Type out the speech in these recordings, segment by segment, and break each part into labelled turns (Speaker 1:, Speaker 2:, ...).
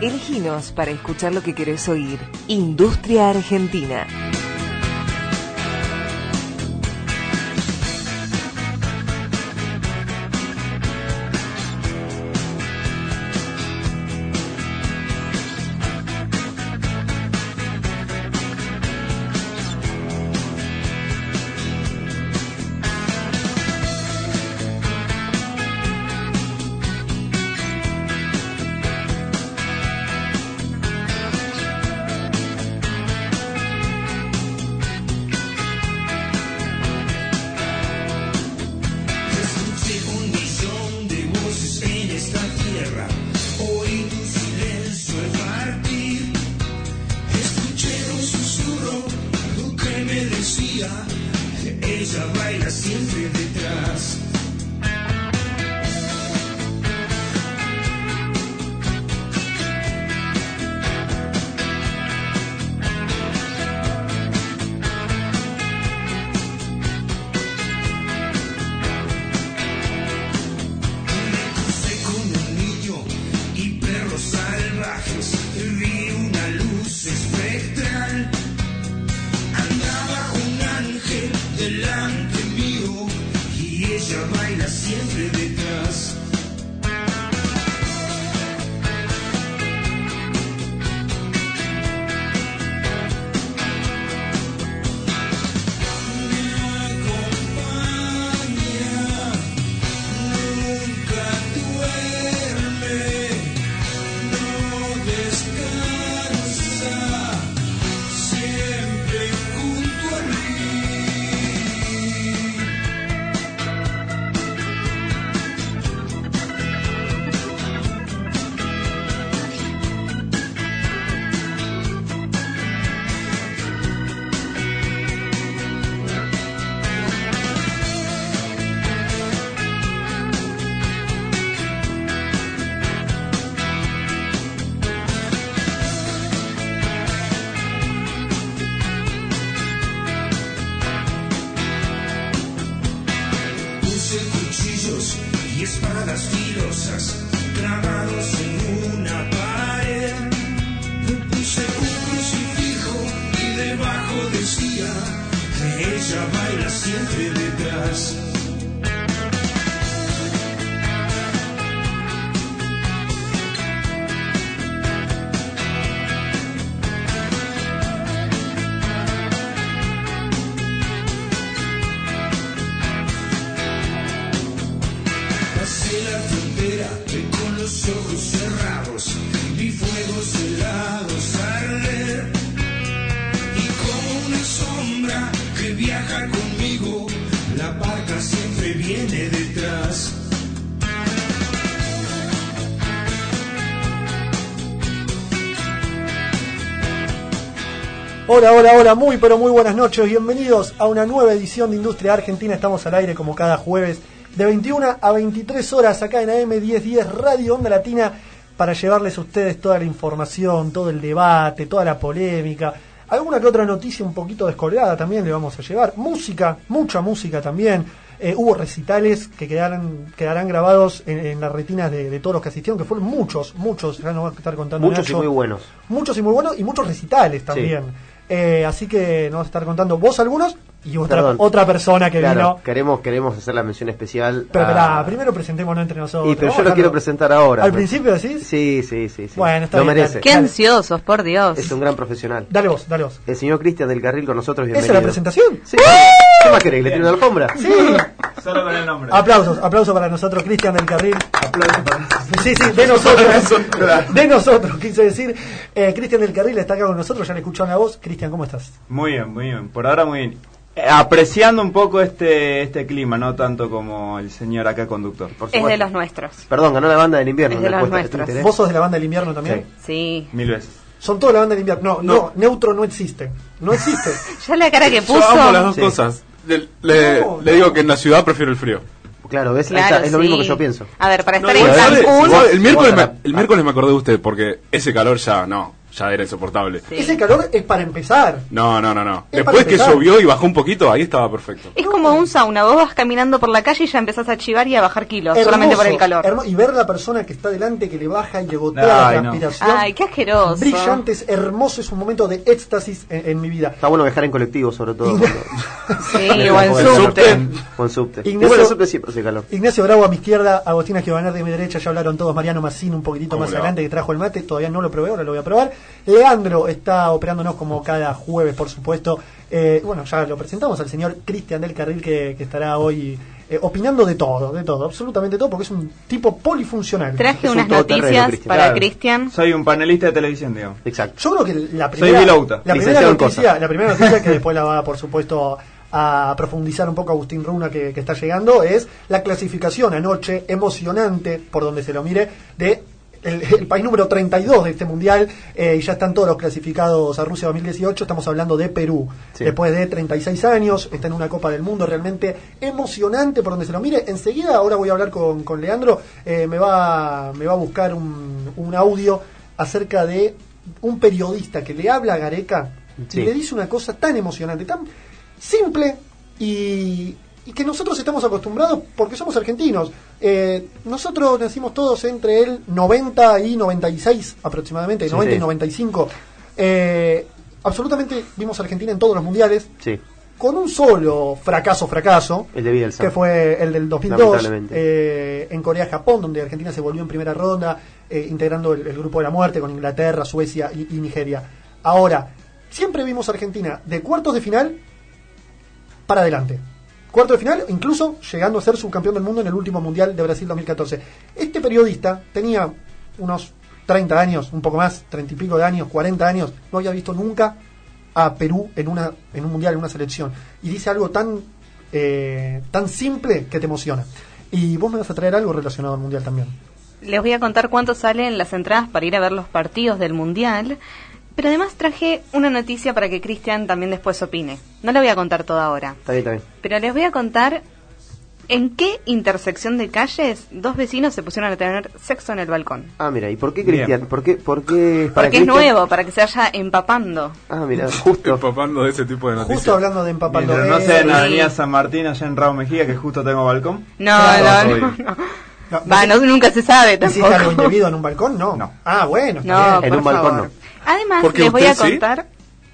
Speaker 1: Eleginos para escuchar lo que querés oír. Industria Argentina.
Speaker 2: Escuché un millón de voces en esta tierra. Oí tu silencio al partir. Escuché un susurro, algo que me decía. Ella baila siempre detrás. Crucé con un niño y perros salvajes. Vi una luz espectral. Andaba un ángel delante mío y ella baila siempre detrás. Nunca duerme, no descansa, siempre junto a mí. Puse cuchillos y espadas filosas clavados en una pared. Puse un crucifijo y debajo decía que ella baila siempre detrás. Pasé la frontera que con los ojos cerrados vi fuegos helados arder. Y como una sombra que viaja conmigo, la barca siempre viene detrás.
Speaker 3: Hola, hola, hola, muy pero muy buenas noches, bienvenidos a una nueva edición de Industria Argentina, estamos al aire como cada jueves de 21 a 23 horas acá en AM1010 Radio Onda Latina para llevarles a ustedes toda la información, todo el debate, toda la polémica, alguna que otra noticia un poquito descolgada también le vamos a llevar, música, mucha música también, Eh, hubo recitales que quedarán, quedarán grabados en, en las retinas de, de todos los que asistieron, que fueron muchos, muchos, ya nos va a estar contando
Speaker 4: Muchos y
Speaker 3: Nacho
Speaker 4: muy buenos.
Speaker 3: muchos y muy buenos y muchos recitales también. Eh, así que nos vas a estar contando vos algunos y otra,
Speaker 4: Perdón.
Speaker 3: otra persona que
Speaker 4: Claro,
Speaker 3: vino.
Speaker 4: queremos, queremos hacer la mención especial.
Speaker 3: Pero
Speaker 4: a-
Speaker 3: pará, primero presentémonos entre nosotros.
Speaker 4: Y, pero
Speaker 3: Vamos
Speaker 4: yo
Speaker 3: a
Speaker 4: lo quiero
Speaker 3: dejarlo-
Speaker 4: presentar ahora.
Speaker 3: ¿Al
Speaker 4: ¿no?
Speaker 3: principio decís?
Speaker 4: Sí, sí, sí. sí.
Speaker 3: Bueno, está
Speaker 4: lo
Speaker 3: bien,
Speaker 4: merece.
Speaker 3: dale.
Speaker 5: Qué ansiosos, por Dios.
Speaker 4: Es un gran profesional.
Speaker 3: Dale vos, dale vos.
Speaker 4: El señor Cristian del Carril con nosotros.
Speaker 3: ¿Esa es
Speaker 4: Bienvenido.
Speaker 3: la presentación?
Speaker 4: Sí. ¿Qué más querés? ¿Le tiro una alfombra?
Speaker 3: Sí.
Speaker 6: Solo con el nombre.
Speaker 3: Aplausos, aplausos para nosotros, Cristian del Carril. Sí, sí, de nosotros. De nosotros, quise decir. Eh, Cristian del Carril está acá con nosotros, ya le escucharon la voz. Cristian, ¿cómo estás?
Speaker 6: Muy bien, muy bien. Por ahora muy bien. Eh, apreciando un poco este, este clima, no tanto como el señor acá conductor. Por
Speaker 5: Es
Speaker 6: supuesto.
Speaker 5: de los nuestros.
Speaker 4: Perdón, ganó la banda del invierno.
Speaker 5: Es de
Speaker 4: la
Speaker 5: los
Speaker 4: encuesta,
Speaker 5: nuestros.
Speaker 4: ¿te
Speaker 3: ¿Vos sos de la banda del invierno también?
Speaker 4: Sí.
Speaker 5: Sí.
Speaker 6: Mil veces.
Speaker 3: Son toda la banda del invierno. No, no,
Speaker 7: No.
Speaker 3: neutro no existe. No existe.
Speaker 5: Ya la cara que
Speaker 7: Yo amo las
Speaker 5: puso.
Speaker 7: dos
Speaker 4: Sí.
Speaker 7: cosas. Le, le-
Speaker 3: No,
Speaker 7: le digo que en la ciudad prefiero el frío.
Speaker 4: Claro, ¿ves? Ahí
Speaker 5: Claro,
Speaker 4: está, es lo mismo
Speaker 5: sí.
Speaker 4: que yo pienso.
Speaker 5: A ver, para estar
Speaker 7: Bueno,
Speaker 5: en
Speaker 7: ¿sabes?
Speaker 5: Cancún.
Speaker 7: Igual, el, miércoles me,
Speaker 4: Guarda.
Speaker 7: el miércoles me acordé de usted porque ese calor ya no. ya era insoportable.
Speaker 5: Sí.
Speaker 3: Ese calor es para empezar.
Speaker 7: No, no, no, no.
Speaker 3: Es
Speaker 7: Después
Speaker 3: para
Speaker 7: que
Speaker 3: empezar.
Speaker 7: llovió y bajó un poquito, ahí estaba perfecto.
Speaker 5: Es como un sauna, vos vas caminando por la calle y ya empezás a chivar y a bajar kilos, solamente por el
Speaker 3: Hermoso,
Speaker 5: calor.
Speaker 3: hermo- y ver la persona que está delante que le baja y le gotea
Speaker 6: Ay,
Speaker 3: la
Speaker 6: no.
Speaker 3: transpiración.
Speaker 5: Ay, qué asqueroso.
Speaker 3: brillante, es hermoso, es un momento de éxtasis en, en mi vida.
Speaker 4: Está bueno viajar en colectivo, sobre todo.
Speaker 5: Sí, o en
Speaker 4: Con
Speaker 5: subte.
Speaker 4: Con subte.
Speaker 3: Ignacio-
Speaker 4: Y bueno, el subte siempre hace calor.
Speaker 3: Ignacio Bravo a mi izquierda, Agostina Giovanardi a mi derecha, ya hablaron todos, Mariano Massín un poquitito
Speaker 7: ¿Cómo
Speaker 3: más
Speaker 7: le va?
Speaker 3: adelante que trajo el mate, todavía no lo probé, ahora lo voy a probar. Leandro está operándonos como cada jueves, por supuesto. Eh, bueno, ya lo presentamos al señor Cristian del Carril que, que estará hoy eh, opinando de todo, de todo, absolutamente todo, porque es un tipo polifuncional.
Speaker 5: Traje
Speaker 4: Es un
Speaker 5: unas
Speaker 4: todoterreno,
Speaker 5: noticias
Speaker 4: Cristian.
Speaker 5: para
Speaker 6: Claro.
Speaker 5: Cristian.
Speaker 6: Soy un panelista de televisión, digo.
Speaker 4: Exacto.
Speaker 3: Yo creo que la primera,
Speaker 6: Vilauta,
Speaker 3: la primera
Speaker 4: licenciado en
Speaker 3: noticia,
Speaker 4: cosas.
Speaker 3: la primera noticia que después la va, por supuesto, a profundizar un poco Agustín Runa que, que está llegando es la clasificación anoche emocionante, por donde se lo mire, de el, el país número 32 de este mundial eh, y ya están todos los clasificados a Rusia 2018. Estamos hablando de Perú.
Speaker 4: Sí.
Speaker 3: Después de 36 años, está en una Copa del Mundo realmente emocionante por donde se lo mire. Enseguida, ahora voy a hablar con, con Leandro, eh, me, va, me va a buscar un, un audio acerca de un periodista que le habla a Gareca
Speaker 4: Sí.
Speaker 3: y le dice una cosa tan emocionante, tan simple y, y que nosotros estamos acostumbrados porque somos argentinos. Eh, nosotros nacimos todos entre el 90 y 96 aproximadamente,
Speaker 4: Sí,
Speaker 3: 90 y
Speaker 4: sí.
Speaker 3: 95. Eh, absolutamente vimos a Argentina en todos los mundiales
Speaker 4: Sí.
Speaker 3: con un solo fracaso, fracaso,
Speaker 4: El de Bielsa.
Speaker 3: que fue el del 2002
Speaker 4: Lamentablemente.
Speaker 3: eh, en Corea-Japón, donde Argentina se volvió en primera ronda, eh, integrando el, el grupo de la muerte con Inglaterra, Suecia y, y Nigeria. Ahora, siempre vimos a Argentina de cuartos de final para adelante. Cuarto de final, incluso llegando a ser subcampeón del mundo en el último Mundial de Brasil 2014. Este periodista tenía unos 30 años, un poco más, 30 y pico de años, 40 años, no había visto nunca a Perú en, una, en un Mundial, en una selección. Y dice algo tan, eh, tan simple que te emociona. Y vos me vas a traer algo relacionado al Mundial también.
Speaker 5: Les voy a contar cuánto salen las entradas para ir a ver los partidos del Mundial. Pero además traje una noticia para que Cristian también después opine. No la voy a contar toda ahora.
Speaker 4: Está bien, está bien.
Speaker 5: Pero les voy a contar en qué intersección de calles dos vecinos se pusieron a tener sexo en el balcón.
Speaker 4: Ah, mira, ¿y por qué
Speaker 6: Bien.
Speaker 4: Cristian? ¿Por qué? ¿Por qué? para
Speaker 5: Porque es
Speaker 4: Cristian?
Speaker 5: nuevo, para que se vaya empapando.
Speaker 4: Ah, mira,
Speaker 7: Estoy
Speaker 4: justo.
Speaker 7: papando de ese tipo de noticias.
Speaker 3: Justo hablando de empapando.
Speaker 6: Mientras no
Speaker 3: Eh,
Speaker 6: sea en
Speaker 5: sí.
Speaker 6: Avenida San Martín, allá en Raúl Mejía, que justo tengo balcón.
Speaker 5: No,
Speaker 6: Claro,
Speaker 5: no, no,
Speaker 6: obvio.
Speaker 5: no.
Speaker 3: no,
Speaker 5: Va, no, nunca se sabe
Speaker 3: ¿Hiciste algo
Speaker 5: tampoco.
Speaker 3: indebido en un balcón? No.
Speaker 6: No.
Speaker 3: Ah, bueno. está
Speaker 5: No,
Speaker 3: bien.
Speaker 4: En
Speaker 5: por
Speaker 4: un balcón
Speaker 5: favor.
Speaker 4: no.
Speaker 5: Además,
Speaker 7: Porque
Speaker 5: les voy
Speaker 7: usted
Speaker 5: a
Speaker 7: sí.
Speaker 5: contar.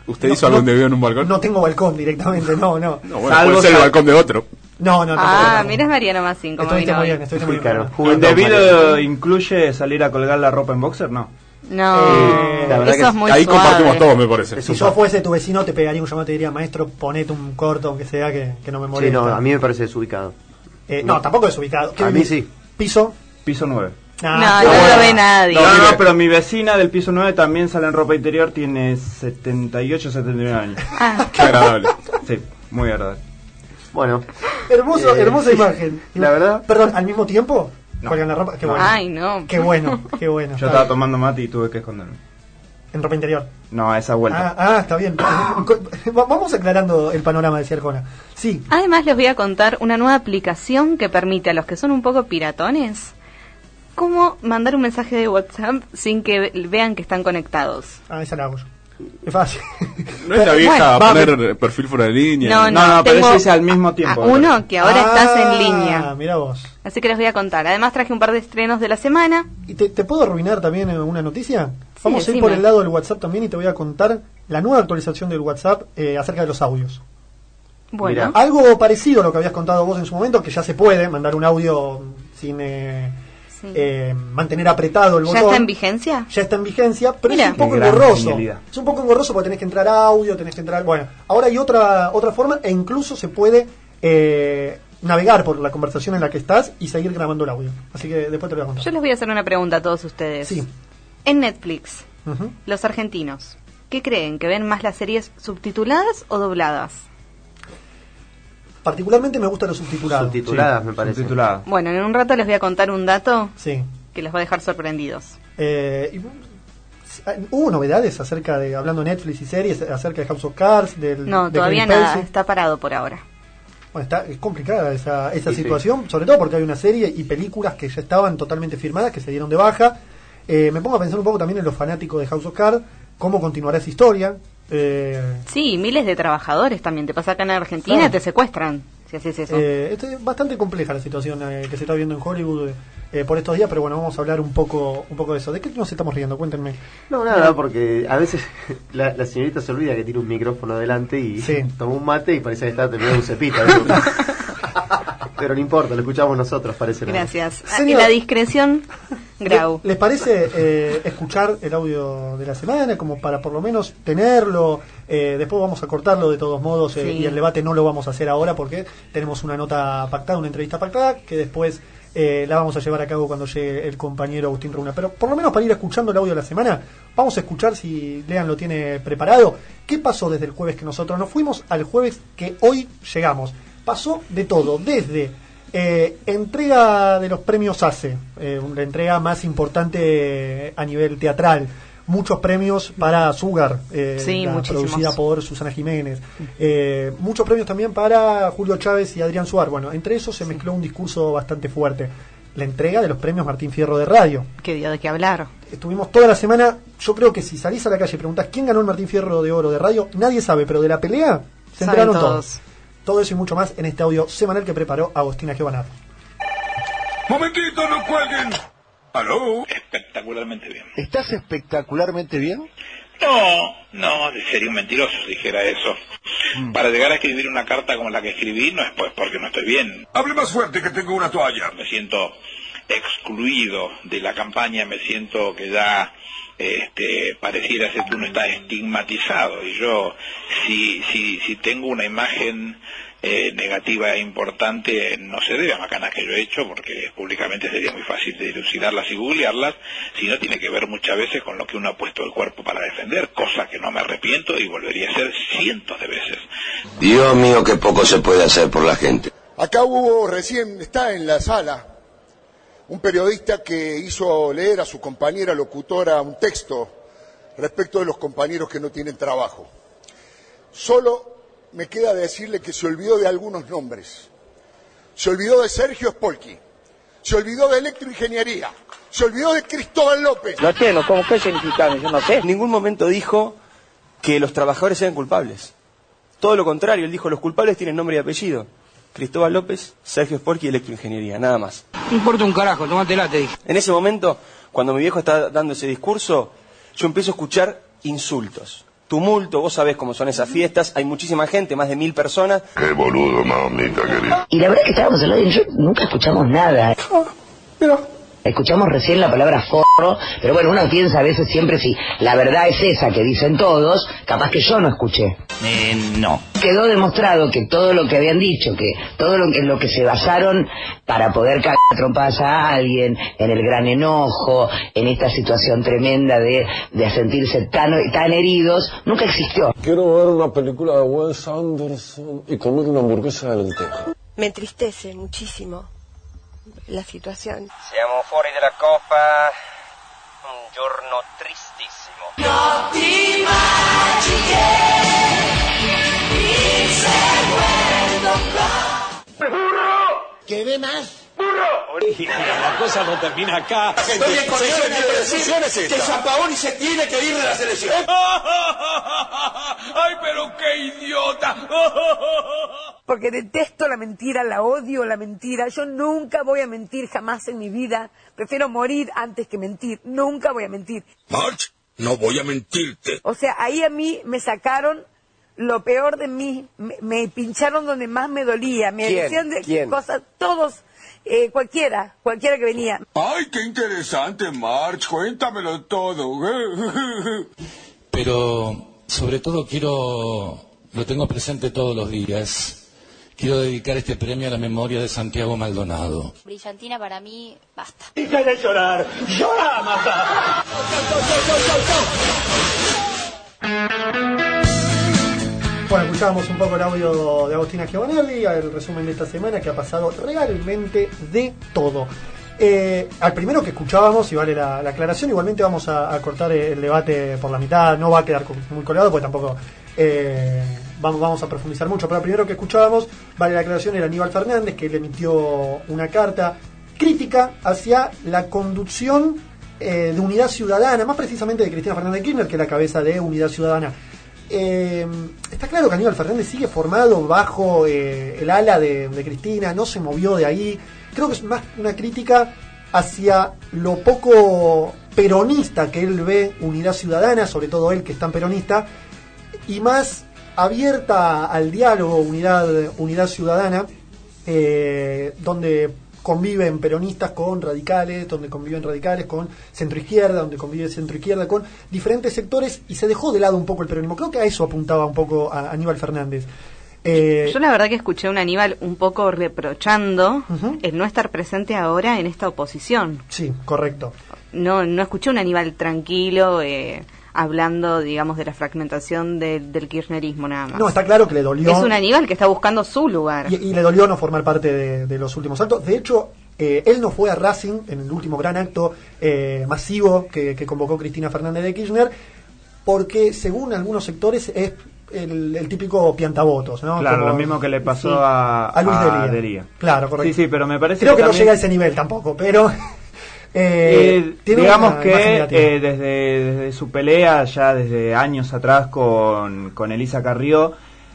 Speaker 7: ¿Usted
Speaker 3: No,
Speaker 7: hizo algo
Speaker 3: no,
Speaker 7: indebido en un balcón?
Speaker 3: No tengo balcón directamente, no, no.
Speaker 7: No, bueno,
Speaker 6: Salvo
Speaker 7: puede ser el
Speaker 6: sal-
Speaker 7: balcón de otro.
Speaker 3: No, no, tampoco.
Speaker 5: Ah,
Speaker 3: tampoco.
Speaker 5: mira Mariano Massín como
Speaker 3: Estuviste
Speaker 5: vino
Speaker 3: muy
Speaker 5: hoy.
Speaker 3: bien, estuviste muy bien.
Speaker 4: Claro,
Speaker 6: ¿Lo
Speaker 4: jugando
Speaker 6: indebido incluye salir a colgar la ropa en boxer? No.
Speaker 5: No,
Speaker 4: la verdad
Speaker 5: eso
Speaker 4: que
Speaker 5: es muy
Speaker 7: Ahí
Speaker 5: suave.
Speaker 7: compartimos todos, me parece.
Speaker 4: Es
Speaker 3: Si
Speaker 4: un
Speaker 3: yo
Speaker 4: par-
Speaker 3: fuese tu vecino, te pegaría un llamado y te diría, maestro, ponete un corto, aunque sea, que, que no me
Speaker 4: Sí,
Speaker 3: molesta.
Speaker 4: no, a mí me parece desubicado.
Speaker 3: Eh, no, tampoco es ubicado.
Speaker 4: A mí
Speaker 3: vivís?
Speaker 4: sí.
Speaker 3: ¿Piso?
Speaker 6: Piso 9.
Speaker 5: No,
Speaker 3: Ah,
Speaker 5: no
Speaker 3: bueno.
Speaker 5: lo ve nadie.
Speaker 6: No, no,
Speaker 7: mire.
Speaker 6: pero mi vecina del piso 9 también sale en ropa interior, tiene 78, 79 años.
Speaker 5: Ah,
Speaker 7: Qué agradable.
Speaker 6: Sí, muy verdad.
Speaker 4: Bueno,
Speaker 3: Hermoso,
Speaker 4: Eh,
Speaker 3: hermosa imagen.
Speaker 4: la verdad.
Speaker 3: Perdón, ¿al mismo tiempo?
Speaker 6: No.
Speaker 3: Colgan la ropa. Qué bueno.
Speaker 5: Ay, no.
Speaker 3: Qué bueno, qué bueno.
Speaker 6: Yo
Speaker 3: Está
Speaker 6: estaba
Speaker 3: bien.
Speaker 6: tomando mate y tuve que esconderme.
Speaker 3: En ropa interior.
Speaker 6: No, a esa
Speaker 3: Ah,
Speaker 6: vuelta.
Speaker 3: ah, está bien. Va- Vamos aclarando el panorama de Ciarcona. Sí.
Speaker 5: Además les voy a contar una nueva aplicación que permite a los que son un poco piratones cómo mandar un mensaje de WhatsApp sin que ve- vean que están conectados.
Speaker 3: Ah, esa la hago yo. Es fácil.
Speaker 7: No es la vieja
Speaker 3: Bueno, va,
Speaker 7: a poner perfil fuera de línea.
Speaker 5: No, no,
Speaker 6: No, no, pero
Speaker 5: tengo
Speaker 6: ese es al mismo tiempo,
Speaker 5: a uno que ahora estás en
Speaker 3: Ah,
Speaker 5: línea.
Speaker 3: mira vos.
Speaker 5: Así que les voy a contar. Además traje un par de estrenos de la semana.
Speaker 3: ¿Y te, te puedo arruinar también eh, una noticia? Vamos a ir
Speaker 5: decime.
Speaker 3: por el lado del WhatsApp también y te voy a contar la nueva actualización del WhatsApp eh, acerca de los audios.
Speaker 5: Bueno,
Speaker 4: Mirá.
Speaker 3: Algo parecido a lo que habías contado vos en su momento, que ya se puede mandar un audio sin eh,
Speaker 5: Sí.
Speaker 3: eh, mantener apretado el
Speaker 5: ¿ya
Speaker 3: botón.
Speaker 5: está en vigencia?
Speaker 3: Ya está en vigencia, pero
Speaker 5: Mirá.
Speaker 3: es un poco
Speaker 6: Qué gran
Speaker 3: engorroso.
Speaker 6: genialidad.
Speaker 3: Es un poco engorroso porque tenés que entrar audio, tenés que entrar... Bueno, ahora hay otra, otra forma e incluso se puede eh, navegar por la conversación en la que estás y seguir grabando el audio. Así que después te lo voy a contar.
Speaker 5: Yo les voy a hacer una pregunta a todos ustedes.
Speaker 3: Sí.
Speaker 5: En Netflix,
Speaker 3: Ujú.
Speaker 5: los argentinos, ¿qué creen? ¿Que ven más las series subtituladas o dobladas?
Speaker 3: Particularmente me gusta lo subtitulado.
Speaker 4: subtituladas me parece.
Speaker 6: Subtitulada.
Speaker 5: Bueno, en un rato les voy a contar un dato
Speaker 3: Sí.
Speaker 5: que los va a dejar sorprendidos.
Speaker 3: Eh, y, mm, ¿Hubo novedades acerca de, hablando de Netflix y series, acerca de House of Cards? Del,
Speaker 5: No,
Speaker 3: de
Speaker 5: todavía
Speaker 3: Kevin
Speaker 5: nada,
Speaker 3: Spacey?
Speaker 5: está parado por ahora.
Speaker 3: Bueno, está es complicada esa, esa
Speaker 4: Sí, sí.
Speaker 3: situación, sobre todo porque hay una serie y películas que ya estaban totalmente firmadas, que se dieron de baja. Eh, me pongo a pensar un poco también en los fanáticos de House of Cards, cómo continuará esa historia. Eh,
Speaker 5: Sí, miles de trabajadores también. Te pasa acá en Argentina,
Speaker 3: Claro.
Speaker 5: te secuestran si haces eso.
Speaker 3: Eh, esto es bastante compleja la situación eh, que se está viendo en Hollywood eh, por estos días, pero bueno, vamos a hablar un poco, un poco de eso. ¿De qué nos estamos riendo? Cuéntenme.
Speaker 8: No, nada, porque a veces la, la señorita se olvida que tiene un micrófono delante y
Speaker 3: Sí.
Speaker 8: toma un mate y parece que está terminando un cepita. ¿no? Pero no importa, lo escuchamos nosotros, parece. nada.
Speaker 5: Gracias. Ah, y
Speaker 3: Señor-
Speaker 5: la discreción, Grau.
Speaker 3: ¿Le- ¿Les parece eh, escuchar el audio de la semana como para por lo menos tenerlo? Eh, después vamos a cortarlo de todos modos eh,
Speaker 5: Sí.
Speaker 3: y el debate no lo vamos a hacer ahora porque tenemos una nota pactada, una entrevista pactada que después eh, la vamos a llevar a cabo cuando llegue el compañero Agustín Runa. Pero por lo menos para ir escuchando el audio de la semana, vamos a escuchar si Lean lo tiene preparado. ¿Qué pasó desde el jueves que nosotros nos fuimos al jueves que hoy llegamos? Pasó de todo, desde eh, entrega de los premios ACE, eh, la entrega más importante a nivel teatral. Muchos premios para Sugar, eh,
Speaker 5: Sí,
Speaker 3: la
Speaker 5: muchísimos.
Speaker 3: producida por Susana Jiménez. Eh, muchos premios también para Julio Chávez y Adrián Suar. Bueno, entre esos se mezcló un discurso bastante fuerte. La entrega de los premios Martín Fierro de Radio.
Speaker 5: Que dio de qué hablar.
Speaker 3: Estuvimos toda la semana, yo creo que si salís a la calle y preguntás quién ganó el Martín Fierro de Oro de Radio, nadie sabe, pero de la pelea se
Speaker 5: Saben
Speaker 3: enteraron
Speaker 5: todos.
Speaker 3: todos. Todo eso y mucho más en este audio semanal que preparó Agostina Giovanazzi.
Speaker 2: Momentito, no cuelguen. ¿Aló?
Speaker 9: Espectacularmente bien.
Speaker 7: ¿Estás espectacularmente bien?
Speaker 9: No, no, sería un mentiroso si dijera eso.
Speaker 7: Mm.
Speaker 9: Para llegar a escribir una carta como la que escribí no es pues porque no estoy bien.
Speaker 2: Hable más fuerte que tengo una toalla.
Speaker 9: Me siento excluido de la campaña, me siento que ya este, pareciera ser que uno está estigmatizado. Y yo, si, si, si tengo una imagen eh, negativa e importante, no se debe a macanas que yo he hecho, porque públicamente sería muy fácil de dilucidarlas y googlearlas, sino tiene que ver muchas veces con lo que uno ha puesto el cuerpo para defender, cosa que no me arrepiento y volvería a hacer cientos de veces.
Speaker 4: Dios mío, que poco se puede hacer por la gente.
Speaker 7: Acá hubo recién, está en la sala, un periodista que hizo leer a su compañera locutora un texto respecto de los compañeros que no tienen trabajo. Solo me queda decirle que se olvidó de algunos nombres. Se olvidó de Sergio Spolki, se olvidó de Electroingeniería, se olvidó de Cristóbal López.
Speaker 4: No entiendo, ¿cómo qué significan? Yo no sé. En ningún momento dijo que los trabajadores sean culpables. Todo lo contrario, él dijo, los culpables tienen nombre y apellido. Cristóbal López, Sergio Sporky y Electroingeniería, nada más.
Speaker 9: No importa un carajo, tómatela, te dije.
Speaker 4: En ese momento, cuando mi viejo está dando ese discurso, yo empiezo a escuchar insultos. Tumulto, vos sabés cómo son esas fiestas, hay muchísima gente, más de mil personas.
Speaker 2: Qué boludo, mamita querida.
Speaker 1: Y la verdad que estábamos hablando, yo nunca escuchamos nada. Escuchamos recién la palabra forro, pero bueno, uno piensa a veces siempre si la verdad es esa que dicen todos, capaz que yo no escuché.
Speaker 9: no.
Speaker 1: Quedó demostrado que todo lo que habían dicho, que todo lo que, en lo que se basaron para poder cagar a trompadas a alguien, en el gran enojo, en esta situación tremenda de, de sentirse tan, tan heridos, nunca existió.
Speaker 7: Quiero ver una película de Wes Anderson y comer una hamburguesa de lenteja.
Speaker 1: Me entristece muchísimo la situación.
Speaker 4: Siamo fuori della coppa, un giorno tristissimo.
Speaker 1: ¿Qué ve más?
Speaker 2: ¡Ay, pero qué idiota!
Speaker 1: Porque detesto la mentira, la odio la mentira. Yo nunca voy a mentir jamás en mi vida. Prefiero morir antes que mentir. Nunca voy a mentir.
Speaker 2: March, no voy a mentirte.
Speaker 1: O sea, ahí a mí me sacaron lo peor de mí. Me, me pincharon donde más me dolía. Me
Speaker 4: ¿Quién?
Speaker 1: decían de
Speaker 4: ¿Quién?
Speaker 1: cosas, todos, eh, cualquiera, cualquiera que venía.
Speaker 2: ¡Ay, qué interesante, March! Cuéntamelo todo.
Speaker 9: Pero sobre todo quiero, lo tengo presente todos los días, quiero dedicar este premio a la memoria de Santiago Maldonado.
Speaker 1: Brillantina para mí, basta.
Speaker 3: Bueno, escuchábamos un poco el audio de Agostina Giovanelli, el resumen de esta semana que ha pasado realmente de todo. Eh, al primero que escuchábamos, y vale la, la aclaración, igualmente vamos a, a cortar el debate por la mitad, no va a quedar co- muy colgado, porque tampoco eh, vamos, vamos a profundizar mucho, pero al primero que escuchábamos, vale la aclaración, era Aníbal Fernández, que le emitió una carta crítica hacia la conducción eh, de Unidad Ciudadana, más precisamente de Cristina Fernández de Kirchner, que es la cabeza de Unidad Ciudadana. Eh, está claro que Aníbal Fernández sigue formado bajo eh, el ala de, de Cristina, no se movió de ahí. Creo que es más una crítica hacia lo poco peronista que él ve Unidad Ciudadana, sobre todo él que es tan peronista, y más abierta al diálogo Unidad, unidad Ciudadana, eh, donde conviven peronistas con radicales, donde conviven radicales con centroizquierda, donde convive centroizquierda con diferentes sectores y se dejó de lado un poco el peronismo. Creo que a eso apuntaba un poco a Aníbal Fernández. Eh,
Speaker 5: Yo la verdad que escuché a un Aníbal un poco reprochando el no estar presente ahora en esta oposición.
Speaker 3: Sí, correcto.
Speaker 5: No, no escuché a un Aníbal tranquilo eh, hablando, digamos, de la fragmentación de- del kirchnerismo nada más.
Speaker 3: no, está claro que le dolió.
Speaker 5: Es un Aníbal que está buscando su lugar.
Speaker 3: Y, y le dolió no formar parte de, de los últimos actos. De hecho, eh, él no fue a Racing en el último gran acto eh, masivo que, que convocó Cristina Fernández de Kirchner, porque según algunos sectores es el, el típico piantavotos. ¿no?
Speaker 6: Ah, Claro,
Speaker 3: Como-
Speaker 6: lo mismo que le pasó
Speaker 3: Sí.
Speaker 6: a,
Speaker 3: A Luis Delía. Claro, correcto.
Speaker 6: Sí, sí, pero me parece
Speaker 3: Creo que, no
Speaker 6: también-
Speaker 3: llega a ese nivel tampoco, pero. eh,
Speaker 6: Eh,
Speaker 3: tiene
Speaker 6: digamos
Speaker 3: una imagen
Speaker 6: que
Speaker 3: negativa.
Speaker 6: eh, desde, desde su pelea, ya desde años atrás con, con Elisa Carrió,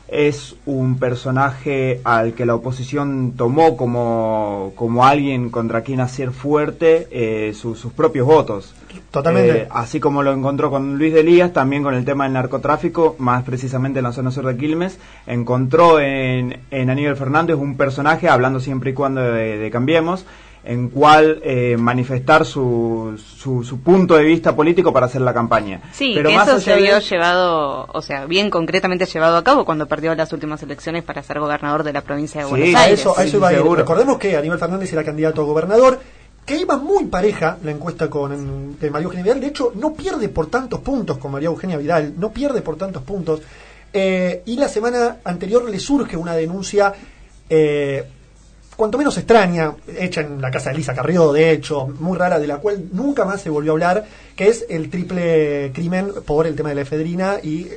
Speaker 6: es un personaje al que la oposición tomó como, como alguien contra quien hacer fuerte eh, su- sus propios votos.
Speaker 3: Totalmente.
Speaker 6: Eh, así como lo encontró con Luis de Lías, también con el tema del narcotráfico, más precisamente en la zona sur de Quilmes, encontró en, en Aníbal Fernández un personaje, hablando siempre y cuando de, de Cambiemos, en cual eh, manifestar su, su, su punto de vista político para hacer la campaña.
Speaker 5: Sí,
Speaker 6: Pero
Speaker 5: que
Speaker 6: más
Speaker 5: eso
Speaker 6: allá
Speaker 5: se
Speaker 6: de-
Speaker 5: vio llevado, o sea, bien concretamente llevado a cabo cuando perdió las últimas elecciones para ser gobernador de la provincia de Buenos
Speaker 3: a
Speaker 5: Aires.
Speaker 3: eso, a eso iba a ir. Recordemos que Aníbal Fernández era candidato a gobernador, que iba muy pareja la encuesta con de María Eugenia Vidal. De hecho, no pierde por tantos puntos con María Eugenia Vidal, no pierde por tantos puntos. Eh, y la semana anterior le surge una denuncia, eh, cuanto menos extraña, hecha en la casa de Elisa Carrió, de hecho, muy rara, de la cual nunca más se volvió a hablar, que es el triple crimen por el tema de la efedrina y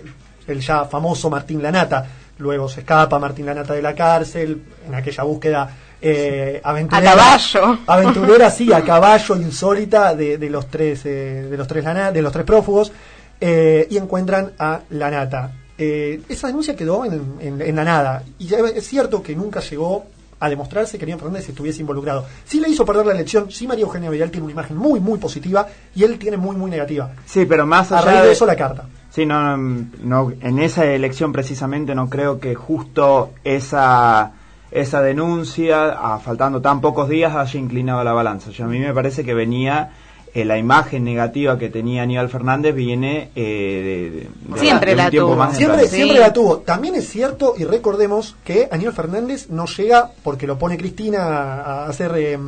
Speaker 3: el ya famoso Martín Lanata. Luego se escapa Martín Lanata de la cárcel, en aquella búsqueda eh, aventurera.
Speaker 5: A caballo.
Speaker 3: Aventurera, sí, a caballo, insólita, de, de los tres, eh, de los tres lana- de los tres prófugos, eh, y encuentran a Lanata. Eh, esa denuncia quedó en, en- en la nada. Y ya es cierto que nunca llegó a demostrarse que Ariel Fernández estuviese involucrado. Sí le hizo perder la elección, sí María Eugenia Vidal tiene una imagen muy, muy positiva y él tiene muy, muy negativa.
Speaker 6: Sí, pero más
Speaker 3: A
Speaker 6: allá
Speaker 3: raíz de eso la carta.
Speaker 6: Sí, no, no, no, en esa elección precisamente no creo que justo esa esa denuncia, a faltando tan pocos días, haya inclinado la balanza. Yo, a mí me parece que venía eh, la imagen negativa que tenía Aníbal Fernández viene eh, de- de, de-
Speaker 5: Siempre
Speaker 6: de un
Speaker 5: la
Speaker 6: tiempo
Speaker 5: tuvo.
Speaker 6: más
Speaker 3: Siempre,
Speaker 6: atrás.
Speaker 3: siempre la tuvo. También es cierto, y recordemos que Aníbal Fernández no llega porque lo pone Cristina a- a ser eh,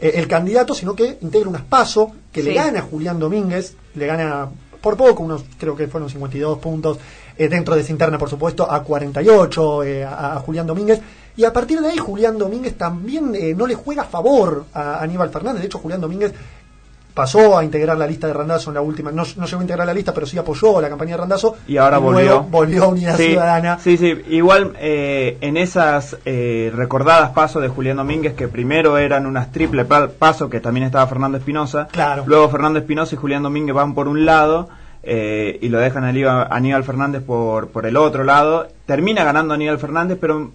Speaker 3: eh, el candidato, sino que integra unas PASO que le
Speaker 2: Sí.
Speaker 3: gana Julián Domínguez, le gana por poco, unos creo que fueron 52 puntos, eh, dentro de esa interna, por supuesto, a 48 eh, a, a Julián Domínguez. Y a partir de ahí, Julián Domínguez también eh, no le juega a favor a Aníbal Fernández. De hecho, Julián Domínguez pasó a integrar la lista de Randazo en la última. No, no llegó a integrar la lista, pero sí apoyó a la campaña de Randazo.
Speaker 6: Y ahora
Speaker 3: luego
Speaker 6: volvió.
Speaker 3: volvió a Unidad
Speaker 6: Sí,
Speaker 3: Ciudadana.
Speaker 6: Sí, sí. Igual eh, en esas eh, recordadas pasos de Julián Domínguez, que primero eran unas triple pa- paso, que también estaba Fernando Espinosa. Luego Fernando Espinosa y Julián Domínguez van por un lado. eh, y lo dejan a Aníbal- Aníbal Fernández por, por el otro lado. Termina ganando Aníbal Fernández, pero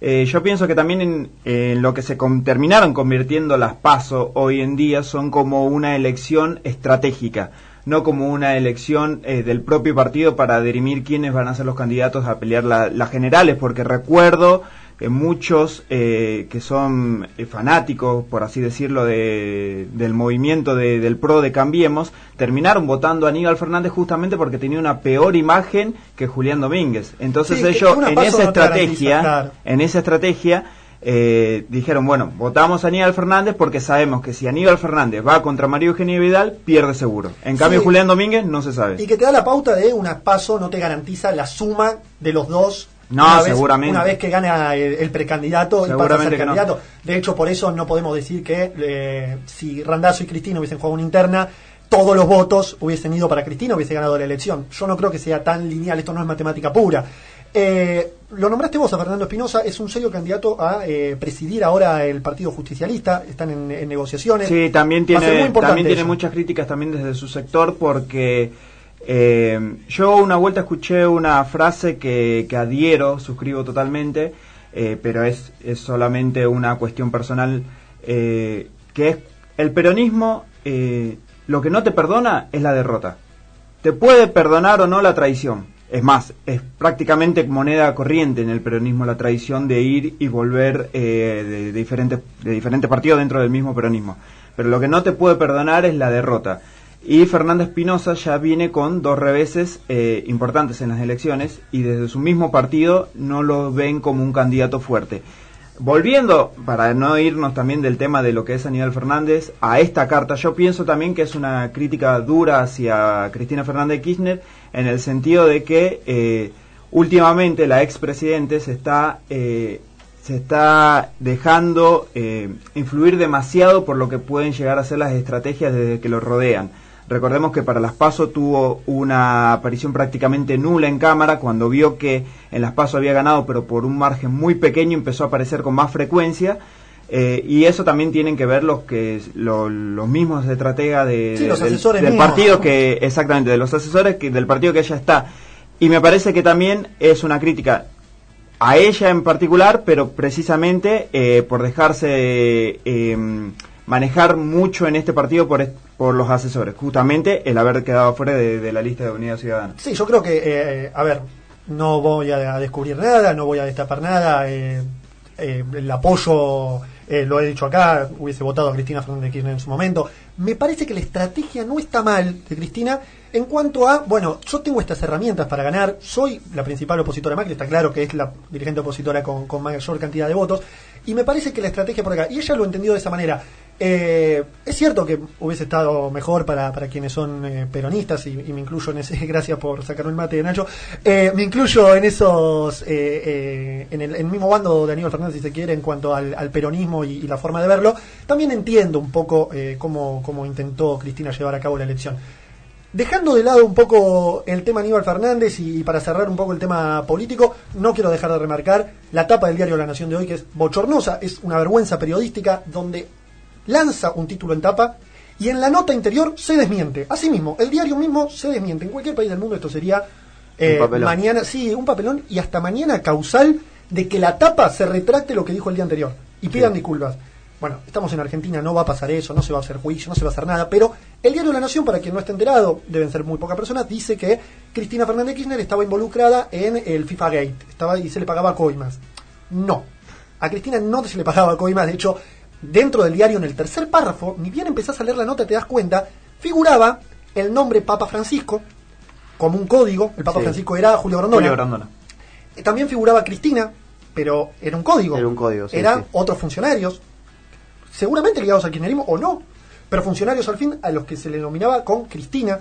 Speaker 6: eh, yo pienso que también en, en lo que se con- terminaron convirtiendo las PASO hoy en día son como una elección estratégica, no como una elección eh, del propio partido para dirimir quiénes van a ser los candidatos a pelear la- las generales, porque recuerdo que muchos eh, que son eh, fanáticos, por así decirlo, de- del movimiento de- del PRO de Cambiemos, terminaron votando a Aníbal Fernández justamente porque tenía una peor imagen que Julián Domínguez. Entonces
Speaker 3: Sí, que-
Speaker 6: ellos,
Speaker 3: que una
Speaker 6: en
Speaker 3: PASO
Speaker 6: esa
Speaker 3: no te garantiza,
Speaker 6: estrategia,
Speaker 3: claro.
Speaker 6: en esa estrategia eh, dijeron, bueno, votamos a Aníbal Fernández porque sabemos que si Aníbal Fernández va contra María Eugenia Vidal, pierde seguro. En cambio,
Speaker 3: Sí.
Speaker 6: Julián Domínguez no se sabe.
Speaker 3: Y que te da la pauta de un PASO no te garantiza la suma de los dos.
Speaker 6: No,
Speaker 3: una vez,
Speaker 6: seguramente.
Speaker 3: Una vez que gana el, el precandidato y pasa a ser
Speaker 6: Seguramente que no.
Speaker 3: candidato. De hecho, por eso no podemos decir que eh, si Randazzo y Cristina hubiesen jugado una interna, todos los votos hubiesen ido para Cristina, hubiese ganado la elección. Yo no creo que sea tan lineal, esto no es matemática pura. Eh, lo nombraste vos a Fernando Espinosa, es un serio candidato a eh, presidir ahora el Partido Justicialista, están en, en negociaciones.
Speaker 6: Sí, también
Speaker 3: Va a ser muy
Speaker 6: tiene,
Speaker 3: importante
Speaker 6: también tiene
Speaker 3: eso.
Speaker 6: muchas críticas también desde su sector porque eh, yo una vuelta escuché una frase que, que adhiero, suscribo totalmente, eh, pero es, es solamente una cuestión personal, eh, que es el peronismo eh, lo que no te perdona es la derrota. Te puede perdonar o no la traición. Es más, es prácticamente moneda corriente en el peronismo la traición de ir y volver eh, de, diferentes, de diferentes partidos dentro del mismo peronismo. Pero lo que no te puede perdonar es la derrota. Y Fernanda Espinosa ya viene con dos reveses eh, importantes en las elecciones y desde su mismo partido no lo ven como un candidato fuerte. Volviendo, para no irnos también del tema de lo que es Aníbal Fernández, a esta carta, yo pienso también que es una crítica dura hacia Cristina Fernández de Kirchner, en el sentido de que eh, últimamente la expresidente se está, eh, se está dejando eh, influir demasiado por lo que pueden llegar a ser las estrategias desde que lo rodean. Recordemos que para las PASO tuvo una aparición prácticamente nula en cámara cuando vio que en las PASO había ganado, pero por un margen muy pequeño empezó a aparecer con más frecuencia. eh, y eso también tienen que ver los que lo- los mismos estrategas de,
Speaker 3: Sí, los
Speaker 6: del-
Speaker 3: asesores
Speaker 6: del
Speaker 3: mismos.
Speaker 6: partido que exactamente de los asesores que del partido que ella está. Y me parece que también es una crítica a ella en particular, pero precisamente eh, por dejarse eh, manejar mucho en este partido por, est- por los asesores. Justamente el haber quedado fuera de, de la lista de Unidad Ciudadana.
Speaker 3: Sí, yo creo que, eh, a ver, no voy a descubrir nada, no voy a destapar nada. eh, eh, el apoyo, eh, lo he dicho acá, hubiese votado a Cristina Fernández de Kirchner en su momento. Me parece que la estrategia no está mal de Cristina en cuanto a, bueno, yo tengo estas herramientas para ganar, soy la principal opositora de Macri, está claro que es la dirigente opositora con, con mayor cantidad de votos, y me parece que la estrategia por acá, y ella lo entendió de esa manera, eh, es cierto que hubiese estado mejor para, para quienes son eh, peronistas, y, y me incluyo en ese, gracias por sacarme el mate de Nacho, eh, me incluyo en esos, eh, eh, en, el, en el mismo bando de Aníbal Fernández, si se quiere, en cuanto al, al peronismo y, y la forma de verlo, también entiendo un poco eh, cómo, cómo intentó Cristina llevar a cabo la elección. Dejando de lado un poco el tema Aníbal Fernández y, y para cerrar un poco el tema político, no quiero dejar de remarcar la tapa del diario La Nación de hoy, que es bochornosa, es una vergüenza periodística donde lanza un título en tapa y en la nota interior se desmiente. Asimismo, el diario mismo se desmiente. En cualquier país del mundo esto sería eh,
Speaker 4: Un papelón.
Speaker 3: mañana, sí, un papelón y hasta mañana causal de que la tapa se retracte lo que dijo el día anterior y pidan disculpas. Bueno, estamos en Argentina, no va a pasar eso, no se va a hacer juicio, no se va a hacer nada, pero el diario La Nación, para quien no está enterado, deben ser muy pocas personas, dice que Cristina Fernández Kirchner estaba involucrada en el FIFA Gate, estaba y se le pagaba coimas. No, a Cristina no se le pagaba coimas, de hecho, dentro del diario, en el tercer párrafo, ni bien empezás a leer la nota, te das cuenta, figuraba el nombre Papa Francisco como un código, el Papa
Speaker 4: Sí.
Speaker 3: Francisco era Julio Grondona.
Speaker 6: Julio Grondona.
Speaker 3: Eh, También figuraba Cristina, pero era un código.
Speaker 4: Era un código, sí,
Speaker 3: Eran
Speaker 4: sí.
Speaker 3: otros funcionarios, seguramente ligados al kirchnerismo o no, pero funcionarios al fin a los que se le denominaba con Cristina.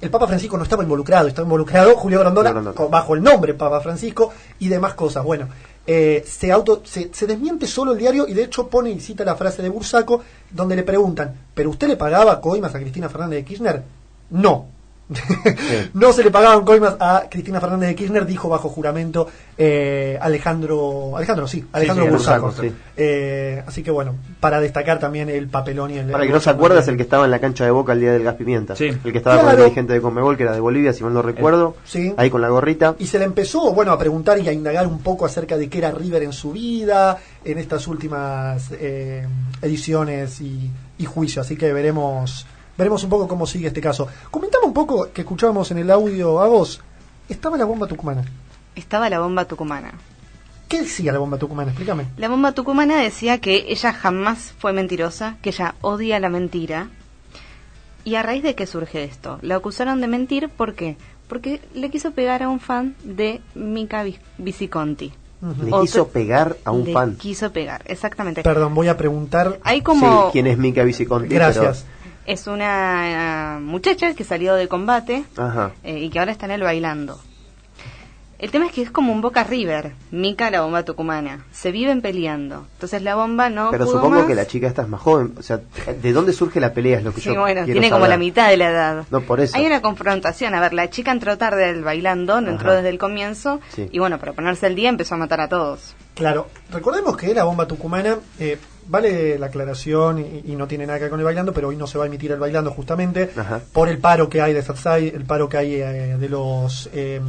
Speaker 3: El Papa Francisco no estaba involucrado, estaba involucrado Julio Grandona
Speaker 4: Julio Grondona.
Speaker 3: bajo el nombre Papa Francisco y demás cosas. Bueno, eh, se, auto, se, se desmiente solo el diario y de hecho pone y cita la frase de Bursaco donde le preguntan, ¿pero usted le pagaba coimas a Cristina Fernández de Kirchner? No, no se le pagaban coimas a Cristina Fernández de Kirchner, dijo bajo juramento eh, Alejandro, Alejandro sí, Alejandro
Speaker 4: sí,
Speaker 3: Bursaco.
Speaker 4: Bursaco, sí.
Speaker 3: Eh, así que bueno, para destacar también el papelón y el...
Speaker 4: Para que no se acuerda es el que estaba en la cancha de Boca el día del gas pimienta. El que estaba con
Speaker 3: Claro. Eh,
Speaker 4: el dirigente de Conmebol, que era de Bolivia, si mal no recuerdo.
Speaker 3: Sí.
Speaker 4: Ahí con la gorrita.
Speaker 3: Y se le empezó, bueno, a preguntar y a indagar un poco acerca de qué era River en su vida, en estas últimas eh, ediciones y, y juicio. Así que veremos, veremos un poco cómo sigue este caso. Comentame un poco que escuchábamos en el audio a vos. Estaba la bomba tucumana.
Speaker 5: Estaba la bomba tucumana.
Speaker 3: ¿Qué decía la bomba tucumana? Explícame.
Speaker 5: La bomba tucumana decía que ella jamás fue mentirosa, que ella odia la mentira. ¿Y a raíz de qué surge esto? La acusaron de mentir, ¿por qué? Porque le quiso pegar a un fan de Mika Vis- Visiconti.
Speaker 4: Le
Speaker 5: Otro-
Speaker 4: quiso pegar a un
Speaker 5: le
Speaker 4: fan.
Speaker 5: quiso pegar, exactamente.
Speaker 3: Perdón, voy a preguntar.
Speaker 5: Hay como...
Speaker 4: Sí, ¿Quién es Mika Viciconti?
Speaker 3: Gracias.
Speaker 5: Es una eh, muchacha que salió de combate
Speaker 4: Pero- Ajá.
Speaker 5: eh, y que ahora está en el bailando. El tema es que es como un Boca River, Mica la bomba tucumana. Se viven peleando. Entonces la bomba no
Speaker 4: Pero
Speaker 5: pudo
Speaker 4: supongo
Speaker 5: más.
Speaker 4: que la chica esta es más joven. O sea, ¿de dónde surge la pelea? Es lo que
Speaker 5: Sí,
Speaker 4: yo
Speaker 5: bueno,
Speaker 4: quiero
Speaker 5: tiene como la
Speaker 4: saber.
Speaker 5: mitad de la edad.
Speaker 4: No, por eso.
Speaker 5: Hay una confrontación. A ver, la chica entró tarde al bailando, no entró
Speaker 3: Ajá.
Speaker 5: desde el comienzo.
Speaker 4: Sí.
Speaker 5: Y bueno, para ponerse el día empezó a matar a todos.
Speaker 3: Claro, recordemos que la bomba tucumana, eh, vale la aclaración y, y no tiene nada que ver con el bailando, pero hoy no se va a emitir el bailando justamente
Speaker 4: Ajá.
Speaker 3: por el paro que hay de Satsai, el paro que hay eh, de los... eh,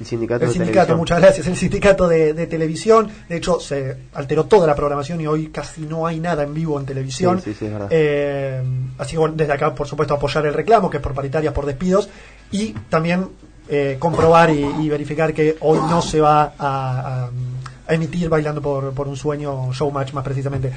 Speaker 4: El sindicato
Speaker 3: el
Speaker 4: de
Speaker 3: sindicato,
Speaker 4: televisión.
Speaker 3: muchas gracias, el sindicato de, de televisión. De hecho, se alteró toda la programación y hoy casi no hay nada en vivo en televisión.
Speaker 4: Sí, sí, sí, es verdad.
Speaker 3: Eh, así que bueno, desde acá, por supuesto, apoyar el reclamo, que es por paritarias, por despidos, y también eh, comprobar y, y verificar que hoy no se va a, a- a emitir Bailando por, por un Sueño, Showmatch más precisamente.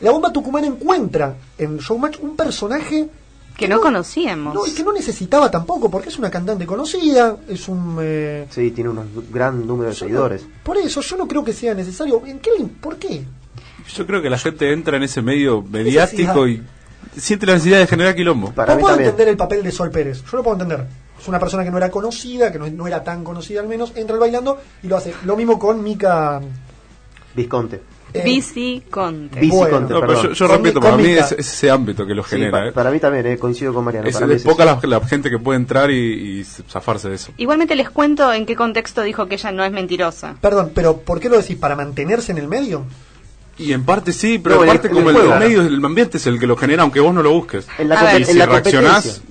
Speaker 3: La bomba tucumana encuentra en Showmatch un personaje
Speaker 5: Que no conocíamos.
Speaker 3: no, y que no necesitaba tampoco, porque es una cantante conocida, es un... eh,
Speaker 4: Sí, tiene un gran número de seguidores.
Speaker 3: por eso yo no creo que sea necesario. ¿En qué le- ¿Por qué?
Speaker 7: Yo creo que la gente entra en ese medio mediático y siente la necesidad de generar quilombo.
Speaker 3: no puedo entender el papel de Sol Pérez. Yo lo puedo entender. Es una persona que no era conocida, que no, no era tan conocida al menos, entra al bailando y lo hace. Lo mismo con Mika. eh,
Speaker 4: Visconte.
Speaker 5: Bici Conte.
Speaker 7: No, pero yo, yo repito, para mí es, es ese ámbito que lo
Speaker 4: Sí,
Speaker 7: genera.
Speaker 4: pa-
Speaker 7: ¿eh?
Speaker 4: Para mí también, eh, coincido con Mariano.
Speaker 7: Es,
Speaker 4: para mí
Speaker 7: de
Speaker 4: es
Speaker 7: poca la, la gente que puede entrar y, y zafarse de eso.
Speaker 5: Igualmente les cuento en qué contexto dijo que ella no es mentirosa.
Speaker 3: Perdón, pero ¿por qué lo decís? ¿Para mantenerse en el medio?
Speaker 7: Y en parte sí, pero
Speaker 3: No,
Speaker 7: en
Speaker 3: en-
Speaker 7: parte
Speaker 3: en
Speaker 7: como
Speaker 3: el
Speaker 7: el,
Speaker 3: juego.
Speaker 7: medio, el ambiente es el que lo genera, aunque vos no lo busques.
Speaker 6: la
Speaker 7: y
Speaker 6: compe- en
Speaker 7: si
Speaker 6: la
Speaker 7: reaccionás,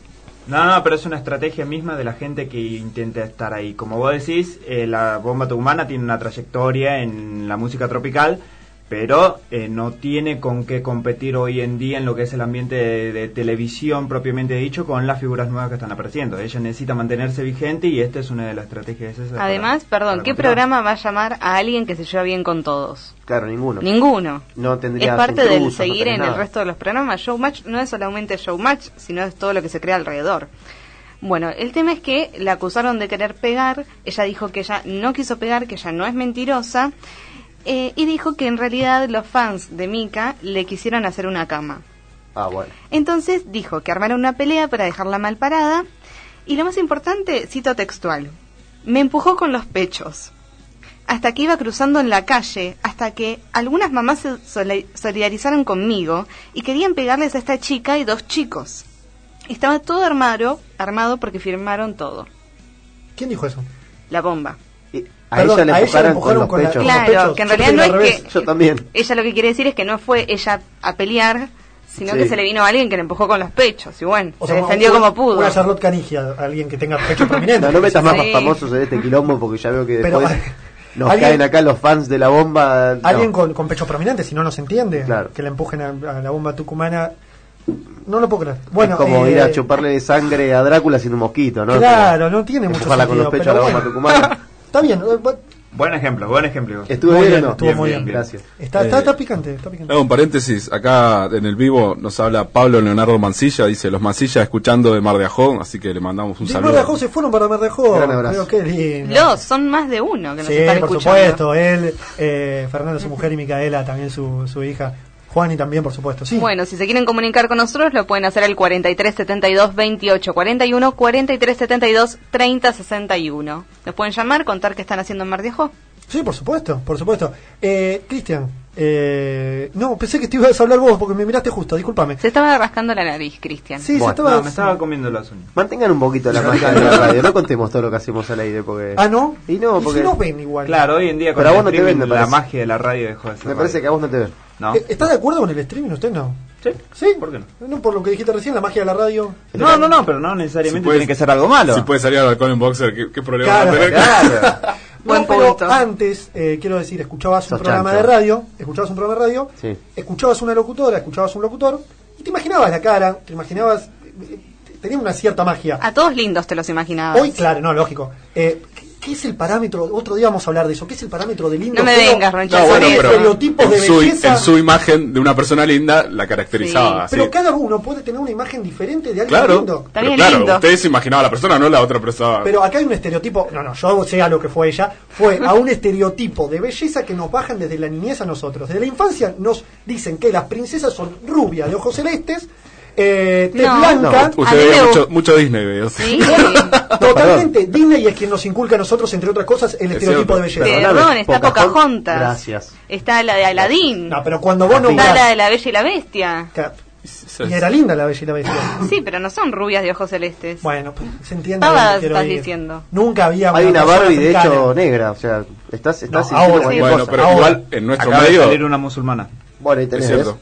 Speaker 6: No, no, pero es una estrategia misma de la gente que intenta estar ahí. Como vos decís, eh, la bomba tucumana tiene una trayectoria en la música tropical, pero eh, no tiene con qué competir hoy en día en lo que es el ambiente de, de televisión propiamente dicho con las figuras nuevas que están apareciendo. Ella necesita mantenerse vigente y esta es una de las estrategias esas. para-
Speaker 5: Además, perdón,
Speaker 6: para
Speaker 5: ¿qué
Speaker 6: continuar.
Speaker 5: programa va a llamar a alguien que se lleva bien con todos?
Speaker 4: Claro, ninguno.
Speaker 5: Ninguno.
Speaker 4: No
Speaker 5: Es
Speaker 4: tendría
Speaker 5: parte del
Speaker 4: intrusos, no
Speaker 5: seguir
Speaker 4: tenés
Speaker 5: en el
Speaker 4: nada.
Speaker 5: resto de los programas. Showmatch no es solamente Showmatch, sino es todo lo que se crea alrededor. Bueno, el tema es que la acusaron de querer pegar, ella dijo que ella no quiso pegar, que ella no es mentirosa, eh, y dijo que en realidad los fans de Mika le quisieron hacer una cama.
Speaker 4: Ah, bueno.
Speaker 5: Entonces dijo que armaron una pelea para dejarla mal parada. Y lo más importante, cito textual, me empujó con los pechos. Hasta que iba cruzando en la calle, hasta que algunas mamás se soli- solidarizaron conmigo y querían pegarles a esta chica y dos chicos. Estaba todo armado, armado porque firmaron todo.
Speaker 3: ¿Quién dijo eso?
Speaker 5: La bomba.
Speaker 4: A
Speaker 3: Perdón,
Speaker 4: ella le
Speaker 3: a ella le
Speaker 4: empujaron con
Speaker 3: empujaron
Speaker 4: los
Speaker 3: con la- con los
Speaker 4: pechos.
Speaker 3: Claro, pechos.
Speaker 5: que en Yo realidad pensé no que era es al que- revés.
Speaker 4: Yo también.
Speaker 5: Ella lo que quiere decir es que no fue ella a pelear, sino
Speaker 4: Sí.
Speaker 5: que se le vino a alguien que le empujó con los pechos. Y bueno,
Speaker 3: O
Speaker 5: se
Speaker 3: sea,
Speaker 5: defendió
Speaker 3: una-
Speaker 5: como pudo.
Speaker 3: Una Charlotte Canigia, alguien que tenga pecho prominente.
Speaker 4: No, no metas más
Speaker 5: Sí.
Speaker 4: famosos en este quilombo porque ya veo que
Speaker 3: Pero-
Speaker 4: después nos
Speaker 3: ¿Alguien-
Speaker 4: caen acá los fans de la bomba. no.
Speaker 3: Alguien con, con pecho prominente, si no, no se entiende. Que le empujen a, a la bomba tucumana. No lo puedo creer. Bueno,
Speaker 4: es como
Speaker 3: eh,
Speaker 4: ir a chuparle sangre a Drácula sin un mosquito, ¿no?
Speaker 3: Claro, no tiene mucho
Speaker 4: Empujarla con los
Speaker 3: sentido,
Speaker 4: pechos a
Speaker 3: pero
Speaker 4: la bomba
Speaker 3: bueno.
Speaker 4: tucumana.
Speaker 3: está bien. eh, va-
Speaker 6: Buen ejemplo, buen ejemplo.
Speaker 4: ¿Estuvo
Speaker 3: Muy
Speaker 4: bien,
Speaker 3: bien,
Speaker 4: o no?
Speaker 3: estuvo muy bien.
Speaker 4: Gracias.
Speaker 3: Está,
Speaker 7: Eh,
Speaker 3: está, está picante, está picante.
Speaker 5: eh,
Speaker 7: Hago un paréntesis, acá en el vivo nos habla Pablo Leonardo Mancilla, dice los Mancilla escuchando de Mar de Ajón, así que le mandamos un
Speaker 3: De
Speaker 7: saludo.
Speaker 3: Mar de Ajó se fueron para Mar de Ajó.
Speaker 7: Gran abrazo.
Speaker 3: Pero qué lindo.
Speaker 5: Los, son más de uno que nos
Speaker 3: Sí,
Speaker 5: están
Speaker 3: por
Speaker 5: escuchando.
Speaker 3: supuesto. Él, eh, Fernando, su mujer, y Micaela, también su, su hija. Juani también, por supuesto. Sí.
Speaker 5: Bueno, si se quieren comunicar con nosotros, lo pueden hacer al 43 72 28 41, 43 72 30 61. Nos pueden llamar, contar qué están haciendo en Mar de Ajó.
Speaker 3: Sí, por supuesto, por supuesto. Eh, Cristian, eh, no, pensé que te ibas a hablar vos porque me miraste justo, discúlpame.
Speaker 5: Se estaba rascando la nariz, Cristian.
Speaker 3: Sí,
Speaker 4: Bueno.
Speaker 3: se estaba...
Speaker 4: No, me estaba
Speaker 6: comiendo las uñas.
Speaker 4: Mantengan un poquito la magia de la radio, no contemos todo lo que hacemos al aire porque...
Speaker 3: Ah, ¿no?
Speaker 4: Y no,
Speaker 3: si
Speaker 4: porque...
Speaker 3: no ven igual. Eh,
Speaker 6: Claro, hoy en día con
Speaker 4: Pero a
Speaker 6: el
Speaker 4: vos no te
Speaker 6: streaming,
Speaker 4: ven, me
Speaker 6: la
Speaker 4: parece.
Speaker 6: magia de la radio dejó de ser
Speaker 4: Me parece
Speaker 6: radio.
Speaker 4: que a vos no te ven.
Speaker 6: No.
Speaker 3: Eh, ¿Estás de acuerdo con el streaming? ¿Usted no?
Speaker 6: Sí.
Speaker 3: ¿Sí?
Speaker 6: ¿Por qué no?
Speaker 3: por lo que dijiste recién, la magia de la radio.
Speaker 6: No, no, no, pero no
Speaker 7: Si
Speaker 6: necesariamente
Speaker 7: puedes-
Speaker 6: tiene que ser algo malo.
Speaker 7: Si puede salir al balcón en boxer, ¿qué, qué problema
Speaker 3: Claro,
Speaker 7: va a tener?
Speaker 3: Bueno, pero antes, eh, quiero decir, escuchabas un
Speaker 7: Sos
Speaker 3: programa
Speaker 7: chancho.
Speaker 3: de radio, escuchabas un programa de radio,
Speaker 4: Sí.
Speaker 3: escuchabas una locutora, escuchabas un locutor, y te imaginabas la cara, te imaginabas... eh, eh, Tenía una cierta magia.
Speaker 5: A todos lindos te los imaginabas.
Speaker 3: Hoy, claro, no, lógico. Eh, ¿qué, qué es el parámetro? Otro día vamos a hablar de eso. ¿Qué es el parámetro del lindo?
Speaker 5: No me
Speaker 3: feo?
Speaker 5: vengas, Roncha,
Speaker 7: No, bueno,
Speaker 3: estereotipos
Speaker 7: pero
Speaker 3: de
Speaker 7: en su,
Speaker 3: belleza.
Speaker 7: en su imagen de una persona linda la caracterizaba. así.
Speaker 3: Pero cada uno puede tener una imagen diferente de alguien
Speaker 7: Claro,
Speaker 3: lindo.
Speaker 7: pero claro, ustedes se imaginaban a la persona, no la otra persona.
Speaker 3: Pero acá hay un estereotipo, no, no, yo sé a lo que fue ella, fue a un estereotipo de belleza que nos bajan desde la niñez a nosotros. Desde la infancia nos dicen que las princesas son rubias de ojos celestes Eh, Tez
Speaker 7: No.
Speaker 3: Blanca.
Speaker 7: No, usted ve mucho, mucho Disney, veo.
Speaker 3: Totalmente, Disney es quien nos inculca a nosotros, entre otras cosas, el estereotipo de belleza.
Speaker 5: Perdón, está Pocahontas.
Speaker 3: Gracias.
Speaker 5: Está la de Aladdin.
Speaker 3: No, pero cuando vos
Speaker 5: está
Speaker 3: nombrás-
Speaker 5: la de la Bella y la Bestia.
Speaker 3: Y era linda la bella y la bestia.
Speaker 5: Sí, pero no son rubias de ojos celestes.
Speaker 3: Bueno, se entiende.
Speaker 5: Pavadas
Speaker 3: dónde quiero
Speaker 5: estás
Speaker 3: ir.
Speaker 5: diciendo.
Speaker 3: Nunca había
Speaker 4: Hay una
Speaker 3: persona
Speaker 4: Barbie, de
Speaker 3: africana.
Speaker 4: hecho, negra. O sea, estás, estás diciendo
Speaker 7: ahora.
Speaker 4: cualquier
Speaker 7: Bueno,
Speaker 4: cosa.
Speaker 7: pero Ahora. igual en nuestro
Speaker 6: Acaba de
Speaker 7: medio-
Speaker 6: salir una musulmana.
Speaker 4: Bueno, ahí tenés,
Speaker 7: Es cierto.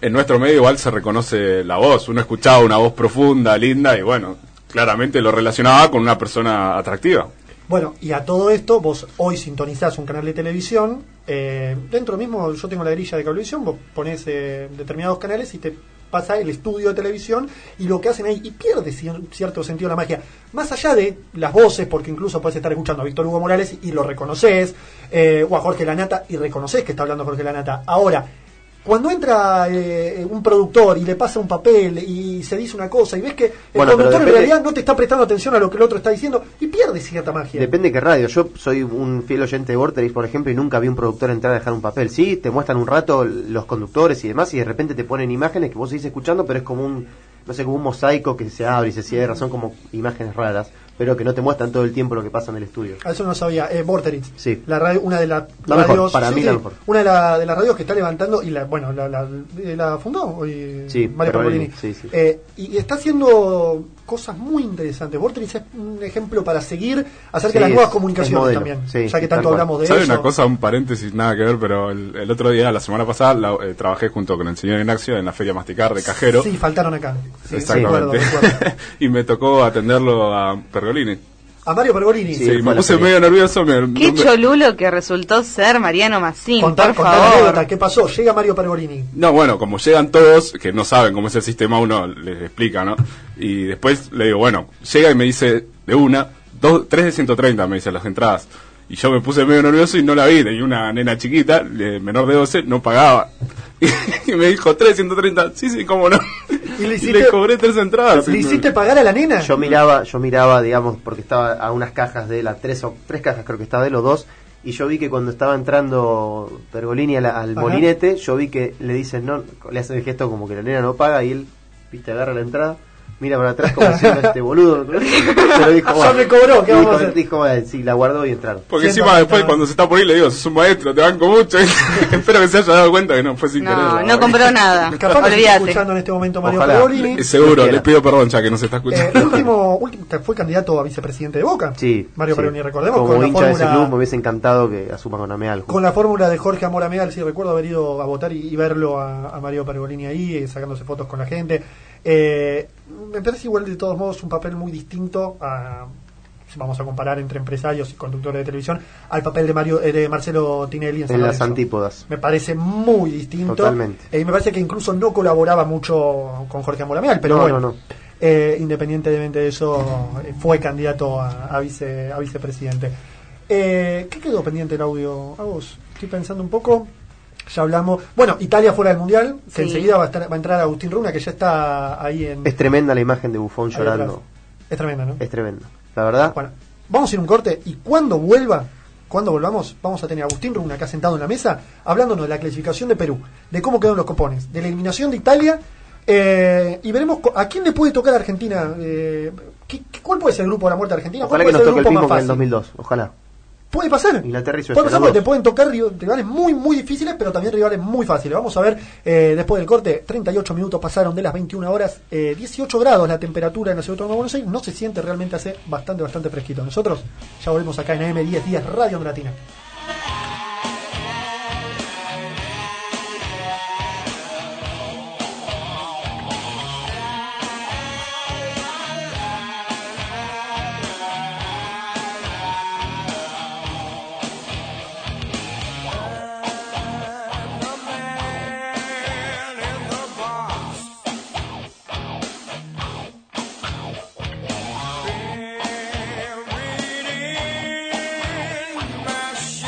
Speaker 7: En nuestro medio igual se reconoce la voz. Uno escuchaba una voz profunda, linda y bueno, claramente lo relacionaba con una persona atractiva.
Speaker 3: Bueno, y a todo esto, vos hoy sintonizás un canal de televisión. eh, dentro mismo, yo tengo la grilla de cablevisión, vos ponés eh, determinados canales y te pasa el estudio de televisión y lo que hacen ahí, y pierde cier- cierto sentido la magia. Más allá de las voces, porque incluso puedes estar escuchando a Víctor Hugo Morales y lo reconoces, eh, o a Jorge Lanata y reconoces que está hablando Jorge Lanata. Ahora, cuando entra eh, un productor y le pasa un papel y se dice una cosa y ves que el
Speaker 4: Bueno, pero
Speaker 3: productor en
Speaker 4: depende-
Speaker 3: realidad no te está prestando atención a lo que el otro está diciendo y pierde cierta magia.
Speaker 4: Depende de qué radio. Yo soy un fiel oyente de Vorterix, por ejemplo, y nunca vi un productor entrar a dejar un papel. Sí, te muestran un rato los conductores y demás, y de repente te ponen imágenes que vos seguís escuchando, pero es como un, no sé, como un mosaico que se abre y se cierra. Son como imágenes raras, pero que no te muestran todo el tiempo lo que pasa en el estudio.
Speaker 3: A eso no sabía. Eh, Vorterix.
Speaker 4: Sí.
Speaker 3: La radio, una de las
Speaker 4: La mejor,
Speaker 3: radios-
Speaker 4: para mí la mejor.
Speaker 3: Una de, la- de las radios que está levantando y la, bueno, la, la- eh, la fundó hoy
Speaker 4: Sí,
Speaker 3: Mario
Speaker 4: Pergolini,
Speaker 3: Pergolini.
Speaker 4: sí, sí.
Speaker 3: Eh, y, y está haciendo cosas muy interesantes. Vorterix es un ejemplo para seguir acerca de
Speaker 4: Sí,
Speaker 3: las nuevas
Speaker 4: es-
Speaker 3: comunicaciones
Speaker 4: es modelo,
Speaker 3: también.
Speaker 4: sí,
Speaker 3: ya que
Speaker 4: sí, tal
Speaker 3: tanto
Speaker 4: cual.
Speaker 3: hablamos de
Speaker 7: ¿Sabe
Speaker 3: eso.
Speaker 7: una cosa? Un paréntesis, nada que ver, pero el, el otro día, la semana pasada, la- eh, trabajé junto con el señor Ignacio en la Feria Masticar de Cajero.
Speaker 3: Sí, faltaron acá. Sí,
Speaker 7: Exactamente.
Speaker 3: recuerdo, recuerdo.
Speaker 7: y me tocó atenderlo a Pergolini.
Speaker 3: A Mario Pergolini.
Speaker 7: Sí, me puse medio nervioso. me-
Speaker 5: Qué
Speaker 7: no me-
Speaker 5: cholulo que resultó ser Mariano Massín,
Speaker 3: Contar,
Speaker 5: por
Speaker 3: contar la
Speaker 5: favor.
Speaker 3: anécdota. ¿Qué pasó? Llega Mario Pergolini.
Speaker 7: No, bueno, como llegan todos, que no saben cómo es el sistema, uno les explica, ¿no? Y después le digo, bueno, llega y me dice de una, dos, tres de 130, me dice las entradas. Y yo me puse medio nervioso y no la vi. Tenía una nena chiquita, de menor de 12, no pagaba. Y, me dijo, tres de 130, sí, sí, cómo no.
Speaker 3: Y le
Speaker 7: Y le cobré tres entradas.
Speaker 4: ¿Le hiciste
Speaker 3: pagar a la nena?
Speaker 4: Yo miraba, yo miraba, digamos, porque estaba a unas cajas de las tres o tres cajas creo que estaba de los dos y yo vi que cuando estaba entrando Pergolini a la- al
Speaker 3: Ajá.
Speaker 4: molinete, yo vi que le dicen no, le hacen el gesto como que la nena no paga y él viste agarra la entrada, mira para atrás como diciendo este boludo, ¿no? pero dijo,
Speaker 7: Ya
Speaker 4: bueno,
Speaker 7: me cobró, ¿qué
Speaker 4: dijo-
Speaker 7: vamos a hacer?
Speaker 4: dijo, bueno, sí, la guardó y entraron.
Speaker 7: Porque encima después cuando se está por ahí le digo, sos un maestro, te banco mucho. Espero que se haya dado cuenta que no fue sin
Speaker 5: No,
Speaker 7: querer. la
Speaker 5: no
Speaker 7: verdad.
Speaker 5: compró nada.
Speaker 3: Capaz que está
Speaker 5: Olvídate.
Speaker 3: escuchando en este momento Mario
Speaker 7: Ojalá.
Speaker 3: Pergolini.
Speaker 7: Le- Seguro, le pido perdón ya que no se está escuchando.
Speaker 3: Eh, último, último- fue candidato a vicepresidente de Boca.
Speaker 4: Sí,
Speaker 3: Mario
Speaker 4: sí.
Speaker 3: Peroni, recordemos,
Speaker 4: Como
Speaker 3: con la
Speaker 4: hincha de ese
Speaker 3: fórmula-
Speaker 4: club me hubiese encantado que asuma con Ameal.
Speaker 3: Con la fórmula de Jorge Amor Ameal, sí, recuerdo haber ido a votar y, y verlo a, a Mario Pergolini ahí, eh, sacándose fotos con la gente. Eh, me parece igual, de todos modos, un papel muy distinto a si vamos a comparar entre empresarios y conductores de televisión al papel de Mario eh, de Marcelo Tinelli en San
Speaker 4: en las
Speaker 3: Lorenzo.
Speaker 4: antípodas.
Speaker 3: me parece muy distinto
Speaker 4: Totalmente.
Speaker 3: Eh, y me parece que incluso no colaboraba mucho con Jorge Amor Ameal pero
Speaker 4: No,
Speaker 3: bueno
Speaker 4: no, no.
Speaker 3: eh, independientemente de eso, eh, fue candidato a, a vice, a vicepresidente. Eh, ¿Qué quedó pendiente el audio, Agus? Estoy pensando un poco. Ya hablamos. Bueno, Italia fuera del Mundial, que
Speaker 4: Sí.
Speaker 3: enseguida va a, estar- va a entrar Agustín Runa, que ya está ahí en...
Speaker 4: Es tremenda la imagen de Bufón
Speaker 3: atrás.
Speaker 4: llorando.
Speaker 3: Es tremenda, ¿no?
Speaker 4: Es tremenda. La verdad,
Speaker 3: Vamos a ir a un corte y cuando vuelva, cuando volvamos, vamos a tener a Agustín Runa acá sentado en la mesa hablándonos de la clasificación de Perú, de cómo quedaron los copones, de la eliminación de Italia eh, y veremos co- a quién le puede tocar a Argentina. eh, ¿qué- qué- ¿Cuál puede ser el grupo de la muerte de Argentina? ¿Cuál
Speaker 4: Ojalá que
Speaker 3: puede
Speaker 4: nos
Speaker 3: ser
Speaker 4: toque el
Speaker 3: grupo
Speaker 4: Pimo
Speaker 3: más
Speaker 4: en el
Speaker 3: fácil?
Speaker 4: 2002. Ojalá.
Speaker 3: Puede pasar.
Speaker 4: Inglaterra y
Speaker 3: Puede
Speaker 4: Suecia.
Speaker 3: pasar
Speaker 4: los
Speaker 3: porque te
Speaker 4: dos.
Speaker 3: pueden tocar ri- rivales muy, muy difíciles, pero también rivales muy fáciles. Vamos a ver eh, después del corte. 38 minutos pasaron de las 21 horas. eh, 18 grados la temperatura en la ciudad autónoma de Buenos Aires. No se siente realmente hace bastante, bastante fresquito. Nosotros ya volvemos acá en AM1010 Radio Andratina.
Speaker 10: Reading my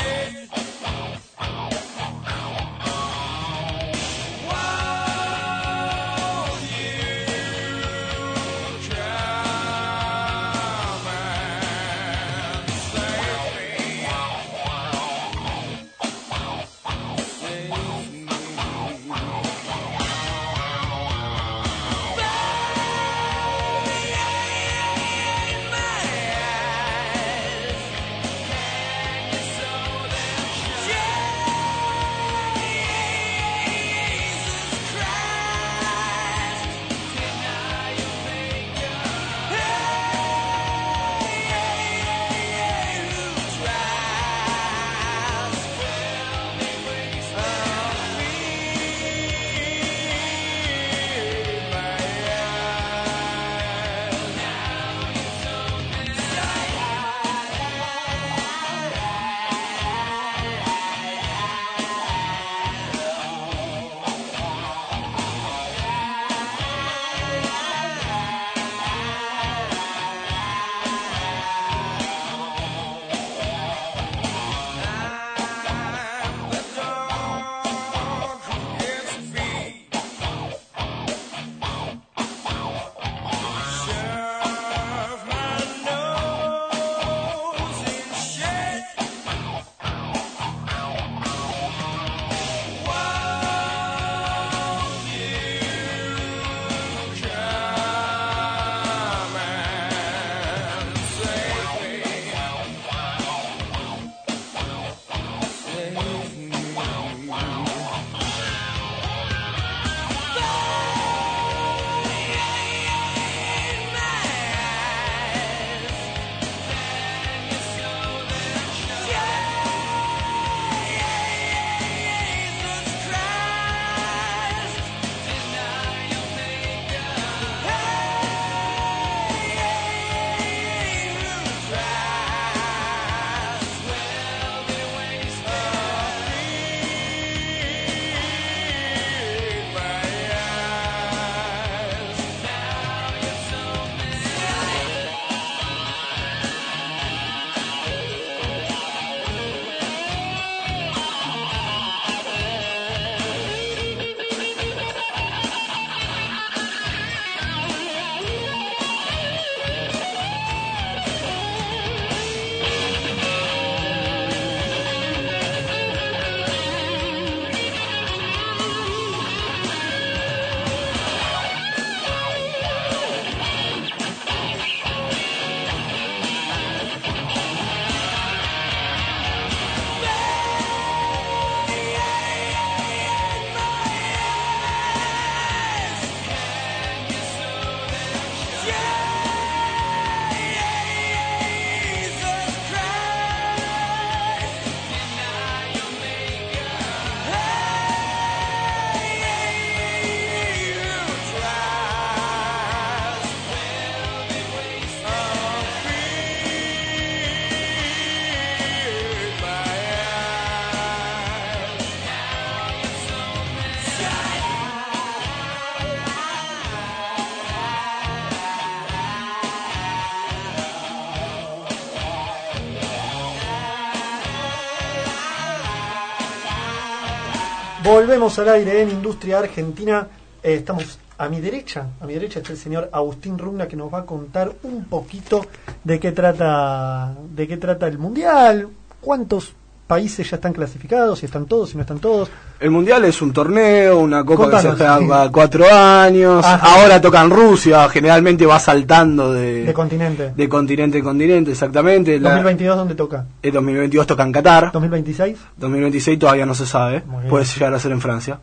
Speaker 3: Volvemos al aire en Industria Argentina. Eh, estamos a mi derecha, a mi derecha está el señor Agustín Rugna que nos va a contar un poquito de qué trata, de qué trata el mundial, cuántos países ya están clasificados, si están todos, si no están todos.
Speaker 6: El mundial es un torneo, una copa
Speaker 3: Contanos.
Speaker 6: que se hace cada cuatro años.
Speaker 3: Ajá.
Speaker 6: Ahora toca en Rusia, generalmente va saltando de,
Speaker 3: De continente.
Speaker 6: Eh, de continente en continente, exactamente. La-
Speaker 3: 2022 dónde toca.
Speaker 6: el 2022 toca en Qatar.
Speaker 3: 2026
Speaker 6: 2026 todavía no se sabe.
Speaker 3: bien.
Speaker 6: Puede llegar a ser en Francia.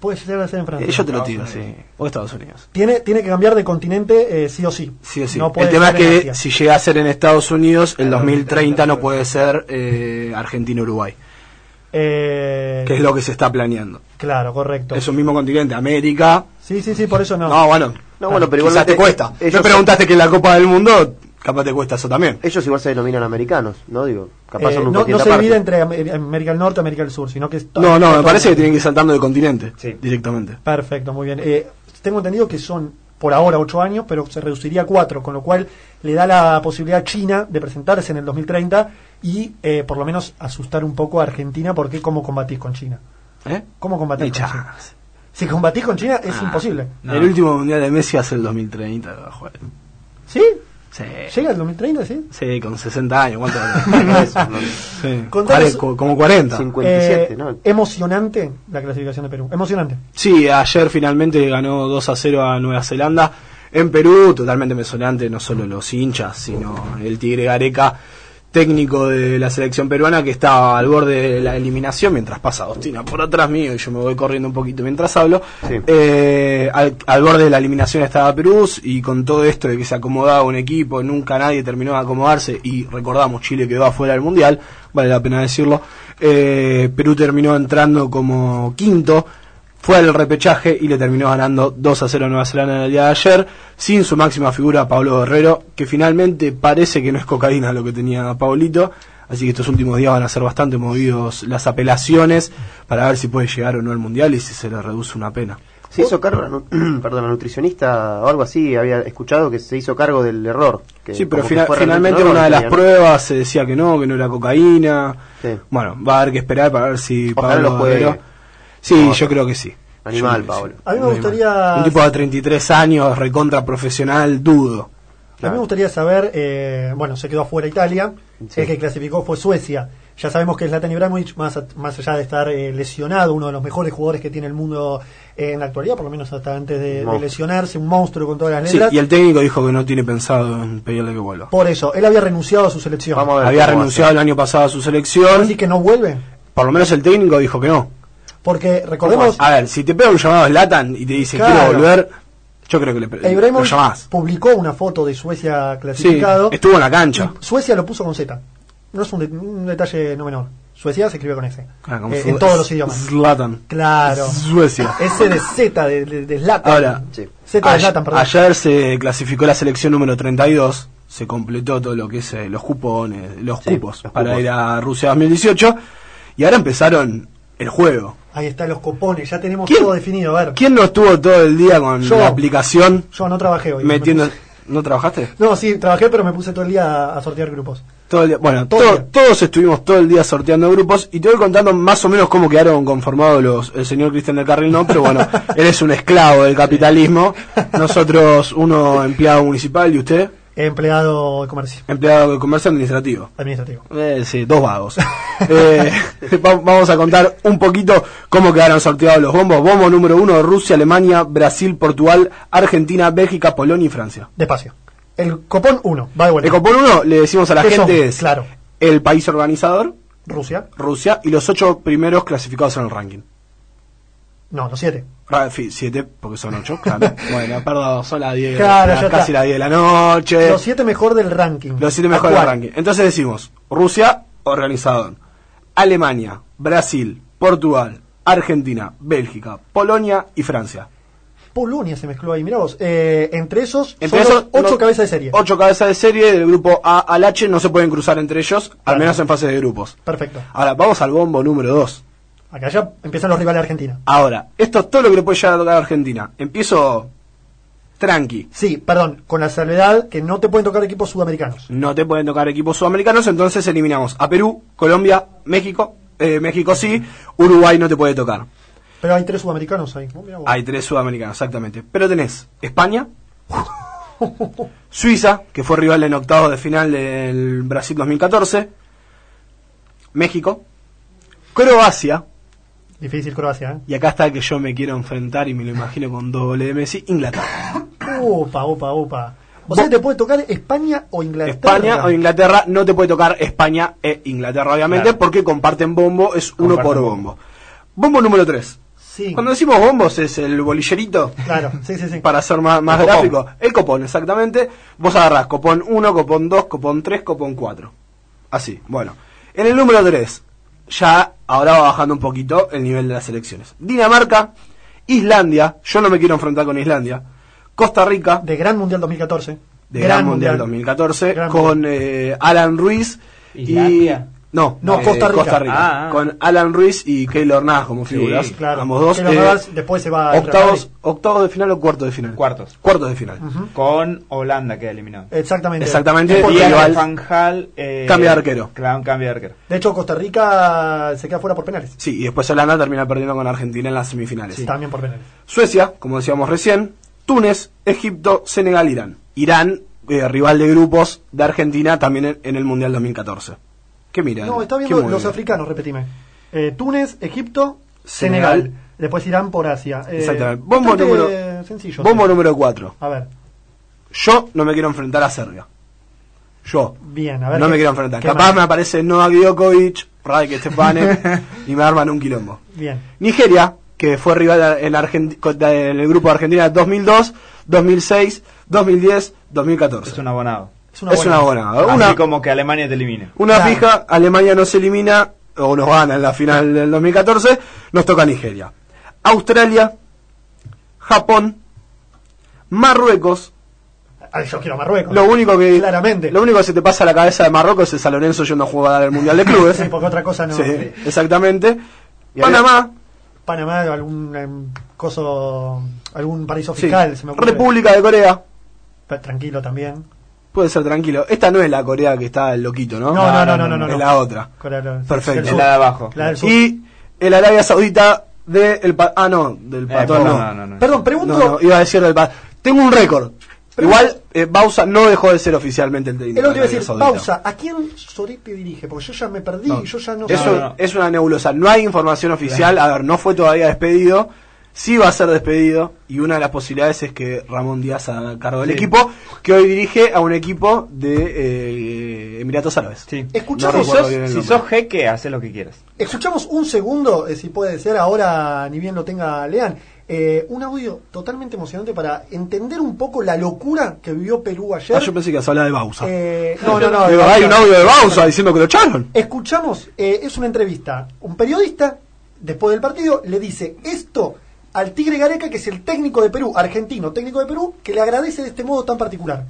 Speaker 3: puede llegar a ser en Francia.
Speaker 6: Eh, yo te lo tiro, sí. O Estados Unidos.
Speaker 3: Tiene, tiene que cambiar de continente eh, sí o sí.
Speaker 6: Sí o sí.
Speaker 3: No puede
Speaker 6: el tema es
Speaker 3: ser en
Speaker 6: que
Speaker 3: Asia.
Speaker 6: si llega a ser en Estados Unidos, el 2030 no puede ser eh, Argentina-Uruguay,
Speaker 3: Eh,
Speaker 6: que es lo que se está planeando.
Speaker 3: Claro, correcto.
Speaker 6: Es un mismo continente, América.
Speaker 3: Sí, sí, sí, por eso no.
Speaker 6: No, bueno.
Speaker 4: No, bueno, pero
Speaker 6: quizás
Speaker 4: igualmente e-
Speaker 6: te cuesta.
Speaker 4: ellos-
Speaker 6: Me preguntaste que en la Copa del Mundo, capaz te cuesta eso también.
Speaker 4: Ellos igual se denominan americanos, ¿no? Digo, capaz
Speaker 3: Eh,
Speaker 4: son un
Speaker 3: no, no
Speaker 4: continente
Speaker 3: se
Speaker 4: aparte.
Speaker 3: divide entre Amer- eh, América del Norte y América del Sur, sino que es to-
Speaker 6: No, no, me
Speaker 3: todo-
Speaker 6: parece que tienen que ir saltando de continente directamente.
Speaker 3: Perfecto, muy bien. Eh, tengo entendido que son por ahora ocho años, pero se reduciría a cuatro, con lo cual le da la posibilidad a China de presentarse en el 2030 y eh, por lo menos asustar un poco a Argentina, porque ¿cómo combatís con China?
Speaker 6: ¿Eh?
Speaker 3: ¿Cómo combatís
Speaker 6: No
Speaker 3: con
Speaker 6: hay
Speaker 3: China? Si combatís con China
Speaker 6: Ah,
Speaker 3: es imposible. Eh,
Speaker 6: El último mundial de Messi hace el 2030. va a jugar.
Speaker 3: ¿Sí?
Speaker 6: Sí.
Speaker 3: ¿Llega el 2030? ¿Sí?
Speaker 6: Sí, con 60 años. ¿Cuánto?
Speaker 3: Eh,
Speaker 6: Sí.
Speaker 3: Contanos-
Speaker 6: Cuare- co- como 40.
Speaker 3: Eh, Emocionante la clasificación de Perú. Emocionante.
Speaker 6: Sí, ayer finalmente ganó 2 a 0 a Nueva Zelanda. En Perú, totalmente mesonante, no solo los hinchas, sino el Tigre Gareca, técnico de la selección peruana, que estaba al borde de la eliminación mientras pasa Agostina por atrás mío y yo me voy corriendo un poquito mientras hablo. Eh, al, al borde de la eliminación estaba Perú y con todo esto de que se acomodaba un equipo, nunca nadie terminó de acomodarse y recordamos, Chile quedó afuera del Mundial, vale la pena decirlo. Eh, Perú terminó entrando como quinto fue al repechaje y le terminó ganando 2 a 0 a Nueva Zelanda en el día de ayer, sin su máxima figura Pablo Guerrero, que finalmente parece que no es cocaína lo que tenía Pablito, así que estos últimos días van a ser bastante movidos las apelaciones para ver si puede llegar o no al Mundial y si se le reduce una pena.
Speaker 4: Se hizo cargo, la nu- perdón, la nutricionista o algo así, había escuchado que se hizo cargo del error. que
Speaker 6: Sí, pero
Speaker 4: como que
Speaker 6: fina-
Speaker 4: fue realmente
Speaker 6: finalmente
Speaker 4: un error
Speaker 6: una de
Speaker 4: que
Speaker 6: las
Speaker 4: tenían.
Speaker 6: pruebas se decía que no, que no era cocaína.
Speaker 4: Sí.
Speaker 6: Bueno, va a haber que esperar para ver si
Speaker 4: Ojalá
Speaker 6: Pablo
Speaker 4: lo juegue.
Speaker 6: Guerrero... Sí,
Speaker 4: Ojalá.
Speaker 6: yo creo que sí.
Speaker 4: Animal,
Speaker 6: Yo creo que
Speaker 4: Pablo.
Speaker 6: sí.
Speaker 3: A mí me
Speaker 6: Un
Speaker 3: gustaría-
Speaker 6: Un tipo de 33 años, recontra profesional, dudo.
Speaker 3: A mí me gustaría saber, eh, bueno, se quedó afuera Italia,
Speaker 6: Sí.
Speaker 3: el que clasificó fue Suecia. Ya sabemos que Zlatan Ibrahimovic, más, a- más allá de estar eh, lesionado, uno de los mejores jugadores que tiene el mundo eh, en la actualidad, por lo menos hasta antes de, de
Speaker 6: Monstruo.
Speaker 3: lesionarse, un monstruo con todas las
Speaker 6: Sí,
Speaker 3: letras.
Speaker 6: y el técnico dijo que no tiene pensado en pedirle que vuelva.
Speaker 3: Por eso, él había renunciado a su selección.
Speaker 6: Había renunciado el año pasado a su selección.
Speaker 3: Así que no vuelve.
Speaker 6: Por lo menos el técnico dijo que no.
Speaker 3: Porque recordemos,
Speaker 6: A ver, si te pega un llamado Slatan y te dice
Speaker 3: Pues, Claro.
Speaker 6: quiero volver, yo creo que le
Speaker 3: e
Speaker 6: lo
Speaker 3: Ibrahimovic
Speaker 6: llamás.
Speaker 3: publicó una foto de Suecia
Speaker 6: Sí,
Speaker 3: clasificado.
Speaker 6: estuvo en la cancha.
Speaker 3: Suecia lo puso con Z. No es un, de- un detalle no menor. Suecia se escribe con S.
Speaker 6: Ah, como
Speaker 3: Eh,
Speaker 6: Zl-
Speaker 3: en todos los idiomas.
Speaker 6: Zlatan.
Speaker 3: Claro.
Speaker 6: Suecia.
Speaker 3: Ese de Z, de, de, de Zlatan.
Speaker 6: Ahora,
Speaker 3: Z de
Speaker 6: ay-
Speaker 3: Zlatan, perdón.
Speaker 6: ayer se clasificó la selección número 32, se completó todo lo que es eh, los cupones, los cupos para
Speaker 3: cupos.
Speaker 6: ir a Rusia 2018 y ahora empezaron el juego.
Speaker 3: Ahí están los copones, ya tenemos todo definido. A ver,
Speaker 6: ¿Quién no estuvo todo el día con
Speaker 3: Yo.
Speaker 6: la aplicación
Speaker 3: yo no trabajé hoy.
Speaker 6: metiendo ¿No trabajaste?
Speaker 3: No, sí, trabajé, pero me puse todo el día a, a sortear grupos.
Speaker 6: Todo el día- bueno,
Speaker 3: Todo
Speaker 6: to-
Speaker 3: el día.
Speaker 6: todos estuvimos todo el día sorteando grupos y te voy contando más o menos cómo quedaron conformados los. El señor Cristian del Carril no, pero bueno, él es un esclavo del capitalismo. Nosotros, uno empleado municipal y usted,
Speaker 3: Empleado de comercio,
Speaker 6: empleado de comercio administrativo.
Speaker 3: administrativo.
Speaker 6: Eh, sí, dos vagos. Eh, va- vamos a contar un poquito cómo quedaron sorteados los bombos. Bombo número uno, Rusia, Alemania, Brasil, Portugal, Argentina, Bélgica, Polonia y Francia.
Speaker 3: Despacio. El copón 1, va de vuelta.
Speaker 6: El copón uno, le decimos a la
Speaker 3: ¿Qué
Speaker 6: gente,
Speaker 3: son?
Speaker 6: es
Speaker 3: Claro,
Speaker 6: el país organizador,
Speaker 3: Rusia.
Speaker 6: Rusia, y los ocho primeros clasificados en el ranking.
Speaker 3: No, los 7.
Speaker 6: Ra- fi- Siete, porque son ocho, claro. bueno, perdón, son las diez,
Speaker 3: Claro,
Speaker 6: las-
Speaker 3: ya
Speaker 6: casi
Speaker 3: está.
Speaker 6: las diez de la noche.
Speaker 3: Los 7 mejor del ranking.
Speaker 6: Los siete mejores del
Speaker 3: Actual.
Speaker 6: ranking. Entonces decimos, Rusia, organizador. Alemania, Brasil, Portugal, Argentina, Bélgica, Polonia y Francia.
Speaker 3: Polonia se mezcló ahí, mirá vos. Eh, entre esos,
Speaker 6: Entre
Speaker 3: son
Speaker 6: esos,
Speaker 3: los 8
Speaker 6: no-
Speaker 3: cabezas de serie.
Speaker 6: Ocho cabezas de serie del grupo A al H no se pueden cruzar entre ellos, al menos en fase de grupos.
Speaker 3: Perfecto.
Speaker 6: Ahora, vamos al bombo número 2.
Speaker 3: Acá ya empiezan los rivales de Argentina.
Speaker 6: Ahora, esto es todo lo que le puede llegar a tocar a Argentina. Empiezo tranqui.
Speaker 3: Sí, perdón, con la salvedad que no te pueden tocar equipos sudamericanos.
Speaker 6: No te pueden tocar equipos sudamericanos, entonces eliminamos a Perú, Colombia, México, eh, México sí, Uruguay no te puede tocar.
Speaker 3: Pero hay tres sudamericanos ahí. ¿no? Mirá vos.
Speaker 4: Hay tres sudamericanos, exactamente. Pero tenés España, Suiza, que fue rival en octavos de final del Brasil 2014, México, Croacia,
Speaker 3: Difícil Croacia, ¿eh?
Speaker 4: y acá está el que yo me quiero enfrentar y me lo imagino con doble de Messi, Inglaterra.
Speaker 3: ¿eh? Opa, opa, opa. O sea, te puede tocar España o Inglaterra.
Speaker 4: España o Inglaterra, no te puede tocar España e Inglaterra, obviamente,
Speaker 3: Claro.
Speaker 4: porque comparten bombo, es uno
Speaker 3: Comparten
Speaker 4: por bombo. Bombo número 3.
Speaker 3: Sí.
Speaker 4: Cuando decimos bombos es el bolillerito.
Speaker 3: Claro, sí, sí, sí.
Speaker 4: Para ser más, más
Speaker 3: El copón.
Speaker 4: gráfico. El copón, exactamente. Vos agarrás copón 1, copón 2, copón 3, copón 4. Así, bueno. En el número 3, ya ahora va bajando un poquito el nivel de las selecciones. Dinamarca, Islandia, yo no me quiero enfrentar con Islandia. Costa Rica.
Speaker 3: De Gran Mundial 2014.
Speaker 4: De
Speaker 3: Gran
Speaker 4: Gran, Mundial,
Speaker 3: Mundial.
Speaker 4: 2014. con eh, Alan Ruiz.
Speaker 3: Islandia.
Speaker 4: Y, no,
Speaker 3: No,
Speaker 4: eh,
Speaker 3: Costa Rica. Ah, ah.
Speaker 4: Con Alan Ruiz y Keylor Navas como figuras.
Speaker 3: claro.
Speaker 4: Ambos dos.
Speaker 3: Que los
Speaker 4: eh,
Speaker 3: Navas después se va a
Speaker 4: octavos, octavos de final o cuartos de final.
Speaker 6: Cuartos.
Speaker 4: Cuartos de final.
Speaker 6: Con Holanda queda eliminado.
Speaker 3: Exactamente.
Speaker 4: Exactamente,
Speaker 3: Es porque-
Speaker 4: Díaz,
Speaker 6: Igual,
Speaker 4: Igual-
Speaker 6: Fanjal, eh,
Speaker 4: Eh, Cambia de arquero.
Speaker 6: Claro, cambia de arquero.
Speaker 3: De hecho, Costa Rica se queda fuera por penales.
Speaker 4: Sí, y después Holanda termina perdiendo con Argentina en las semifinales.
Speaker 3: También por penales.
Speaker 4: Suecia, como decíamos recién, Túnez, Egipto, Senegal, Irán. Irán, eh, rival de grupos de Argentina también en, en el Mundial 2014. ¿Qué mira?
Speaker 3: No, está
Speaker 4: ¿Qué
Speaker 3: viendo
Speaker 4: mueve?
Speaker 3: los africanos, repetime. Eh, Túnez, Egipto,
Speaker 4: Senegal.
Speaker 3: Senegal. Después Irán por Asia. Eh,
Speaker 4: Exactamente. Bombo
Speaker 3: bastante
Speaker 4: número-
Speaker 3: Sencillo.
Speaker 4: Bombo
Speaker 3: sí.
Speaker 4: número 4.
Speaker 3: A ver,
Speaker 4: Yo no me quiero enfrentar a Serbia. Yo.
Speaker 3: bien, a ver.
Speaker 4: no
Speaker 3: qué-
Speaker 4: me quiero enfrentar.
Speaker 3: qué
Speaker 4: Capaz
Speaker 3: más.
Speaker 4: me aparece Novak Djokovic, Radek Stepanek y me arman un quilombo.
Speaker 3: Bien.
Speaker 4: Nigeria, que fue rival en, Argent- contra- en el grupo de Argentina 2002, 2006, 2010, 2014. Es un
Speaker 6: abonado.
Speaker 4: Es un abonado. Una,
Speaker 6: Así como que Alemania te elimina.
Speaker 4: una fija, Alemania nos elimina o nos gana en la final del 2014, nos toca Nigeria. Australia, Japón, Marruecos.
Speaker 3: Ah, yo quiero a Marruecos.
Speaker 4: Lo único que
Speaker 3: Claramente.
Speaker 4: lo único que se te pasa a la cabeza de Marruecos es a Lorenzo yendo a jugar al Mundial de Clubes.
Speaker 3: Sí, porque otra cosa no.
Speaker 4: Sí, exactamente.
Speaker 3: Y
Speaker 4: Panamá,
Speaker 3: Panamá, algún em, coso, algún paraíso
Speaker 4: sí.
Speaker 3: fiscal, se me ocurre.
Speaker 4: República de Corea.
Speaker 3: Pa- Tranquilo también.
Speaker 4: Puede ser tranquilo. Esta no es la Corea que está el loquito, ¿no?
Speaker 3: No, no, no, no, no.
Speaker 4: Es
Speaker 3: no.
Speaker 4: la otra.
Speaker 3: Corea del- del
Speaker 4: Perfecto.
Speaker 3: Sur. La del sur.
Speaker 4: Y el Arabia Saudita de el pa- ah no, del patón
Speaker 6: bueno,
Speaker 4: no.
Speaker 6: Eh, no, no, no.
Speaker 4: Perdón, pregunto. iba a decir del patón. Tengo un récord. Igual eh, Bausa no dejó de ser oficialmente el técnico.
Speaker 3: Es lo que iba a
Speaker 4: de Arabia
Speaker 3: decir,
Speaker 4: Saudita.
Speaker 3: pausa. ¿A quién Sorete dirige? Porque yo ya me perdí,
Speaker 4: No.
Speaker 3: yo ya no
Speaker 4: es, un- es una nebulosa. No hay información oficial. A ver, no fue todavía despedido. Sí va a ser despedido. Y una de las posibilidades es que Ramón Díaz haga cargo del
Speaker 6: Sí.
Speaker 4: equipo, que hoy dirige a un equipo de eh, Emiratos Árabes.
Speaker 3: Escuchamos-
Speaker 4: No
Speaker 6: si
Speaker 4: recuerdo
Speaker 6: sos,
Speaker 4: bien el
Speaker 6: si
Speaker 4: nombre.
Speaker 6: sos jeque, haces lo que quieras.
Speaker 3: Escuchamos un segundo, eh, si puede ser, ahora ni bien lo tenga Lean. Eh, un audio totalmente emocionante para entender un poco la locura que vivió Perú ayer.
Speaker 4: Ah, yo pensé que se hablaba de Bausa.
Speaker 3: Eh, no, no, no.
Speaker 4: Digo,
Speaker 3: de
Speaker 4: hay
Speaker 3: Bausa.
Speaker 4: un audio de Bausa diciendo que lo echaron.
Speaker 3: Escuchamos, eh, es una entrevista. Un periodista, después del partido, le dice esto al Tigre Gareca, que es el técnico de Perú, argentino técnico de Perú, que le agradece de este modo tan particular.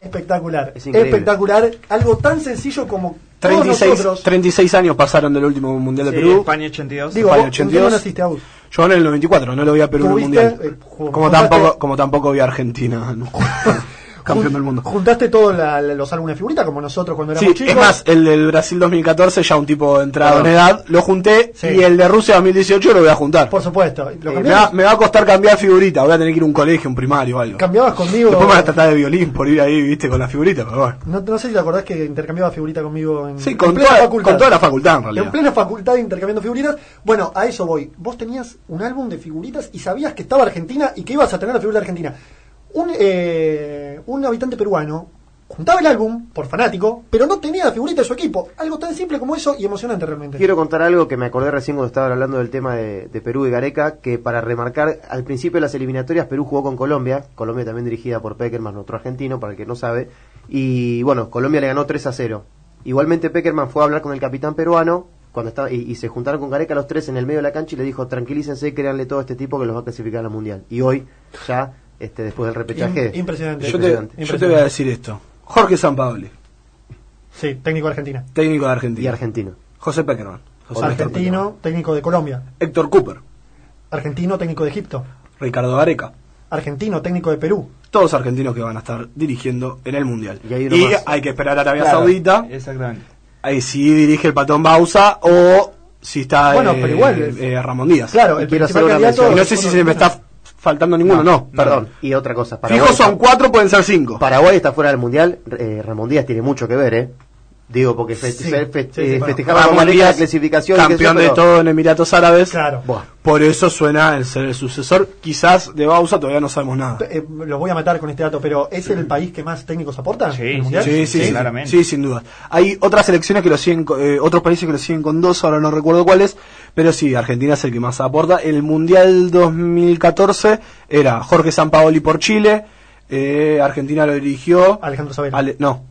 Speaker 3: Espectacular.
Speaker 4: increíble.
Speaker 3: Espectacular. Algo tan sencillo como todos
Speaker 4: 36,
Speaker 3: nosotros.
Speaker 4: 36 años pasaron del último Mundial de Perú.
Speaker 6: España 82.
Speaker 3: Digo, vos,
Speaker 4: España
Speaker 3: ¿en qué
Speaker 4: 82.
Speaker 3: no naciste, Agus?
Speaker 4: Yo en el 94, no lo vi a Perú en el
Speaker 3: Tuviste,
Speaker 4: Mundial.
Speaker 3: eh, ju-
Speaker 4: Como
Speaker 3: juntaste-
Speaker 4: tampoco, como tampoco vi a Argentina. ¿no? Campeón del mundo.
Speaker 3: Juntaste todos la- la- los álbumes de figuritas como nosotros cuando
Speaker 4: Sí,
Speaker 3: éramos chicos.
Speaker 4: es más, el del Brasil 2014, ya un tipo entrado
Speaker 3: Claro.
Speaker 4: en edad, lo junté
Speaker 3: Sí.
Speaker 4: y el de Rusia 2018 lo voy a juntar.
Speaker 3: Por supuesto. ¿Lo
Speaker 4: Eh, me, va,
Speaker 3: cambiabas,
Speaker 4: me va a costar cambiar figurita, voy a tener que ir a un colegio, un primario o algo.
Speaker 3: cambiabas conmigo?
Speaker 4: Después me van a tratar de violín por ir ahí, viste, con la figurita, pero bueno.
Speaker 3: No, no sé si te acordás que intercambiaba figurita conmigo en,
Speaker 4: Sí, con
Speaker 3: en plena
Speaker 4: toda-
Speaker 3: facultad.
Speaker 4: con toda la facultad, en realidad.
Speaker 3: En plena facultad intercambiando figuritas. Bueno, a eso voy. Vos tenías un álbum de figuritas y sabías que estaba Argentina y que ibas a tener la figura de argentina. Un, eh, un habitante peruano juntaba el álbum por fanático, pero no tenía la figurita de su equipo. Algo tan simple como eso y emocionante realmente.
Speaker 2: Quiero contar algo que me acordé recién cuando estaba hablando del tema de, de Perú y Gareca, que para remarcar, al principio de las eliminatorias Perú jugó con Colombia, Colombia también dirigida por Peckerman, otro argentino, para el que no sabe, y bueno, Colombia le ganó 3 a 0. Igualmente Peckerman fue a hablar con el capitán peruano cuando estaba, y, y se juntaron con Gareca los tres en el medio de la cancha y le dijo, tranquilícense, créanle todo a este tipo que los va a clasificar al Mundial. Y hoy, ya, este después del repechaje...
Speaker 3: Im- impresionante.
Speaker 4: Yo te,
Speaker 2: Impresionante.
Speaker 4: yo te voy a decir esto. Jorge Sampaoli,
Speaker 3: Sí, técnico de Argentina.
Speaker 4: técnico de Argentina.
Speaker 2: Y argentino.
Speaker 4: José Peckerman. José Néstor
Speaker 3: Argentino, técnico de Colombia.
Speaker 4: Peckerman. Héctor Cooper.
Speaker 3: Argentino, técnico de Egipto.
Speaker 4: Ricardo Gareca.
Speaker 3: argentino, técnico de Perú.
Speaker 2: Todos argentinos que van a estar dirigiendo en el Mundial. Y,
Speaker 3: uno más.
Speaker 2: hay que esperar a Arabia
Speaker 3: Claro,
Speaker 2: Saudita.
Speaker 6: Exactamente.
Speaker 2: Ahí si dirige el Patón Bausa o si está
Speaker 3: Bueno,
Speaker 2: eh,
Speaker 3: pero igual,
Speaker 2: eh, Ramón Díaz.
Speaker 3: Claro, el
Speaker 2: Y quiero
Speaker 3: principal
Speaker 2: hacer una
Speaker 3: candidato
Speaker 2: mención.
Speaker 3: es
Speaker 2: No sé si
Speaker 3: uno
Speaker 2: se me está faltando ninguno, no.
Speaker 4: Perdón. Y otra cosa.
Speaker 2: Fijo son cuatro, pueden ser cinco.
Speaker 4: Paraguay está fuera del mundial. eh, Ramón Díaz tiene mucho que ver, ¿eh? Digo, porque fe-
Speaker 2: Sí,
Speaker 4: fe- fe-
Speaker 2: sí, sí,
Speaker 4: eh,
Speaker 2: bueno.
Speaker 4: festejaba
Speaker 2: Ramón
Speaker 4: con María la
Speaker 2: Díaz,
Speaker 4: clasificación. y qué sé yo,
Speaker 2: Campeón de
Speaker 4: pero-
Speaker 2: todo en Emiratos Árabes.
Speaker 3: Claro.
Speaker 2: Por eso suena el ser el sucesor. Quizás de Bausa todavía no sabemos nada.
Speaker 3: Eh, los voy a matar con este dato, pero ¿es el país que más técnicos aporta? en el Mundial?
Speaker 2: sí, sí, sí, sí, sin duda. Hay otras selecciones que lo siguen, co- eh, otros países que lo siguen con dos, ahora no recuerdo cuáles, pero sí, Argentina es el que más aporta. El Mundial 2014 era Jorge Sampaoli por Chile, eh, Argentina lo dirigió...
Speaker 3: Alejandro Sabela.
Speaker 2: no,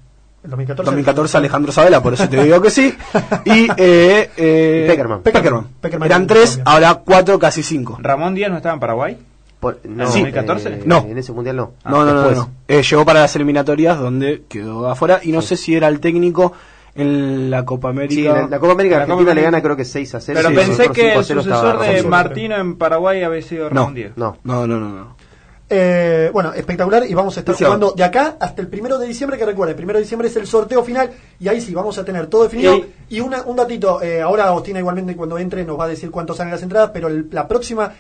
Speaker 3: El 2014.
Speaker 2: 2014 Alejandro Sabela, por eso te digo que sí. Y eh, eh,
Speaker 4: Y Peckerman.
Speaker 2: Peckerman.
Speaker 3: Peckerman.
Speaker 2: Eran tres, ahora cuatro, casi cinco.
Speaker 6: ¿Ramón Díaz no estaba en Paraguay?
Speaker 4: Por- no,
Speaker 2: Sí.
Speaker 4: eh,
Speaker 2: No.
Speaker 4: En ese mundial no.
Speaker 2: no, no, no,
Speaker 4: después.
Speaker 2: no. Eh, llegó para las eliminatorias donde quedó afuera y no sé si era el técnico en la Copa América.
Speaker 4: Sí, la, la Copa América
Speaker 2: La
Speaker 4: Argentina
Speaker 2: Copa
Speaker 4: le
Speaker 2: América.
Speaker 4: gana creo que 6 a 0.
Speaker 6: Pero pensé que el
Speaker 4: 0
Speaker 6: sucesor de Martino en Paraguay había sido Ramón Díaz.
Speaker 4: No.
Speaker 2: No, no, no, no.
Speaker 3: Eh, bueno, espectacular y vamos a estar
Speaker 2: Sí,
Speaker 3: jugando
Speaker 2: ahora.
Speaker 3: de acá hasta el primero de diciembre, que recuerda, el primero de diciembre es el sorteo final y ahí sí vamos a tener todo definido. Y, una- un datito, eh, ahora Agostina igualmente cuando entre nos va a decir cuánto salen las entradas, pero el- la próxima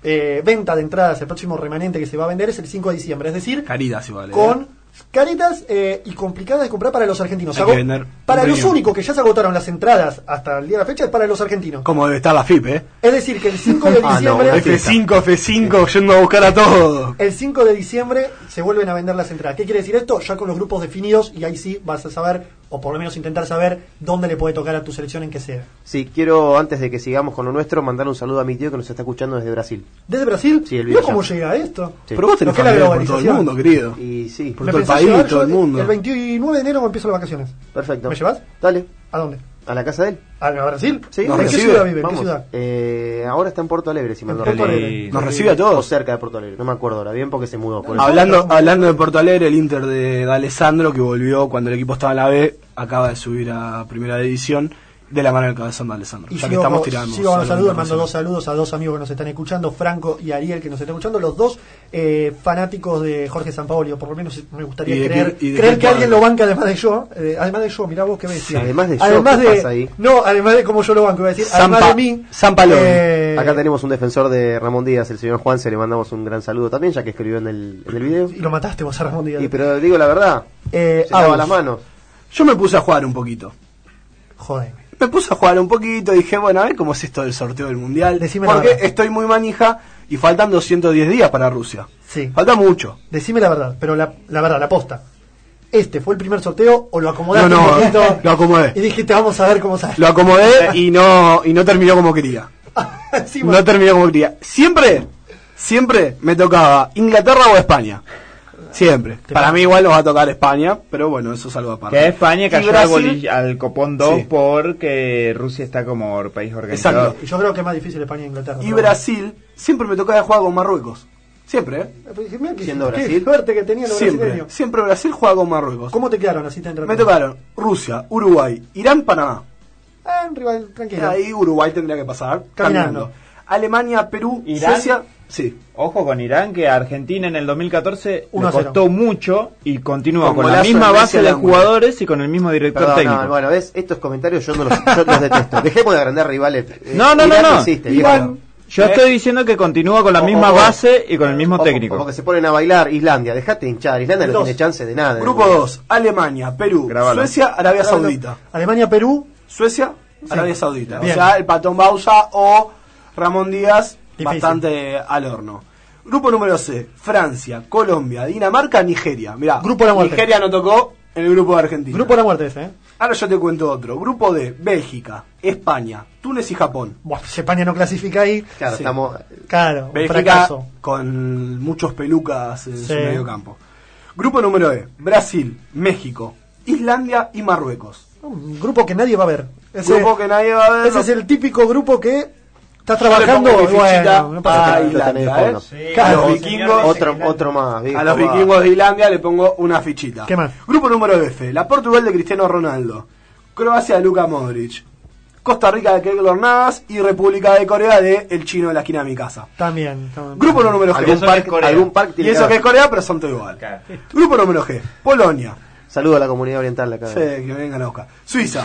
Speaker 3: eh, venta de entradas, el próximo remanente que se va a vender es el 5 de diciembre, es decir,
Speaker 2: Caritas igual. eh.
Speaker 3: con caritas eh, y complicadas de comprar para los argentinos.
Speaker 2: Hay
Speaker 3: Ago-
Speaker 2: que vender un
Speaker 3: para los
Speaker 2: premio.
Speaker 3: únicos que ya se agotaron las entradas hasta el día de la fecha es para los argentinos.
Speaker 2: Como debe estar la FIP, ¿eh?
Speaker 3: Es decir, que el 5 de
Speaker 2: Ah, no,
Speaker 3: diciembre...
Speaker 2: F5, F5, yendo a buscar a todos.
Speaker 3: El 5 de diciembre se vuelven a vender las entradas. ¿Qué quiere decir esto? Ya con los grupos definidos y ahí sí vas a saber, o por lo menos intentar saber, dónde le puede tocar a tu selección en que sea.
Speaker 4: Sí, quiero antes de que sigamos con lo nuestro mandar un saludo a mi tío que nos está escuchando desde Brasil.
Speaker 3: ¿Desde Brasil?
Speaker 4: Sí, el
Speaker 3: Mira
Speaker 4: video
Speaker 3: cómo
Speaker 4: ya.
Speaker 3: llega esto.
Speaker 4: Sí.
Speaker 2: Pero vos
Speaker 3: Lo
Speaker 2: tenés
Speaker 3: que es la
Speaker 2: familia por todo el
Speaker 3: globalización.
Speaker 2: mundo, querido.
Speaker 4: Y sí.
Speaker 2: Por
Speaker 3: Me
Speaker 2: todo el
Speaker 3: pensás
Speaker 2: país,
Speaker 3: llevar
Speaker 2: todo el
Speaker 3: yo
Speaker 2: mundo.
Speaker 3: El 29 de enero empiezo las vacaciones.
Speaker 4: Perfecto.
Speaker 3: ¿Me llevas?
Speaker 4: Dale.
Speaker 3: ¿A dónde?
Speaker 4: A la casa de él.
Speaker 3: ¿A a Brasil?
Speaker 4: Sí,
Speaker 3: ¿En
Speaker 4: nos
Speaker 3: qué
Speaker 4: recibe.
Speaker 3: ciudad vive? ¿En qué
Speaker 4: Vamos.
Speaker 3: ciudad?
Speaker 4: Eh, ahora está en Puerto Alegre, si me
Speaker 3: En Porto Alegre.
Speaker 2: Nos recibe a
Speaker 4: todos. O cerca de Porto Alegre, no me acuerdo ahora bien porque se mudó. por eso.
Speaker 2: Hablando, hablando de Porto Alegre, el Inter de, de Alessandro, que volvió cuando el equipo estaba en la B, acaba de subir a primera división de la mano del cabezón de Alessandro.
Speaker 3: Y
Speaker 2: ya que
Speaker 3: sigo,
Speaker 2: estamos
Speaker 3: con-
Speaker 2: tirando.
Speaker 3: sigo con
Speaker 2: saludos
Speaker 3: los saludos, mando
Speaker 2: internacionales.
Speaker 3: dos saludos a dos amigos que nos están escuchando, Franco y Ariel que nos están escuchando, los dos eh, fanáticos de Jorge Sampaoli, o por lo menos me gustaría
Speaker 2: Y de
Speaker 3: creer,
Speaker 2: qué- y de
Speaker 3: creer
Speaker 2: qué
Speaker 3: que alguien
Speaker 2: cuadro.
Speaker 3: lo banca además de yo, eh, además de yo, mirá vos qué bestia.
Speaker 4: Además de yo,
Speaker 3: además
Speaker 4: ¿qué
Speaker 3: de,
Speaker 4: pasa ahí?
Speaker 3: No, además de como yo lo banco, iba a decir, además de
Speaker 4: Sampa-
Speaker 3: mí,
Speaker 2: Sampaoli.
Speaker 3: eh,
Speaker 4: Acá tenemos un defensor de Ramón Díaz, el señor Juan, se le mandamos un gran saludo también, ya que escribió en el, en el video.
Speaker 3: y lo mataste vos a Ramón Díaz.
Speaker 4: Y pero digo la verdad,
Speaker 3: Eh,
Speaker 4: se lava
Speaker 3: Agus,
Speaker 4: las manos.
Speaker 2: Yo me puse a jugar un poquito.
Speaker 3: Jodeme.
Speaker 2: Me puse a jugar un poquito, dije, bueno, a ver cómo es esto del sorteo del mundial.
Speaker 3: Decime la
Speaker 2: porque
Speaker 3: verdad.
Speaker 2: estoy muy manija y faltan 210 días para Rusia.
Speaker 3: Sí,
Speaker 2: Falta mucho.
Speaker 3: decime la verdad, pero la, la verdad, la posta. ¿Este fue el primer sorteo o lo acomodaste
Speaker 2: No, no,
Speaker 3: un poquito?
Speaker 2: lo acomodé.
Speaker 3: Y dijiste, vamos a ver cómo sale.
Speaker 2: Lo acomodé y no, y no terminó como quería.
Speaker 3: Encima-
Speaker 2: No terminó como quería. Siempre, siempre me tocaba Inglaterra o España. Siempre. Para mí igual nos va a tocar España, pero bueno, eso es algo aparte.
Speaker 6: Que España
Speaker 2: Y
Speaker 6: cayó al,
Speaker 2: Brasil-
Speaker 6: boli- al copón 2
Speaker 2: Sí.
Speaker 6: porque Rusia está como país organizado.
Speaker 2: Exacto.
Speaker 3: Y yo creo que es más difícil España e Inglaterra.
Speaker 2: Y
Speaker 3: pero
Speaker 2: Brasil, siempre me tocaba jugar con Marruecos. Siempre, ¿eh?
Speaker 3: bueno. Dije, pues, mirá que-
Speaker 4: Siendo
Speaker 3: qué
Speaker 4: Brasil.
Speaker 3: suerte que tenía los
Speaker 2: Siempre.
Speaker 3: brasileños.
Speaker 2: Siempre Brasil juega con Marruecos.
Speaker 3: ¿Cómo te quedaron así te entra-
Speaker 2: Me tocaron Rusia, Uruguay, Irán, Panamá.
Speaker 3: Ah, un rival, tranquilo.
Speaker 2: Ahí Uruguay tendría que pasar. Caminando.
Speaker 3: Caminando.
Speaker 2: Alemania, Perú,
Speaker 6: Irán.
Speaker 2: Suecia. Sí.
Speaker 6: Ojo con Irán, que a Argentina en el 2014
Speaker 3: Uno a
Speaker 6: le
Speaker 3: cero.
Speaker 6: costó mucho y continúa
Speaker 4: Con
Speaker 6: con la
Speaker 4: golazo
Speaker 6: misma
Speaker 4: de Messi
Speaker 6: base
Speaker 4: al
Speaker 6: de
Speaker 4: ángulo.
Speaker 6: jugadores y con el mismo director
Speaker 4: Perdón,
Speaker 6: técnico.
Speaker 4: no, bueno, ves, estos comentarios yo no los, yo los detesto. Dejemos de agrandar rivales. Eh,
Speaker 6: no, no,
Speaker 4: mirá
Speaker 6: no,
Speaker 4: qué
Speaker 6: no.
Speaker 4: hiciste,
Speaker 6: Iván,
Speaker 4: viejo.
Speaker 6: yo
Speaker 2: Eh.
Speaker 6: estoy diciendo que continúa con la
Speaker 4: O-
Speaker 6: misma
Speaker 4: o-
Speaker 6: base y con el mismo
Speaker 4: O-
Speaker 6: técnico.
Speaker 4: o porque se ponen a bailar Islandia, dejate de hinchar, Islandia no
Speaker 3: Dos.
Speaker 4: tiene chance de nada.
Speaker 2: Grupo 2. Alemania, Perú,
Speaker 6: Grabalo.
Speaker 2: Suecia, Arabia
Speaker 4: Grabalo.
Speaker 2: Saudita.
Speaker 3: Alemania, Perú.
Speaker 2: Suecia, Arabia Saudita.
Speaker 3: Bien.
Speaker 2: O sea, el Patón Bausa o Ramón Díaz,
Speaker 3: Difícil.
Speaker 2: bastante al horno. Grupo número C, Francia, Colombia, Dinamarca, Nigeria. Mirá,
Speaker 3: Grupo de la muerte.
Speaker 2: Nigeria no tocó en el grupo de Argentina.
Speaker 3: Grupo de la muerte ese, ¿eh?
Speaker 2: Ahora yo te cuento otro. Grupo D, Bélgica, España, Túnez y Japón.
Speaker 3: Buah, si España no clasifica ahí.
Speaker 4: Claro,
Speaker 2: Sí.
Speaker 4: estamos.
Speaker 3: Claro, un
Speaker 2: Bélgica
Speaker 3: fracaso.
Speaker 2: con muchos pelucas en
Speaker 3: Sí.
Speaker 2: su medio campo. Grupo número E, Brasil, México, Islandia y Marruecos.
Speaker 3: Un grupo que nadie va a ver. Ese,
Speaker 2: grupo que nadie va a ver.
Speaker 3: ese es el típico grupo que estás
Speaker 2: Yo le
Speaker 3: trabajando.
Speaker 2: pongo mi fichita
Speaker 3: Bueno, no pasa
Speaker 2: a
Speaker 3: nada.
Speaker 2: Islandia,
Speaker 4: Lo tenés,
Speaker 2: ¿eh?
Speaker 4: Pablo.
Speaker 2: A
Speaker 3: Claro,
Speaker 2: los
Speaker 3: sí,
Speaker 2: vikingos,
Speaker 4: Otro, otro más, viejo,
Speaker 2: a los
Speaker 4: va.
Speaker 2: vikingos de Islandia le pongo una fichita.
Speaker 3: ¿Qué más?
Speaker 2: Grupo número F, la Portugal de Cristiano Ronaldo, Croacia de Luka Modric, Costa Rica de Keglor Navas y República de Corea de El Chino de la esquina de mi casa.
Speaker 3: También. también.
Speaker 2: Grupo no número G.
Speaker 4: Algún parque- algún parque
Speaker 2: y
Speaker 4: tiene
Speaker 2: eso
Speaker 4: que
Speaker 2: que es Corea, pero son todo igual. Grupo número G. Polonia.
Speaker 4: Saludo a la comunidad oriental de acá.
Speaker 2: Sí, Eh, que vengan a buscar. Suiza,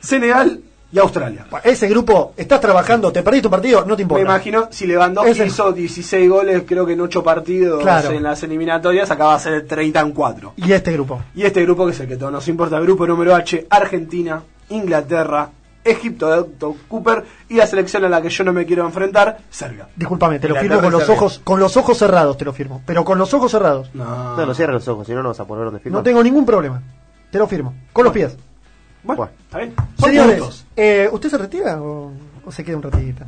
Speaker 2: Senegal y Australia.
Speaker 3: Ese grupo, estás trabajando, te perdí tu partido, no te
Speaker 2: Me
Speaker 3: importa.
Speaker 2: imagino si Lewandowski
Speaker 3: Ese-
Speaker 2: hizo 16 goles, creo que en 8 partidos
Speaker 3: Claro.
Speaker 2: en las eliminatorias, acaba de hacer 30 en 4.
Speaker 3: Y este grupo.
Speaker 2: Y este grupo que es el que todos nos importa, grupo número H, Argentina, Inglaterra, Egipto de Otto Cooper y la selección a la que yo no me quiero enfrentar, Serbia.
Speaker 3: Disculpame, te lo
Speaker 2: La
Speaker 3: firmo
Speaker 2: tarde
Speaker 3: con los
Speaker 2: está bien.
Speaker 3: ojos, con los ojos cerrados, te lo firmo. Pero con los ojos cerrados.
Speaker 2: No,
Speaker 4: no cierres los ojos, si no, no vas a poner donde firmar.
Speaker 3: No tengo ningún problema. Te lo firmo. Con los pies.
Speaker 4: Bueno,
Speaker 2: ¿Está bien?
Speaker 3: Señores, eh, ¿usted se retira o, o se queda un ratito?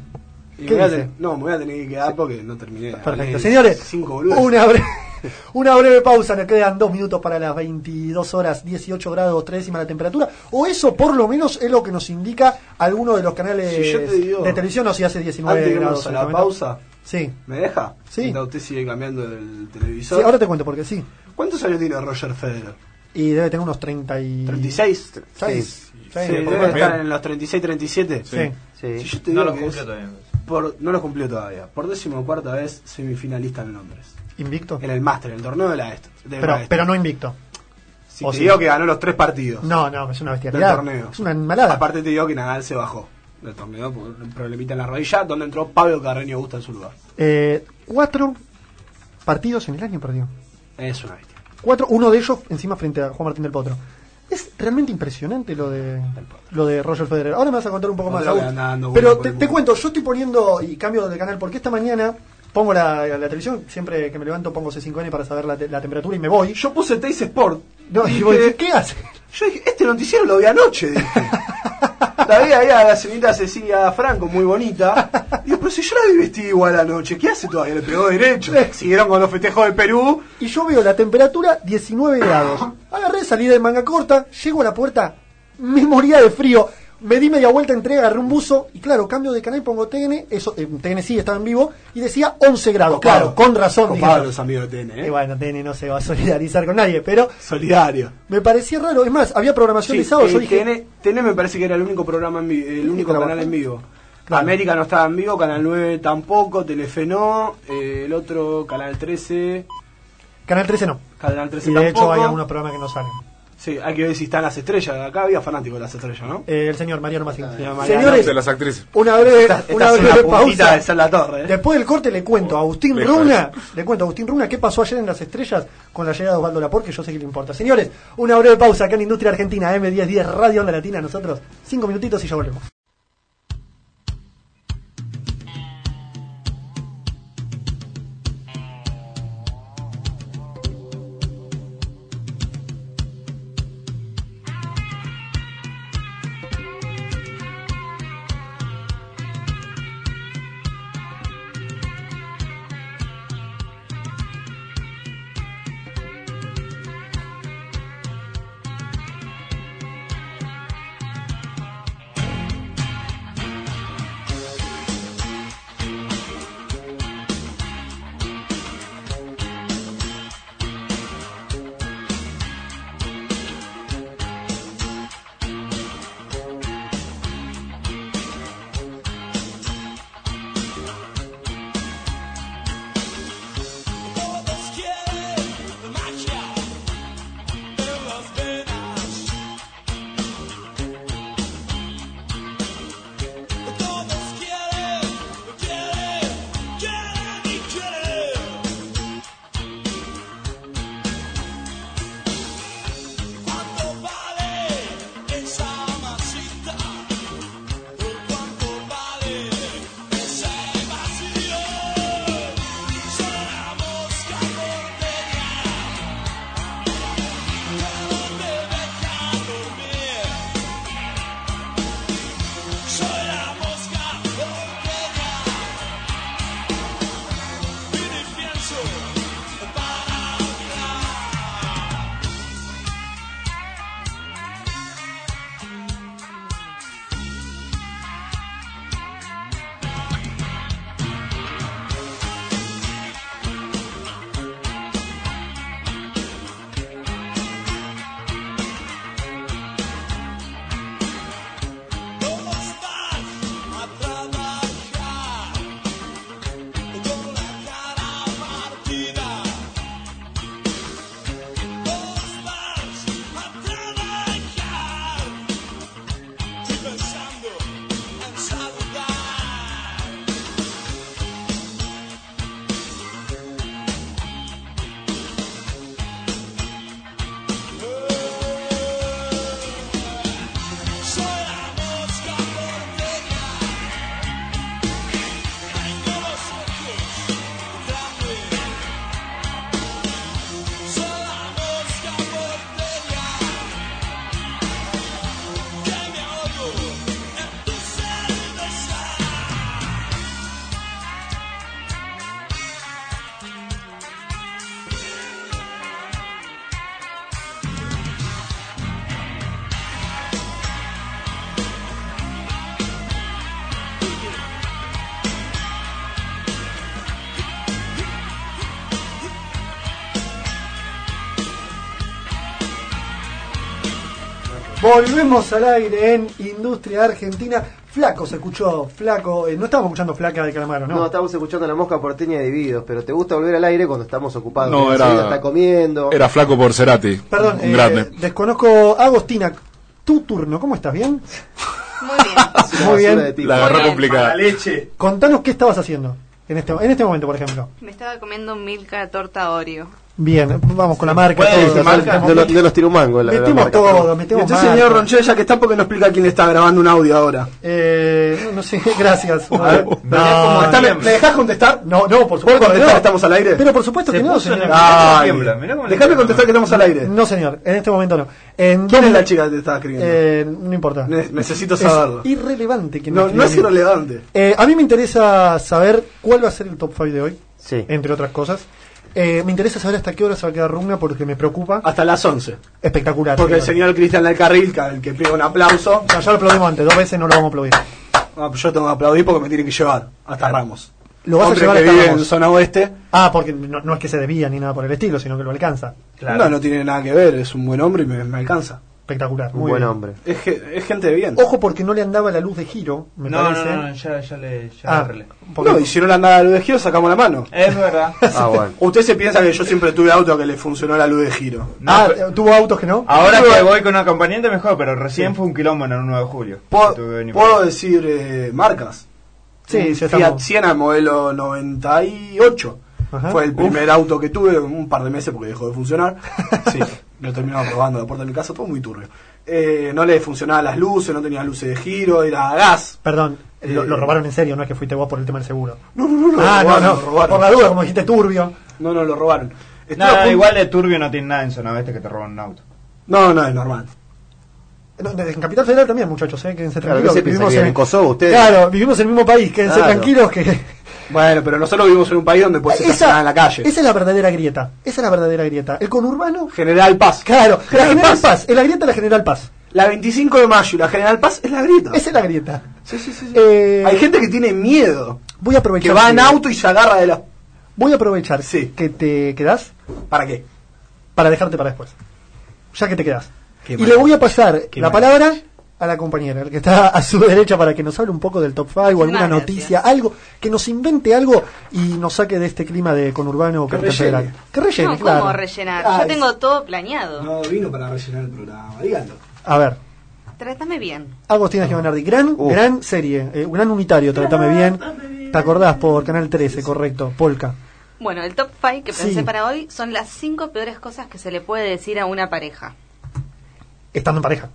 Speaker 2: Y
Speaker 3: ¿Qué
Speaker 2: me voy a
Speaker 3: dice?
Speaker 2: tener- no, me voy a tener que quedar porque no terminé.
Speaker 3: Perfecto.
Speaker 2: Hablé
Speaker 3: Señores,
Speaker 2: cinco boludeces.
Speaker 3: una breve, una breve pausa. Nos quedan dos minutos para las 22 horas, 18 grados, 3 décimas la temperatura. O eso, por lo menos, es lo que nos indica alguno de los canales
Speaker 2: Si yo te digo-
Speaker 3: de televisión. O si hace 19
Speaker 2: Antes de
Speaker 3: grados.
Speaker 2: irnos a la
Speaker 3: exactamente.
Speaker 2: pausa,
Speaker 3: Sí.
Speaker 2: ¿me deja?
Speaker 3: Sí.
Speaker 2: Mientras usted sigue cambiando el
Speaker 3: Sí,
Speaker 2: televisor.
Speaker 3: ahora te cuento porque sí.
Speaker 2: ¿Cuántos años tiene Roger Federer?
Speaker 3: Y debe tener unos 30 y...
Speaker 2: 36.
Speaker 3: Seis.
Speaker 2: Sí,
Speaker 3: Seis,
Speaker 2: debe
Speaker 3: por lo
Speaker 2: estar
Speaker 3: menos.
Speaker 2: en los 36, 37.
Speaker 3: Sí.
Speaker 4: Sí.
Speaker 2: Si yo te
Speaker 6: No
Speaker 2: digo
Speaker 6: los
Speaker 2: que
Speaker 6: cumplió
Speaker 2: es
Speaker 6: todavía.
Speaker 2: Por, no los cumplió todavía. Por décimo cuarta vez semifinalista en Londres.
Speaker 3: ¿Invicto?
Speaker 2: En el Master, en el torneo de la Est. de
Speaker 3: Pero,
Speaker 2: la Est.
Speaker 3: pero no invicto.
Speaker 2: Si
Speaker 3: o
Speaker 2: te
Speaker 3: sí.
Speaker 2: digo que ganó los tres partidos
Speaker 3: No, no, es una
Speaker 2: del
Speaker 3: bestialidad.
Speaker 2: torneo.
Speaker 3: Es una animalada.
Speaker 2: Aparte te digo que Nadal se bajó del torneo por un problemita en la rodilla, donde entró Pablo Carreño Augusta en su lugar.
Speaker 3: Eh, cuatro partidos en el año perdió.
Speaker 2: Es una bestia.
Speaker 3: Cuatro, uno de ellos encima frente a Juan Martín del Potro. Es realmente impresionante lo de lo de Roger Federer. Ahora me vas a contar un poco más.
Speaker 2: Otro que
Speaker 3: Agus.
Speaker 2: anda dando
Speaker 3: Pero
Speaker 2: vuelta por
Speaker 3: te,
Speaker 2: el
Speaker 3: te
Speaker 2: mundo.
Speaker 3: cuento, yo estoy poniendo y cambio de canal porque esta mañana pongo la, la televisión, siempre que me levanto pongo C5N para saber la, te- la temperatura y me voy.
Speaker 2: Yo puse Teis Sport.
Speaker 3: No, y
Speaker 2: Dije-
Speaker 3: vos decís, ¿qué haces?
Speaker 2: Yo dije, este noticiero lo vi anoche, dije. La vi ahí a la señorita Cecilia Franco, muy bonita. Digo, pero si yo la vi vestida igual anoche, ¿qué hace todavía? Le pegó derecho. Siguieron con los festejos de Perú.
Speaker 3: Y yo veo la temperatura 19 grados. Agarré, salí de manga corta, llego a la puerta, me moría de frío. Me di media vuelta, entré, agarré un buzo y claro, cambio de canal, pongo TN, eso, eh, TN sí estaba en vivo, y decía 11 grados. claro, con razón. dije
Speaker 2: Copados
Speaker 3: yo.
Speaker 2: los amigos de TN, ¿eh?
Speaker 3: Y bueno, TN no se va a solidarizar con nadie, pero
Speaker 2: Solidario.
Speaker 3: me parecía raro. Es más, había programación
Speaker 2: Sí,
Speaker 3: de sábado,
Speaker 2: eh,
Speaker 3: yo dije,
Speaker 2: TN, TN me parece que era el único programa en vi- el único
Speaker 3: trabaja?
Speaker 2: canal en vivo.
Speaker 3: Claro.
Speaker 2: América no estaba en vivo, Canal 9 tampoco, Telefe no, eh, el otro Canal 13,
Speaker 3: Canal 13 no.
Speaker 2: Canal 13
Speaker 3: Y de
Speaker 2: tampoco.
Speaker 3: hecho hay algunos programas que no salen.
Speaker 2: Sí, hay que ver si están las estrellas, acá había fanáticos de las estrellas, ¿no?
Speaker 3: Eh, el señor Mariano Massín.
Speaker 2: Ah, Mariano.
Speaker 3: Señores,
Speaker 7: De las actrices.
Speaker 3: una breve,
Speaker 2: Esta- esta
Speaker 3: una
Speaker 2: es una
Speaker 3: breve
Speaker 2: puntita
Speaker 3: pausa.
Speaker 2: de ser la torre, ¿eh?
Speaker 3: Después del corte le cuento a Agustín
Speaker 7: Lejos.
Speaker 3: Runa, le cuento a Agustín Runa qué pasó ayer en las estrellas con la llegada de Osvaldo Laporte, que yo sé que le importa. Señores, una breve pausa acá en Industria Argentina, M1010 Radio Onda Latina, nosotros cinco minutitos y ya volvemos. Volvemos al aire en Industria Argentina. Flaco se escuchó, flaco. eh, no estamos escuchando flaca de Calamaro,
Speaker 4: No,
Speaker 3: ¿no?
Speaker 4: estamos escuchando la mosca porteña de divididos, pero te gusta volver al aire cuando estamos ocupados.
Speaker 7: No,
Speaker 4: Mira,
Speaker 7: era-
Speaker 4: Sevilla está comiendo.
Speaker 7: Era flaco por Cerati.
Speaker 3: Perdón,
Speaker 7: un
Speaker 3: eh,
Speaker 7: grande.
Speaker 3: desconozco. Agostina, tu turno, ¿cómo estás? ¿Bien?
Speaker 4: Basura
Speaker 3: Muy bien.
Speaker 4: de tipo.
Speaker 7: La agarró complicada.
Speaker 6: leche.
Speaker 3: Contanos qué estabas haciendo en este, en este momento, por ejemplo.
Speaker 5: Me estaba comiendo milka torta Oreo.
Speaker 3: Bien, vamos con la marca.
Speaker 4: Bueno,
Speaker 3: todo,
Speaker 4: esa marca
Speaker 3: metemos-
Speaker 4: no, no- no nos tiró un mango. La, la
Speaker 3: Metemos
Speaker 4: marca.
Speaker 3: todo, metemos
Speaker 2: Usted,
Speaker 3: marca.
Speaker 2: Este señor Ronchella, ya que está, porque no explica quién le está grabando un audio ahora.
Speaker 3: Eh, no, no sé, gracias.
Speaker 2: A ver,
Speaker 3: No,
Speaker 2: ¿cómo está? ¿Me,
Speaker 3: no,
Speaker 2: me dejás contestar?
Speaker 3: no, no,
Speaker 2: ¿Puedo
Speaker 3: por supuesto que
Speaker 2: contestar?
Speaker 3: no.
Speaker 2: ¿Estamos al aire?
Speaker 3: Pero por supuesto que no,
Speaker 6: puso
Speaker 3: señor.
Speaker 6: en el- Ah,
Speaker 2: Ay,
Speaker 6: tiembla, mirá cómo le
Speaker 2: Dejame
Speaker 6: tiembla.
Speaker 2: contestar que estamos al aire.
Speaker 3: No, señor, en este momento no. En-
Speaker 2: ¿Quién es la chica que te estaba escribiendo?
Speaker 3: Eh, no importa.
Speaker 2: Ne- necesito
Speaker 3: Es
Speaker 2: saberlo.
Speaker 3: irrelevante que me
Speaker 2: No, no
Speaker 3: escriba
Speaker 2: es
Speaker 3: a mí.
Speaker 2: irrelevante.
Speaker 3: Eh, a mí me interesa saber cuál va a ser el top 5 de hoy,
Speaker 4: Sí.
Speaker 3: entre otras cosas. Eh, me interesa saber hasta qué hora se va a quedar Rumna porque me preocupa.
Speaker 2: Hasta las 11.
Speaker 3: Espectacular.
Speaker 2: Porque el
Speaker 3: señor.
Speaker 2: señor Cristian Alcarril, ca- el que pega un aplauso.
Speaker 3: No, ya lo aplaudimos antes, dos veces no lo vamos a aplaudir.
Speaker 2: Ah, yo tengo que aplaudir porque me tienen que llevar hasta Ramos.
Speaker 3: Lo vas
Speaker 2: Hombre
Speaker 3: a llevar
Speaker 2: que
Speaker 3: hasta
Speaker 2: vive
Speaker 3: Ramos.
Speaker 2: en zona oeste.
Speaker 3: Ah, porque no, no es que se desvía ni nada por el estilo, sino que lo alcanza.
Speaker 2: No, no tiene nada que ver, es un buen hombre y me, me alcanza.
Speaker 3: Espectacular.
Speaker 4: Un
Speaker 3: muy
Speaker 4: buen
Speaker 3: bien.
Speaker 4: hombre.
Speaker 2: Es, ge- es gente de bien.
Speaker 3: Ojo porque no le andaba la luz de giro, me
Speaker 6: No, no,
Speaker 3: parece.
Speaker 6: no, ya, ya le ya
Speaker 3: Ah,
Speaker 6: arreglé.
Speaker 3: porque-
Speaker 2: No, y si no le andaba la luz de giro, sacamos la mano.
Speaker 6: Es verdad.
Speaker 4: Ah, bueno.
Speaker 2: Usted se piensa que yo siempre tuve auto que le funcionó la luz de giro.
Speaker 6: No,
Speaker 3: ah,
Speaker 6: pero-
Speaker 3: tuvo autos que no.
Speaker 2: Ah,
Speaker 6: Ahora que voy con un acompañante mejor, pero recién fue un quilombo en el 1 de julio.
Speaker 2: ¿Puedo,
Speaker 6: Tuve que venir
Speaker 2: puedo
Speaker 6: por-
Speaker 2: decir eh, marcas?
Speaker 3: Sí,
Speaker 2: Un
Speaker 3: ya
Speaker 2: Fiat
Speaker 3: estamos.
Speaker 2: Siena modelo 98.
Speaker 3: Ajá.
Speaker 2: Fue el primer auto que tuve un par de meses porque dejó de funcionar. Sí, lo terminaba robando a la puerta de mi casa, todo muy turbio. Eh, no le funcionaban las luces, no tenía luces de giro, era a gas.
Speaker 3: Perdón, lo,
Speaker 2: Eh.
Speaker 3: lo robaron en serio, no es que fuiste vos por el tema del seguro.
Speaker 2: No, no, no, lo
Speaker 3: ah,
Speaker 2: robaron,
Speaker 3: no,
Speaker 2: lo
Speaker 3: no,
Speaker 2: robaron.
Speaker 3: por la duda, como dijiste, turbio.
Speaker 2: No, no, lo robaron. Estuve a
Speaker 6: Nada,
Speaker 2: punto-
Speaker 6: igual de turbio no tiene nada en zona oeste que te roban un auto.
Speaker 2: No, no, es normal.
Speaker 3: No, En Capital Federal también, muchachos, ¿eh? quédense
Speaker 4: Claro,
Speaker 3: tranquilos.
Speaker 4: ¿qué se piensa que en Kosovo ustedes?
Speaker 3: Claro, vivimos en el mismo país, quédense
Speaker 4: Claro.
Speaker 3: tranquilos que...
Speaker 2: Bueno, pero nosotros vivimos en un país donde puedes estacionar Pues en la calle.
Speaker 3: esa es la verdadera grieta, esa es la verdadera grieta. El conurbano,
Speaker 2: General Paz.
Speaker 3: claro, la
Speaker 2: General
Speaker 3: General
Speaker 2: Paz.
Speaker 3: Paz, es la grieta de la General Paz.
Speaker 2: La 25 de mayo y la General Paz es la grieta.
Speaker 3: Esa es la grieta.
Speaker 2: Sí, sí, sí, sí.
Speaker 3: Eh,
Speaker 2: Hay gente que tiene miedo.
Speaker 3: Voy a aprovechar.
Speaker 2: Que va en
Speaker 3: que-
Speaker 2: auto y se agarra de la...
Speaker 3: Voy a aprovechar
Speaker 2: Sí.
Speaker 3: que te quedas
Speaker 2: ¿Para qué?
Speaker 3: para dejarte para después. Ya que te quedas.
Speaker 2: Qué
Speaker 3: Y
Speaker 2: mal.
Speaker 3: le voy a pasar
Speaker 2: Qué
Speaker 3: la
Speaker 2: mal.
Speaker 3: palabra a la compañera, el que está a su derecha, para que nos hable un poco del top 5, alguna
Speaker 5: Muchísimas
Speaker 3: noticia, algo, que nos invente algo y nos saque de este clima de conurbano
Speaker 2: Que
Speaker 3: capital
Speaker 2: rellene.
Speaker 3: federal. Que rellene,
Speaker 5: No, ¿cómo
Speaker 3: claro.
Speaker 5: rellenar?
Speaker 2: Ay.
Speaker 5: Yo tengo todo planeado.
Speaker 2: No, vino para rellenar el programa, díganlo.
Speaker 3: A ver,
Speaker 5: Trátame bien.
Speaker 3: Agostina Giovanardi, gran,
Speaker 4: Uh.
Speaker 3: gran serie, eh, gran unitario, tratame bien. ¿Te acordás? Por Canal 13, correcto, Polka.
Speaker 5: Bueno, el top 5 que pensé
Speaker 3: Sí.
Speaker 5: para hoy son las cinco peores cosas que se le puede decir a una pareja.
Speaker 3: Estando en pareja.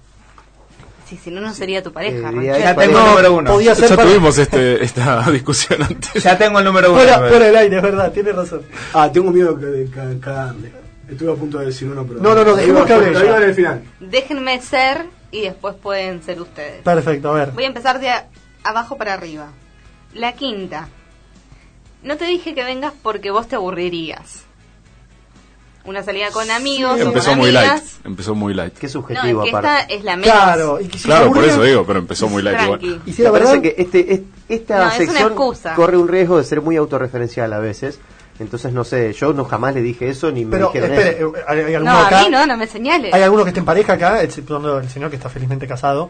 Speaker 5: Sí, si no, no sería tu pareja.
Speaker 4: Eh,
Speaker 5: Ronchel.
Speaker 4: ahí-
Speaker 6: Ya tengo el número uno.
Speaker 3: Podía ser
Speaker 7: Ya
Speaker 3: para-
Speaker 7: tuvimos este, esta discusión antes.
Speaker 6: Ya tengo el número uno.
Speaker 3: Fuera,
Speaker 6: Roberto.
Speaker 3: fuera del aire, es verdad, tiene razón.
Speaker 2: Ah, tengo miedo que- de ca- cagarle. Estuve a punto de decir uno, pero...
Speaker 3: No, no, no,
Speaker 2: Lo digo-
Speaker 3: dejemos que hable
Speaker 2: Lo
Speaker 3: ella.
Speaker 2: digo en el final.
Speaker 5: Déjenme ser y después pueden ser ustedes.
Speaker 3: Perfecto, a ver.
Speaker 5: Voy a empezar de a- abajo para arriba. La quinta. No te dije que vengas porque vos te aburrirías. Una salida con amigos o
Speaker 7: Empezó
Speaker 5: con
Speaker 7: muy light.
Speaker 5: amigas.
Speaker 7: Empezó muy light.
Speaker 4: Qué
Speaker 5: No, es
Speaker 4: subjetivo,
Speaker 5: que esta
Speaker 4: aparte.
Speaker 5: es la menos.
Speaker 3: Claro, y que si se
Speaker 7: Claro, por
Speaker 3: aburría-
Speaker 7: eso digo, pero empezó muy light
Speaker 5: Tranqui.
Speaker 7: igual.
Speaker 3: Y si
Speaker 4: Me
Speaker 3: la verdad,
Speaker 4: parece que este, est- esta
Speaker 5: No, es una
Speaker 4: sección
Speaker 5: excusa.
Speaker 4: corre un riesgo de ser muy autorreferencial a veces. Entonces, no sé, yo no jamás le dije eso ni me
Speaker 3: pero
Speaker 4: dijeron
Speaker 3: espere,
Speaker 4: eso.
Speaker 3: eh, hay, hay
Speaker 5: No,
Speaker 3: alguno
Speaker 5: a
Speaker 3: acá.
Speaker 5: mí no, no me señales.
Speaker 3: Hay alguno que esté en pareja acá, exceptuando el señor que está felizmente casado.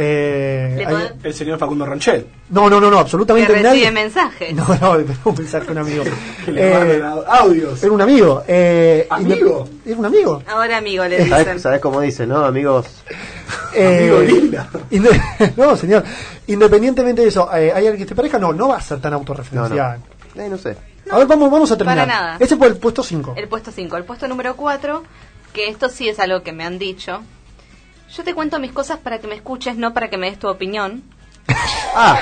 Speaker 3: Eh,
Speaker 5: Le
Speaker 3: hay-
Speaker 5: pod-
Speaker 2: El señor Facundo Ranchel.
Speaker 3: no, no, no, no,
Speaker 5: Que
Speaker 3: absolutamente
Speaker 5: recibe
Speaker 3: nadie.
Speaker 5: mensajes.
Speaker 3: No, no, un mensaje a un amigo.
Speaker 2: Que le manden
Speaker 3: Eh,
Speaker 2: au- audios.
Speaker 3: era un amigo. eh,
Speaker 2: ¿Amigo?
Speaker 3: inde- Era un amigo.
Speaker 5: Ahora amigo le
Speaker 4: ¿Sabes,
Speaker 5: dicen.
Speaker 4: sabes cómo dice, no, amigos?
Speaker 3: Eh,
Speaker 2: Amigo Lila.
Speaker 3: inde- no, señor. Independientemente de eso, eh, ¿hay alguien que esté en pareja? No, no va a ser tan
Speaker 4: No, no.
Speaker 3: autorreferencial.
Speaker 4: Eh, no sé.
Speaker 3: A ver, vamos, vamos a
Speaker 5: Para
Speaker 3: terminar.
Speaker 5: nada.
Speaker 3: Ese fue el puesto 5.
Speaker 5: El puesto 5. El puesto número 4, que esto sí es algo que me han dicho. Yo te cuento mis cosas para que me escuches, no para que me des tu opinión.
Speaker 4: Ah,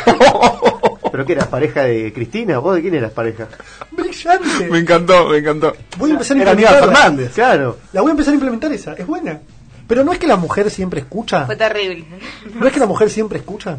Speaker 4: pero que eras pareja de Cristina, vos de quién eras pareja?
Speaker 3: Brillante.
Speaker 7: Me encantó, me encantó.
Speaker 3: Voy a empezar a
Speaker 2: Era Aníbal
Speaker 3: implementarla.
Speaker 2: Fernández.
Speaker 4: Claro.
Speaker 3: La voy a empezar a implementar esa, es buena. Pero no es que la mujer siempre escucha.
Speaker 5: Fue terrible.
Speaker 3: No es que la mujer siempre escucha.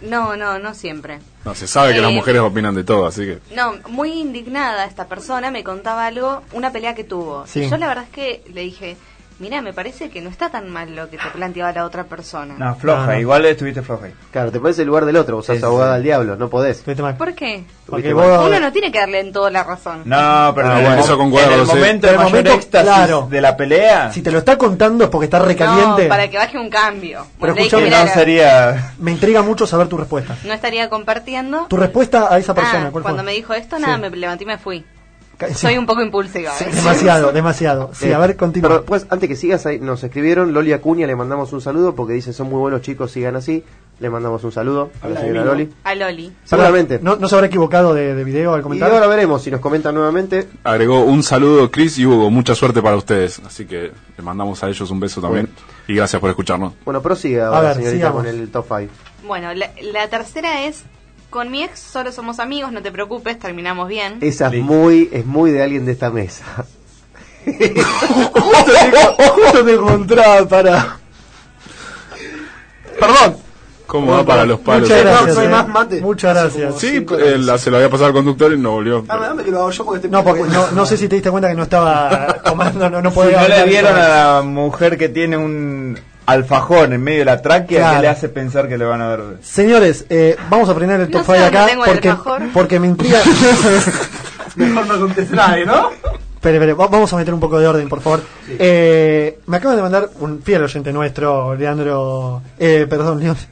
Speaker 5: No, no, no siempre.
Speaker 7: No, se sabe que las
Speaker 5: Eh,
Speaker 7: mujeres opinan de todo, así que.
Speaker 5: No, muy indignada esta persona me contaba algo, una pelea que tuvo.
Speaker 3: Sí.
Speaker 5: Yo la verdad es que le dije, mira, me parece que no está tan mal lo que te planteaba la otra persona.
Speaker 6: Ah, No, floja,
Speaker 4: No, no.
Speaker 6: igual estuviste floja.
Speaker 4: Claro, te pones el lugar del otro, vos sos
Speaker 6: Sí, sí,
Speaker 4: abogada
Speaker 6: sí.
Speaker 4: al diablo, no podés.
Speaker 3: Este
Speaker 5: ¿Por qué?
Speaker 4: Porque
Speaker 5: Uno no tiene que darle en todo la razón.
Speaker 6: No, pero
Speaker 4: Ah,
Speaker 6: en el
Speaker 4: bueno,
Speaker 6: mo-
Speaker 4: eso concuerdo,
Speaker 6: en el
Speaker 4: sí. Pero
Speaker 6: momento de
Speaker 4: el
Speaker 6: mayor
Speaker 4: momento,
Speaker 6: éxtasis
Speaker 4: claro.
Speaker 6: de la pelea,
Speaker 3: Si te lo está contando es porque está recaliente.
Speaker 5: No, para que baje un cambio.
Speaker 3: Pero
Speaker 5: Bueno,
Speaker 3: escuchame,
Speaker 5: le dije, mira,
Speaker 6: sería.
Speaker 3: Me intriga mucho saber tu respuesta.
Speaker 5: no estaría compartiendo.
Speaker 3: Tu respuesta a esa persona,
Speaker 5: Ah,
Speaker 3: ¿cuál fue?
Speaker 5: cuando me dijo esto, nada,
Speaker 3: Sí.
Speaker 5: me levanté y me fui.
Speaker 3: Ca- sí.
Speaker 5: Soy un poco impulsiva. ¿eh?
Speaker 3: Demasiado, demasiado. Sí,
Speaker 4: Eh,
Speaker 3: a ver, continúa.
Speaker 4: perdón, pues antes que sigas, ahí nos escribieron Loli Acuña, le mandamos un saludo porque dice son muy buenos chicos, sigan así. Le mandamos un saludo a la
Speaker 3: Habla de
Speaker 4: señora
Speaker 3: mí, ¿no?
Speaker 4: Loli.
Speaker 5: A Loli.
Speaker 4: Seguramente.
Speaker 3: ¿No, no se habrá equivocado de, de video al
Speaker 4: Y
Speaker 3: comentar?
Speaker 4: ahora veremos si nos comentan nuevamente.
Speaker 7: Agregó un saludo Chris y Hugo, mucha suerte para ustedes. Así que le mandamos a ellos un beso también y gracias por escucharnos.
Speaker 4: Bueno, prosiga
Speaker 7: A
Speaker 4: ahora,
Speaker 7: ver,
Speaker 4: señorita,
Speaker 7: sigamos.
Speaker 4: con el top 5.
Speaker 5: Bueno, la, la tercera es, con mi ex solo somos amigos, no te preocupes, terminamos bien.
Speaker 4: Esa es muy, es muy de alguien de esta mesa.
Speaker 2: Justo te, justo te encontraba para. Perdón.
Speaker 7: ¿Cómo va para los palos?
Speaker 2: Muchas gracias.
Speaker 3: soy
Speaker 2: eh.
Speaker 3: más
Speaker 2: Muchas gracias.
Speaker 7: Sí,
Speaker 3: pues,
Speaker 7: él la- se lo había pasado al conductor y no volvió.
Speaker 4: Ah,
Speaker 2: Dame, dame que lo hago yo porque te
Speaker 3: No, porque no, no sé si te diste cuenta que no estaba tomando, no, no
Speaker 6: si
Speaker 3: podía.
Speaker 6: no le
Speaker 3: hablar.
Speaker 6: vieron a la mujer que tiene un alfajón en medio de la tráquea,
Speaker 3: Claro.
Speaker 6: ¿qué le hace pensar que le van a ver?
Speaker 3: Señores, eh, vamos a frenar el
Speaker 6: No
Speaker 3: top
Speaker 6: sé
Speaker 3: 5
Speaker 6: dónde
Speaker 3: acá
Speaker 6: tengo el
Speaker 3: porque,
Speaker 6: alfajor.
Speaker 3: porque me intriga.
Speaker 2: Mejor no contestes nadie, ¿no?
Speaker 3: Pero, vamos a meter un poco de orden, por favor. Eh, me acaban de mandar un fiel oyente nuestro, Leandro. Eh, perdón, Leandro.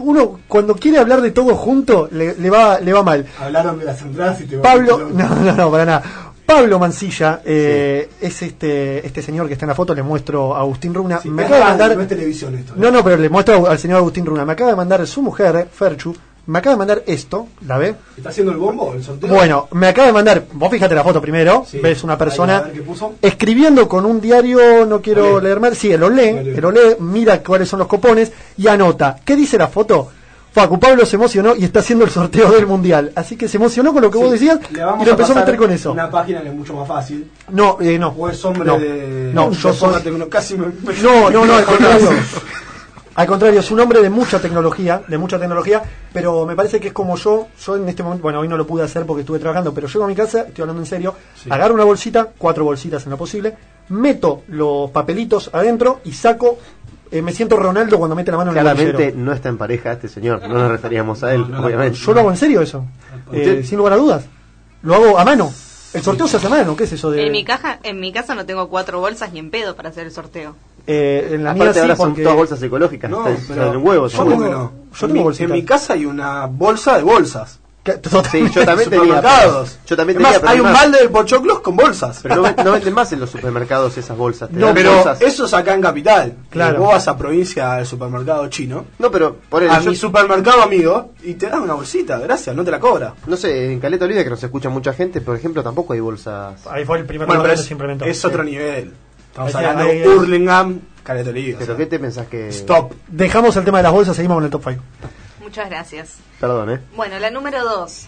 Speaker 3: Uno, cuando quiere hablar de todo junto, le, le va, le va mal.
Speaker 2: Hablaron de las entradas y te
Speaker 3: Pablo, no, no, no, para nada. Pablo Mancilla eh, es este este señor que está en la foto, le muestro a Agustín Runa. me acaba de mandar.
Speaker 2: No es televisión esto. ¿eh?
Speaker 3: No, no, pero le muestro al señor Agustín Runa. Me acaba de mandar su mujer, Ferchu. Me acaba de mandar esto, ¿la ve?
Speaker 2: ¿Está haciendo el bombo? ¿El sorteo?
Speaker 3: Bueno, me acaba de mandar. Vos fíjate la foto primero.
Speaker 2: Sí.
Speaker 3: Ves una
Speaker 2: Ahí, a
Speaker 3: persona
Speaker 2: ver qué puso.
Speaker 3: escribiendo con un diario, no quiero leer mal. Sí, el Olé, el Olé, mira cuáles son los copones y anota. ¿Qué dice la foto? Facu Pablo se emocionó y está haciendo el sorteo del mundial. Así que se emocionó con lo que vos decías y
Speaker 2: Le vamos
Speaker 3: lo empezó a,
Speaker 2: pasar
Speaker 3: meter con eso.
Speaker 2: Una página que es mucho más fácil.
Speaker 3: No, eh, no.
Speaker 2: O es hombre
Speaker 3: No.
Speaker 2: de.
Speaker 3: No,
Speaker 2: de
Speaker 3: yo soy-
Speaker 2: porra tecno- Casi me.
Speaker 3: No, no, no, al contrario. Al contrario, es un hombre de mucha tecnología, de mucha tecnología, pero me parece que es como yo, yo en este momento, bueno, hoy no lo pude hacer porque estuve trabajando, pero llego a mi casa, estoy hablando en serio, agarro una bolsita, cuatro bolsitas en lo posible, meto los papelitos adentro y saco, eh, me siento Ronaldo cuando mete la mano en el
Speaker 4: Claramente
Speaker 3: bolsillero.
Speaker 4: no está en pareja este señor, no nos referíamos a él, obviamente.
Speaker 3: Yo lo hago en serio eso, eh,
Speaker 4: Usted-
Speaker 3: sin lugar a dudas. Lo hago a mano. El sorteo se hace a mano, ¿qué es eso de...?
Speaker 5: En mi caja, en mi casa no tengo cuatro bolsas ni en pedo para hacer el sorteo.
Speaker 3: eh, en la mía sí,
Speaker 4: Aparte ahora son
Speaker 3: porque-
Speaker 4: todas bolsas ecológicas,
Speaker 2: No,
Speaker 4: están
Speaker 2: pero-
Speaker 4: en huevos.
Speaker 2: Yo tengo- yo tengo bolsitas. En mi casa hay una bolsa de bolsas.
Speaker 4: Sí, yo también tenía. pero-
Speaker 2: Supermercados.
Speaker 4: Yo también
Speaker 2: Es más,
Speaker 4: tenía, pero
Speaker 2: hay
Speaker 4: no
Speaker 2: un
Speaker 4: más.
Speaker 2: balde de pochoclos con bolsas.
Speaker 4: Pero no, ven- no venden más en los supermercados esas bolsas. te
Speaker 2: No,
Speaker 4: dan
Speaker 2: pero
Speaker 4: bolsas.
Speaker 2: eso es acá en Capital.
Speaker 4: Claro.
Speaker 2: Claro. Vos vas a provincia al supermercado chino.
Speaker 4: No, pero por
Speaker 2: a
Speaker 4: Eh, yo-
Speaker 2: mi supermercado amigo y te dan una bolsita, gracias, no te la cobra.
Speaker 4: No sé, en Caleta Olivia que nos escucha mucha gente, por ejemplo, tampoco hay bolsas.
Speaker 3: Ahí fue el primer
Speaker 2: Bueno, pero
Speaker 3: momento que
Speaker 2: es,
Speaker 3: se implementó.
Speaker 2: es
Speaker 3: Sí.
Speaker 2: otro nivel. Estamos
Speaker 3: Ese
Speaker 2: hablando
Speaker 3: ahí
Speaker 2: de
Speaker 3: es-
Speaker 2: Hurlingham, Caleta Olivia,
Speaker 4: Pero
Speaker 2: o
Speaker 4: ¿qué te pensás que...?
Speaker 2: sea, Stop.
Speaker 3: Dejamos el tema de las bolsas, seguimos con el top 5.
Speaker 5: Muchas gracias.
Speaker 4: Perdón, ¿eh?
Speaker 5: Bueno, la número dos.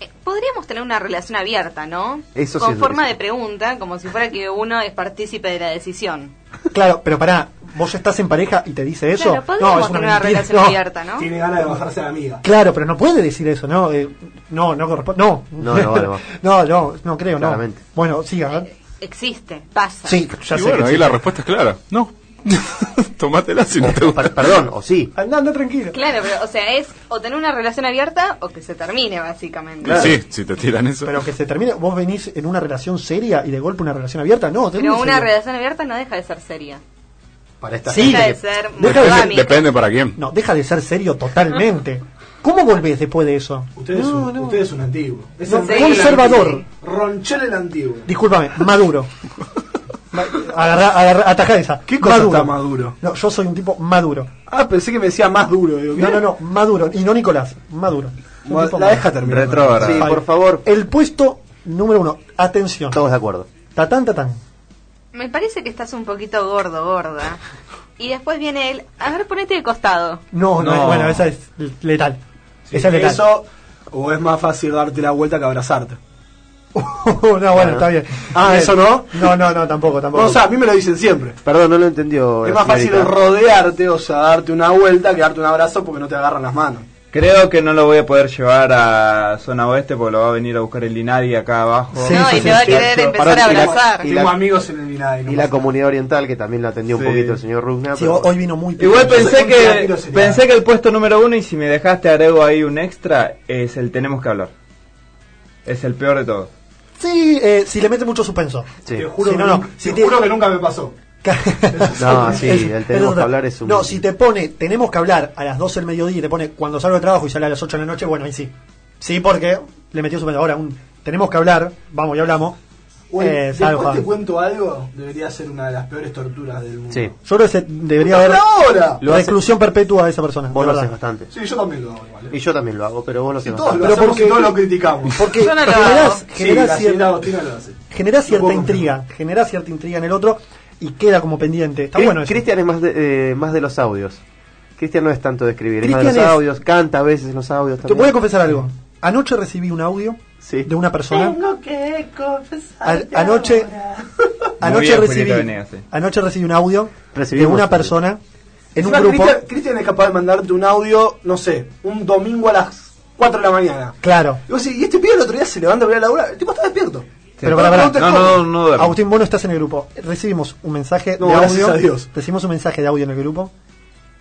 Speaker 5: Eh, Podríamos tener una relación abierta, ¿no?
Speaker 3: Eso sí
Speaker 5: Con
Speaker 3: es
Speaker 5: forma de pregunta, como si fuera que uno es partícipe de la decisión.
Speaker 3: Claro, pero pará, vos ya estás en pareja y te dice eso.
Speaker 5: Claro, podríamos
Speaker 3: no, es una
Speaker 5: tener una
Speaker 3: mentira,
Speaker 5: relación
Speaker 3: no.
Speaker 5: abierta,
Speaker 4: Ah.
Speaker 5: ¿no?
Speaker 2: Tiene ganas de bajarse a la amiga.
Speaker 3: Claro, pero no puede decir eso, ¿no? Eh, no, no corresponde. No,
Speaker 4: No, no, no.
Speaker 3: no, no, no creo,
Speaker 4: Claramente.
Speaker 3: no. Bueno, siga. ¿eh?
Speaker 5: Existe, pasa.
Speaker 3: Sí, ya
Speaker 7: y
Speaker 3: sé.
Speaker 7: bueno,
Speaker 3: que
Speaker 7: ahí
Speaker 3: sí.
Speaker 7: la respuesta es clara. No. Tomátela si no te gusta.
Speaker 4: Perdón, o sí.
Speaker 3: Andando tranquilo.
Speaker 5: Claro, pero, o sea, es o tener una relación abierta o que se termine, básicamente.
Speaker 7: Sí, si te tiran eso.
Speaker 3: Pero que se termine, vos venís en una relación seria y de golpe una relación abierta, no. tenés
Speaker 5: Pero una
Speaker 3: serio.
Speaker 5: relación abierta no deja de ser seria.
Speaker 4: Para esta
Speaker 3: Sí.
Speaker 5: Deja de ser
Speaker 3: Deja de ser-
Speaker 5: monogámica.
Speaker 7: Depende para quién.
Speaker 3: No, deja de ser serio totalmente. ¿Cómo volvés después de eso?
Speaker 2: Usted es, un, usted es un antiguo. Es
Speaker 3: No,
Speaker 2: el rey
Speaker 3: conservador.
Speaker 2: del antiguo. Ronchel el antiguo.
Speaker 3: Discúlpame, maduro. Ma- Agarrá, agarrá, atajá esa.
Speaker 2: ¿Qué cosa está maduro?
Speaker 3: No, yo soy un tipo maduro.
Speaker 2: Ah, pensé que me decía más duro. Digo,
Speaker 3: No, no, no, Maduro. Y no Nicolás, Maduro. Un
Speaker 2: Ma-
Speaker 3: tipo
Speaker 2: la
Speaker 3: Maduro.
Speaker 2: deja terminar.
Speaker 4: Retrógrada. Sí, por favor.
Speaker 3: El puesto número uno. Atención.
Speaker 4: Estamos de acuerdo.
Speaker 3: Tatán, tatán.
Speaker 5: Me parece que estás un poquito gordo, gorda. Y después viene él, a ver, ponete de costado.
Speaker 3: No, no,
Speaker 2: No.
Speaker 3: es- bueno, esa es letal.
Speaker 2: Sí,
Speaker 3: esa es letal.
Speaker 2: Eh, eso, o es más fácil darte la vuelta que abrazarte.
Speaker 3: no, bueno, está bien.
Speaker 2: Ah, ¿eso no?
Speaker 3: No, no, no, tampoco, tampoco.
Speaker 2: o sea, a mí me lo dicen siempre.
Speaker 4: Perdón, no lo entendió.
Speaker 2: es
Speaker 4: la
Speaker 2: más fácil
Speaker 4: señorita.
Speaker 2: rodearte, o sea, darte una vuelta que darte un abrazo porque no te agarran las manos.
Speaker 6: Creo que no lo voy a poder llevar a zona oeste porque lo va a venir a buscar el Inadi acá abajo.
Speaker 5: Sí, No, sí, y sí, te va a sí. querer empezar
Speaker 4: Pará,
Speaker 5: a
Speaker 4: y la-
Speaker 5: abrazar.
Speaker 4: y
Speaker 5: Tengo
Speaker 2: amigos en el Vinay.
Speaker 4: Y la comunidad oriental, que también la atendió
Speaker 6: Sí.
Speaker 4: un poquito el señor Rugna.
Speaker 6: Sí,
Speaker 4: pero-
Speaker 6: hoy
Speaker 3: vino muy
Speaker 6: Igual pensé que pensé que el puesto número uno, y si me dejaste agrego ahí un extra, es el tenemos que hablar. Es el peor de todos.
Speaker 3: Sí, eh, si le mete mucho suspenso.
Speaker 6: Te
Speaker 3: Si no, no. Si te-
Speaker 2: nunca me pasó.
Speaker 4: No, sí,
Speaker 3: Es-
Speaker 4: el
Speaker 3: es
Speaker 4: tenemos que
Speaker 3: otra.
Speaker 4: hablar es un...
Speaker 3: No, si te pone, tenemos que hablar a las 12 del mediodía y te pone cuando salgo de trabajo y sale a las 8 de la noche, bueno, ahí sí. Sí, porque le metió su Ahora, un tenemos que hablar, vamos y hablamos.
Speaker 2: Bueno,
Speaker 3: Eh,
Speaker 2: después
Speaker 3: salgo,
Speaker 2: te
Speaker 3: Juan.
Speaker 2: cuento algo, debería ser una de las peores torturas del mundo.
Speaker 4: Sí.
Speaker 3: Yo creo que se- debería
Speaker 2: ¡Por
Speaker 3: haber
Speaker 2: ahora!
Speaker 3: la exclusión perpetua de esa persona.
Speaker 4: Vos
Speaker 3: de
Speaker 4: lo
Speaker 3: verdad.
Speaker 4: haces bastante.
Speaker 2: Sí, yo también lo hago. ¿eh?
Speaker 4: Y yo también lo hago, pero vos lo haces
Speaker 2: Todos
Speaker 4: bastante.
Speaker 2: lo hacemos y todos lo criticamos.
Speaker 3: Porque
Speaker 2: Yo no lo hago.
Speaker 3: generás,
Speaker 2: Sí,
Speaker 3: generás
Speaker 2: la señora Agostina lo
Speaker 3: cierta,
Speaker 2: hace.
Speaker 3: generás
Speaker 2: No
Speaker 3: cierta
Speaker 2: puedo
Speaker 3: intriga, generás cierta intriga en el otro y queda como pendiente. Está
Speaker 4: Cri-
Speaker 3: bueno eso.
Speaker 4: Cristian es más de, eh, más de los audios. Cristian no es tanto de escribir, es más de
Speaker 3: Cristian
Speaker 4: los
Speaker 3: es-
Speaker 4: audios, canta a veces en los audios
Speaker 3: Te
Speaker 4: también.
Speaker 3: voy a confesar algo. Anoche recibí un audio de una persona.
Speaker 10: que
Speaker 3: Al-
Speaker 10: confesar.
Speaker 3: anoche anoche
Speaker 6: bien,
Speaker 3: recibí
Speaker 6: Julieta Venegas, sí.
Speaker 3: anoche recibí un audio de
Speaker 4: Recibimos
Speaker 3: una
Speaker 4: audio.
Speaker 3: persona en un
Speaker 2: Encima,
Speaker 3: grupo
Speaker 2: Cristian- Cristian es capaz de mandarte un audio, no sé, un domingo a las 4 de la mañana.
Speaker 3: claro
Speaker 2: Y vos decís, y este pibe el otro día se levanta a ir a laburar. El tipo está despierto.
Speaker 3: pero para, para.
Speaker 2: te jodas.
Speaker 3: Agustín vos no estás en el grupo recibimos un mensaje
Speaker 2: No,
Speaker 3: de
Speaker 2: gracias
Speaker 3: audio
Speaker 2: a Dios.
Speaker 3: recibimos un mensaje de audio en el grupo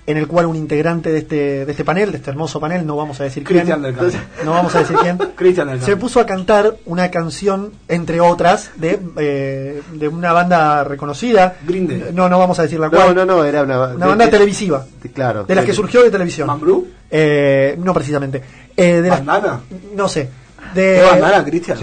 Speaker 3: en el cual un integrante de este de este panel de este hermoso panel no vamos a decir
Speaker 2: Cristian
Speaker 3: quién
Speaker 2: del Campo.
Speaker 3: no vamos a decir quién
Speaker 2: Cristian del
Speaker 3: se
Speaker 2: Campo.
Speaker 3: puso a cantar una canción entre otras de eh, de una banda reconocida
Speaker 2: Green Day.
Speaker 3: no no vamos a decir la
Speaker 4: No,
Speaker 3: cual
Speaker 4: no, no, era una,
Speaker 3: Una banda televisiva.
Speaker 4: de- claro.
Speaker 3: de las que
Speaker 4: De-
Speaker 3: surgió de televisión
Speaker 2: ¿Mambrú?
Speaker 3: Eh, no precisamente. Eh, de las-
Speaker 2: ¿Bandana?
Speaker 3: no sé.
Speaker 2: ¿Qué
Speaker 3: De,
Speaker 2: bandana, Cristian?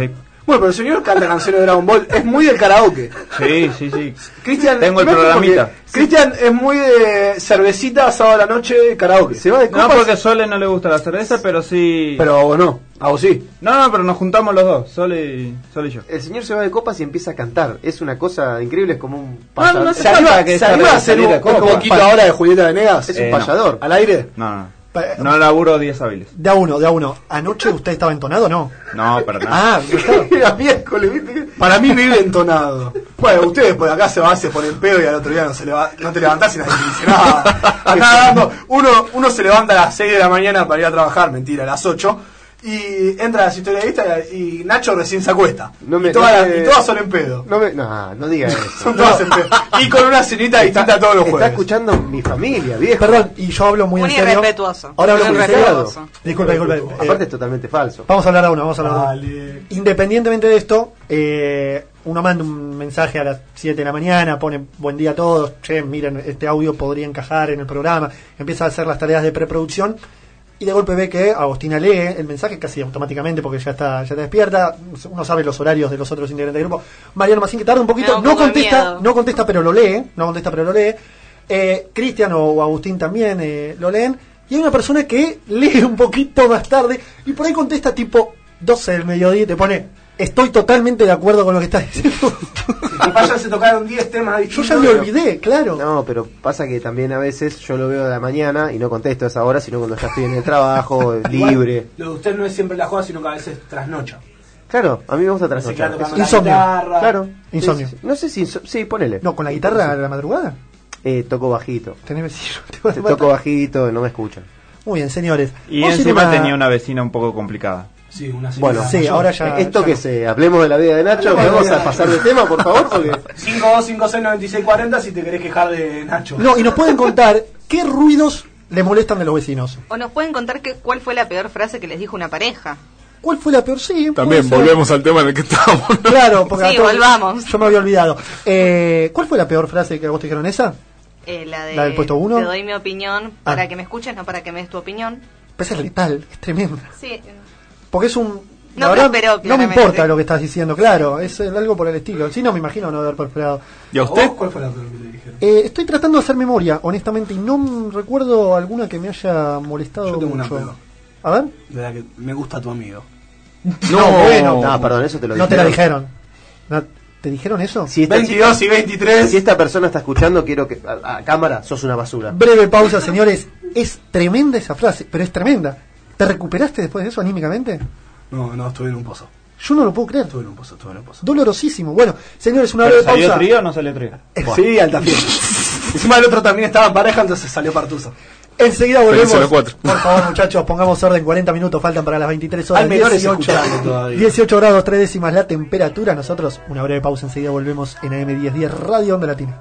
Speaker 2: Bueno, pero el señor canta canciones de Dragon Ball. Es muy del karaoke.
Speaker 6: Sí, sí, sí.
Speaker 2: Cristian,
Speaker 6: Tengo el
Speaker 2: primero
Speaker 6: programita.
Speaker 2: porque Cristian es muy de cervecita, sábado a la noche, karaoke. Se va de
Speaker 6: No porque Sole no le gusta la cerveza, pero sí...
Speaker 2: Pero a vos no, a vos sí.
Speaker 6: No, no, pero nos juntamos los dos, Sole y, Sole y yo.
Speaker 4: El señor se va de copas y empieza a cantar. Es una cosa increíble, es como un
Speaker 2: No, no, no
Speaker 4: Se
Speaker 2: se
Speaker 4: anima
Speaker 2: anima,
Speaker 4: a que
Speaker 2: se
Speaker 4: esta
Speaker 2: anima a
Speaker 4: red
Speaker 2: hacer un,
Speaker 4: saliera
Speaker 2: un
Speaker 4: como
Speaker 2: poquito
Speaker 4: pan.
Speaker 2: ahora de Julieta Venegas.
Speaker 4: Es un
Speaker 6: Eh, no.
Speaker 4: payador.
Speaker 2: ¿Al aire?
Speaker 6: No, no,
Speaker 3: Pa-
Speaker 6: no. No laburo días hábiles.
Speaker 3: de a uno, de a uno. ¿Anoche usted estaba entonado o no?
Speaker 6: No, para nada.
Speaker 3: Ah, claro.
Speaker 2: Era miércoles, ¿viste? Para mí vive entonado. Bueno, ustedes por acá se van, se ponen pedo y al otro día no, se leva- no te levantás y nadie te dice nada. Acá dando, uno, uno se levanta a las 6 de la mañana para ir a trabajar, mentira, a las 8. Y entra a la historialista y Nacho recién se acuesta.
Speaker 4: No me-
Speaker 2: y, todas
Speaker 4: no
Speaker 2: las-
Speaker 4: me-
Speaker 2: y todas son en pedo.
Speaker 4: No, me- no, no diga eso.
Speaker 2: Son todas en pedo. Y con una cenita distinta todos los
Speaker 4: Está
Speaker 2: jueves.
Speaker 4: escuchando mi familia, viejo.
Speaker 3: Perdón, y yo hablo muy,
Speaker 5: Muy
Speaker 3: en serio.
Speaker 5: irrespetuoso.
Speaker 3: Ahora hablo
Speaker 4: Muy
Speaker 3: muy en serio.
Speaker 4: irrespetuoso.
Speaker 3: Disculpe, disculpe. Eh,
Speaker 4: Aparte es totalmente falso.
Speaker 3: vamos a hablar a uno, vamos a hablar a uno.
Speaker 2: Dale.
Speaker 3: Independientemente de esto, eh, uno manda un mensaje a las 7 de la mañana, pone buen día a todos, che, miren, este audio podría encajar en el programa, empieza a hacer las tareas de preproducción y de golpe ve que Agostina lee el mensaje casi automáticamente porque ya está, ya está despierta, uno sabe los horarios de los otros integrantes del grupo. Mariano Massín que tarda un
Speaker 5: Me
Speaker 3: poquito,
Speaker 5: da un
Speaker 3: no
Speaker 5: poco de
Speaker 3: contesta,
Speaker 5: miedo.
Speaker 3: no contesta pero lo lee, no contesta pero lo lee. Eh, Cristian o Agustín también eh, lo leen. Y hay una persona que lee un poquito más tarde y por ahí contesta tipo 12 del mediodía y te pone, estoy totalmente de acuerdo con lo que estás diciendo.
Speaker 2: Vaya, se tocaron 10 temas
Speaker 3: Yo
Speaker 2: distintos.
Speaker 3: ya me olvidé, claro.
Speaker 4: No, pero pasa que también a veces yo lo veo de la mañana y no contesto a esa hora, sino cuando ya estoy en el trabajo, libre.
Speaker 11: Lo de usted no es siempre la joda, sino que a veces trasnocha.
Speaker 4: Claro, a mí me gusta
Speaker 11: Se queda
Speaker 4: trasnochar.
Speaker 11: tocando
Speaker 4: Es-
Speaker 11: la
Speaker 3: insomnio.
Speaker 11: guitarra.
Speaker 4: Claro.
Speaker 3: Insomnio.
Speaker 4: Sí, sí. No sé si... inso- Sí, ponele.
Speaker 3: No, con la guitarra a la madrugada.
Speaker 4: Eh, toco bajito.
Speaker 3: Tenés te vas a
Speaker 4: Te
Speaker 3: matar.
Speaker 4: toco bajito, no me escuchan.
Speaker 3: Muy bien, señores.
Speaker 6: Y
Speaker 3: Vos
Speaker 6: encima
Speaker 3: en una-
Speaker 6: tenía una vecina un poco complicada.
Speaker 11: Sí, una señora
Speaker 4: Bueno,
Speaker 3: Sí,
Speaker 11: mayor.
Speaker 3: ahora ya...
Speaker 4: esto
Speaker 3: ya
Speaker 4: que
Speaker 3: no.
Speaker 4: se... Hablemos de la vida de Nacho,
Speaker 11: Hablemos de
Speaker 4: vamos
Speaker 11: la vida
Speaker 4: a
Speaker 11: de
Speaker 4: pasar de
Speaker 11: Nacho.
Speaker 4: tema, por favor, porque...
Speaker 11: 525640 si te querés quejar de Nacho.
Speaker 3: No, y nos pueden contar qué ruidos le molestan de los vecinos.
Speaker 5: O nos pueden contar que, cuál fue la peor frase que les dijo una pareja.
Speaker 3: ¿Cuál fue la peor? Sí, puede
Speaker 7: También
Speaker 3: ser.
Speaker 7: volvemos al tema en el que estábamos.
Speaker 3: Claro, porque
Speaker 5: Sí,
Speaker 3: a todos-
Speaker 5: volvamos.
Speaker 3: Yo me había olvidado. Eh, ¿Cuál fue la peor frase que a vos te dijeron esa?
Speaker 5: Eh, la, de,
Speaker 3: ¿La del puesto uno?
Speaker 5: Te doy mi opinión
Speaker 3: Ah.
Speaker 5: para que me escuches, no para que me des tu opinión.
Speaker 3: Pues es letal, es tremenda.
Speaker 5: Sí.
Speaker 3: Porque es un.
Speaker 5: No
Speaker 3: la verdad,
Speaker 5: prosperó,
Speaker 3: no me
Speaker 5: claramente.
Speaker 3: importa lo que estás diciendo, claro, es eh, algo por el estilo. Si no, me imagino no haber prosperado.
Speaker 7: ¿Y a usted?
Speaker 6: Oh,
Speaker 11: ¿Cuál fue la peor que le dijeron?
Speaker 3: Eh, estoy tratando de hacer memoria, honestamente, y no m- recuerdo alguna que me haya molestado
Speaker 11: Yo tengo una
Speaker 3: mucho.
Speaker 11: peor.
Speaker 3: a ver,
Speaker 11: De la que me gusta tu amigo.
Speaker 4: No, No, perdón, eso te lo
Speaker 3: no te la dijeron. No, ¿Te dijeron eso?
Speaker 4: Si esta,
Speaker 2: 22 y 23.
Speaker 4: si esta persona está escuchando, quiero que... A, a cámara, sos una basura.
Speaker 3: Breve pausa, señores. Es tremenda esa frase, pero es tremenda. ¿Te recuperaste después de eso anímicamente?
Speaker 11: No, no, estuve en un pozo.
Speaker 3: Yo no lo puedo creer.
Speaker 11: Estuve en un pozo, estuve en un pozo.
Speaker 3: Dolorosísimo. Bueno, señores, una
Speaker 6: ¿Pero
Speaker 3: breve
Speaker 6: salió
Speaker 3: pausa.
Speaker 6: trío o no salió trío?
Speaker 2: Sí, alta fiesta. Encima el otro también estaba en pareja, entonces salió partuso.
Speaker 3: Enseguida volvemos.
Speaker 7: Felices los cuatro.
Speaker 3: Por favor, muchachos, pongamos orden. 40 minutos faltan para las 23 horas.
Speaker 4: Hay menores
Speaker 3: 18,
Speaker 4: escuchando todavía.
Speaker 3: 18 grados, 3 décimas la temperatura. Nosotros, una breve pausa. Enseguida volvemos en AM1010 Radio Onda Latina.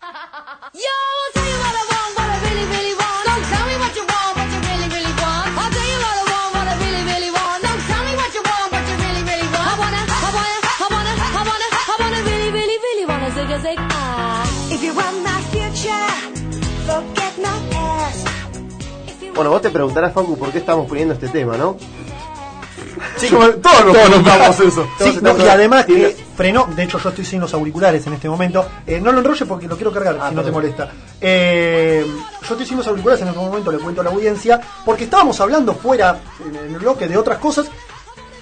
Speaker 9: Yo, I'll tell you what I want, what I really, really want. Don't tell me what you want, what you really, really want. I'll tell you what I want, what I really, really want. Don't tell me what you want, what you really, really want. I wanna, I wanna, I wanna, I wanna, I wanna really, really, really wanna zig a zig ah. If you want my future, forget my past.
Speaker 4: Bueno, vos te preguntarás, Facu, por qué estamos poniendo este tema, ¿no?
Speaker 3: Como- todos nos preguntamos
Speaker 4: eso.
Speaker 3: Sí, no, y además que frenó, de hecho yo estoy sin los auriculares en este momento. Eh, no lo enrolle porque lo quiero cargar, si no
Speaker 2: Ah,
Speaker 3: te
Speaker 4: perdón.
Speaker 3: molesta. Eh, yo estoy sin los auriculares en este momento, le cuento a la audiencia, porque estábamos hablando fuera en el bloque de otras cosas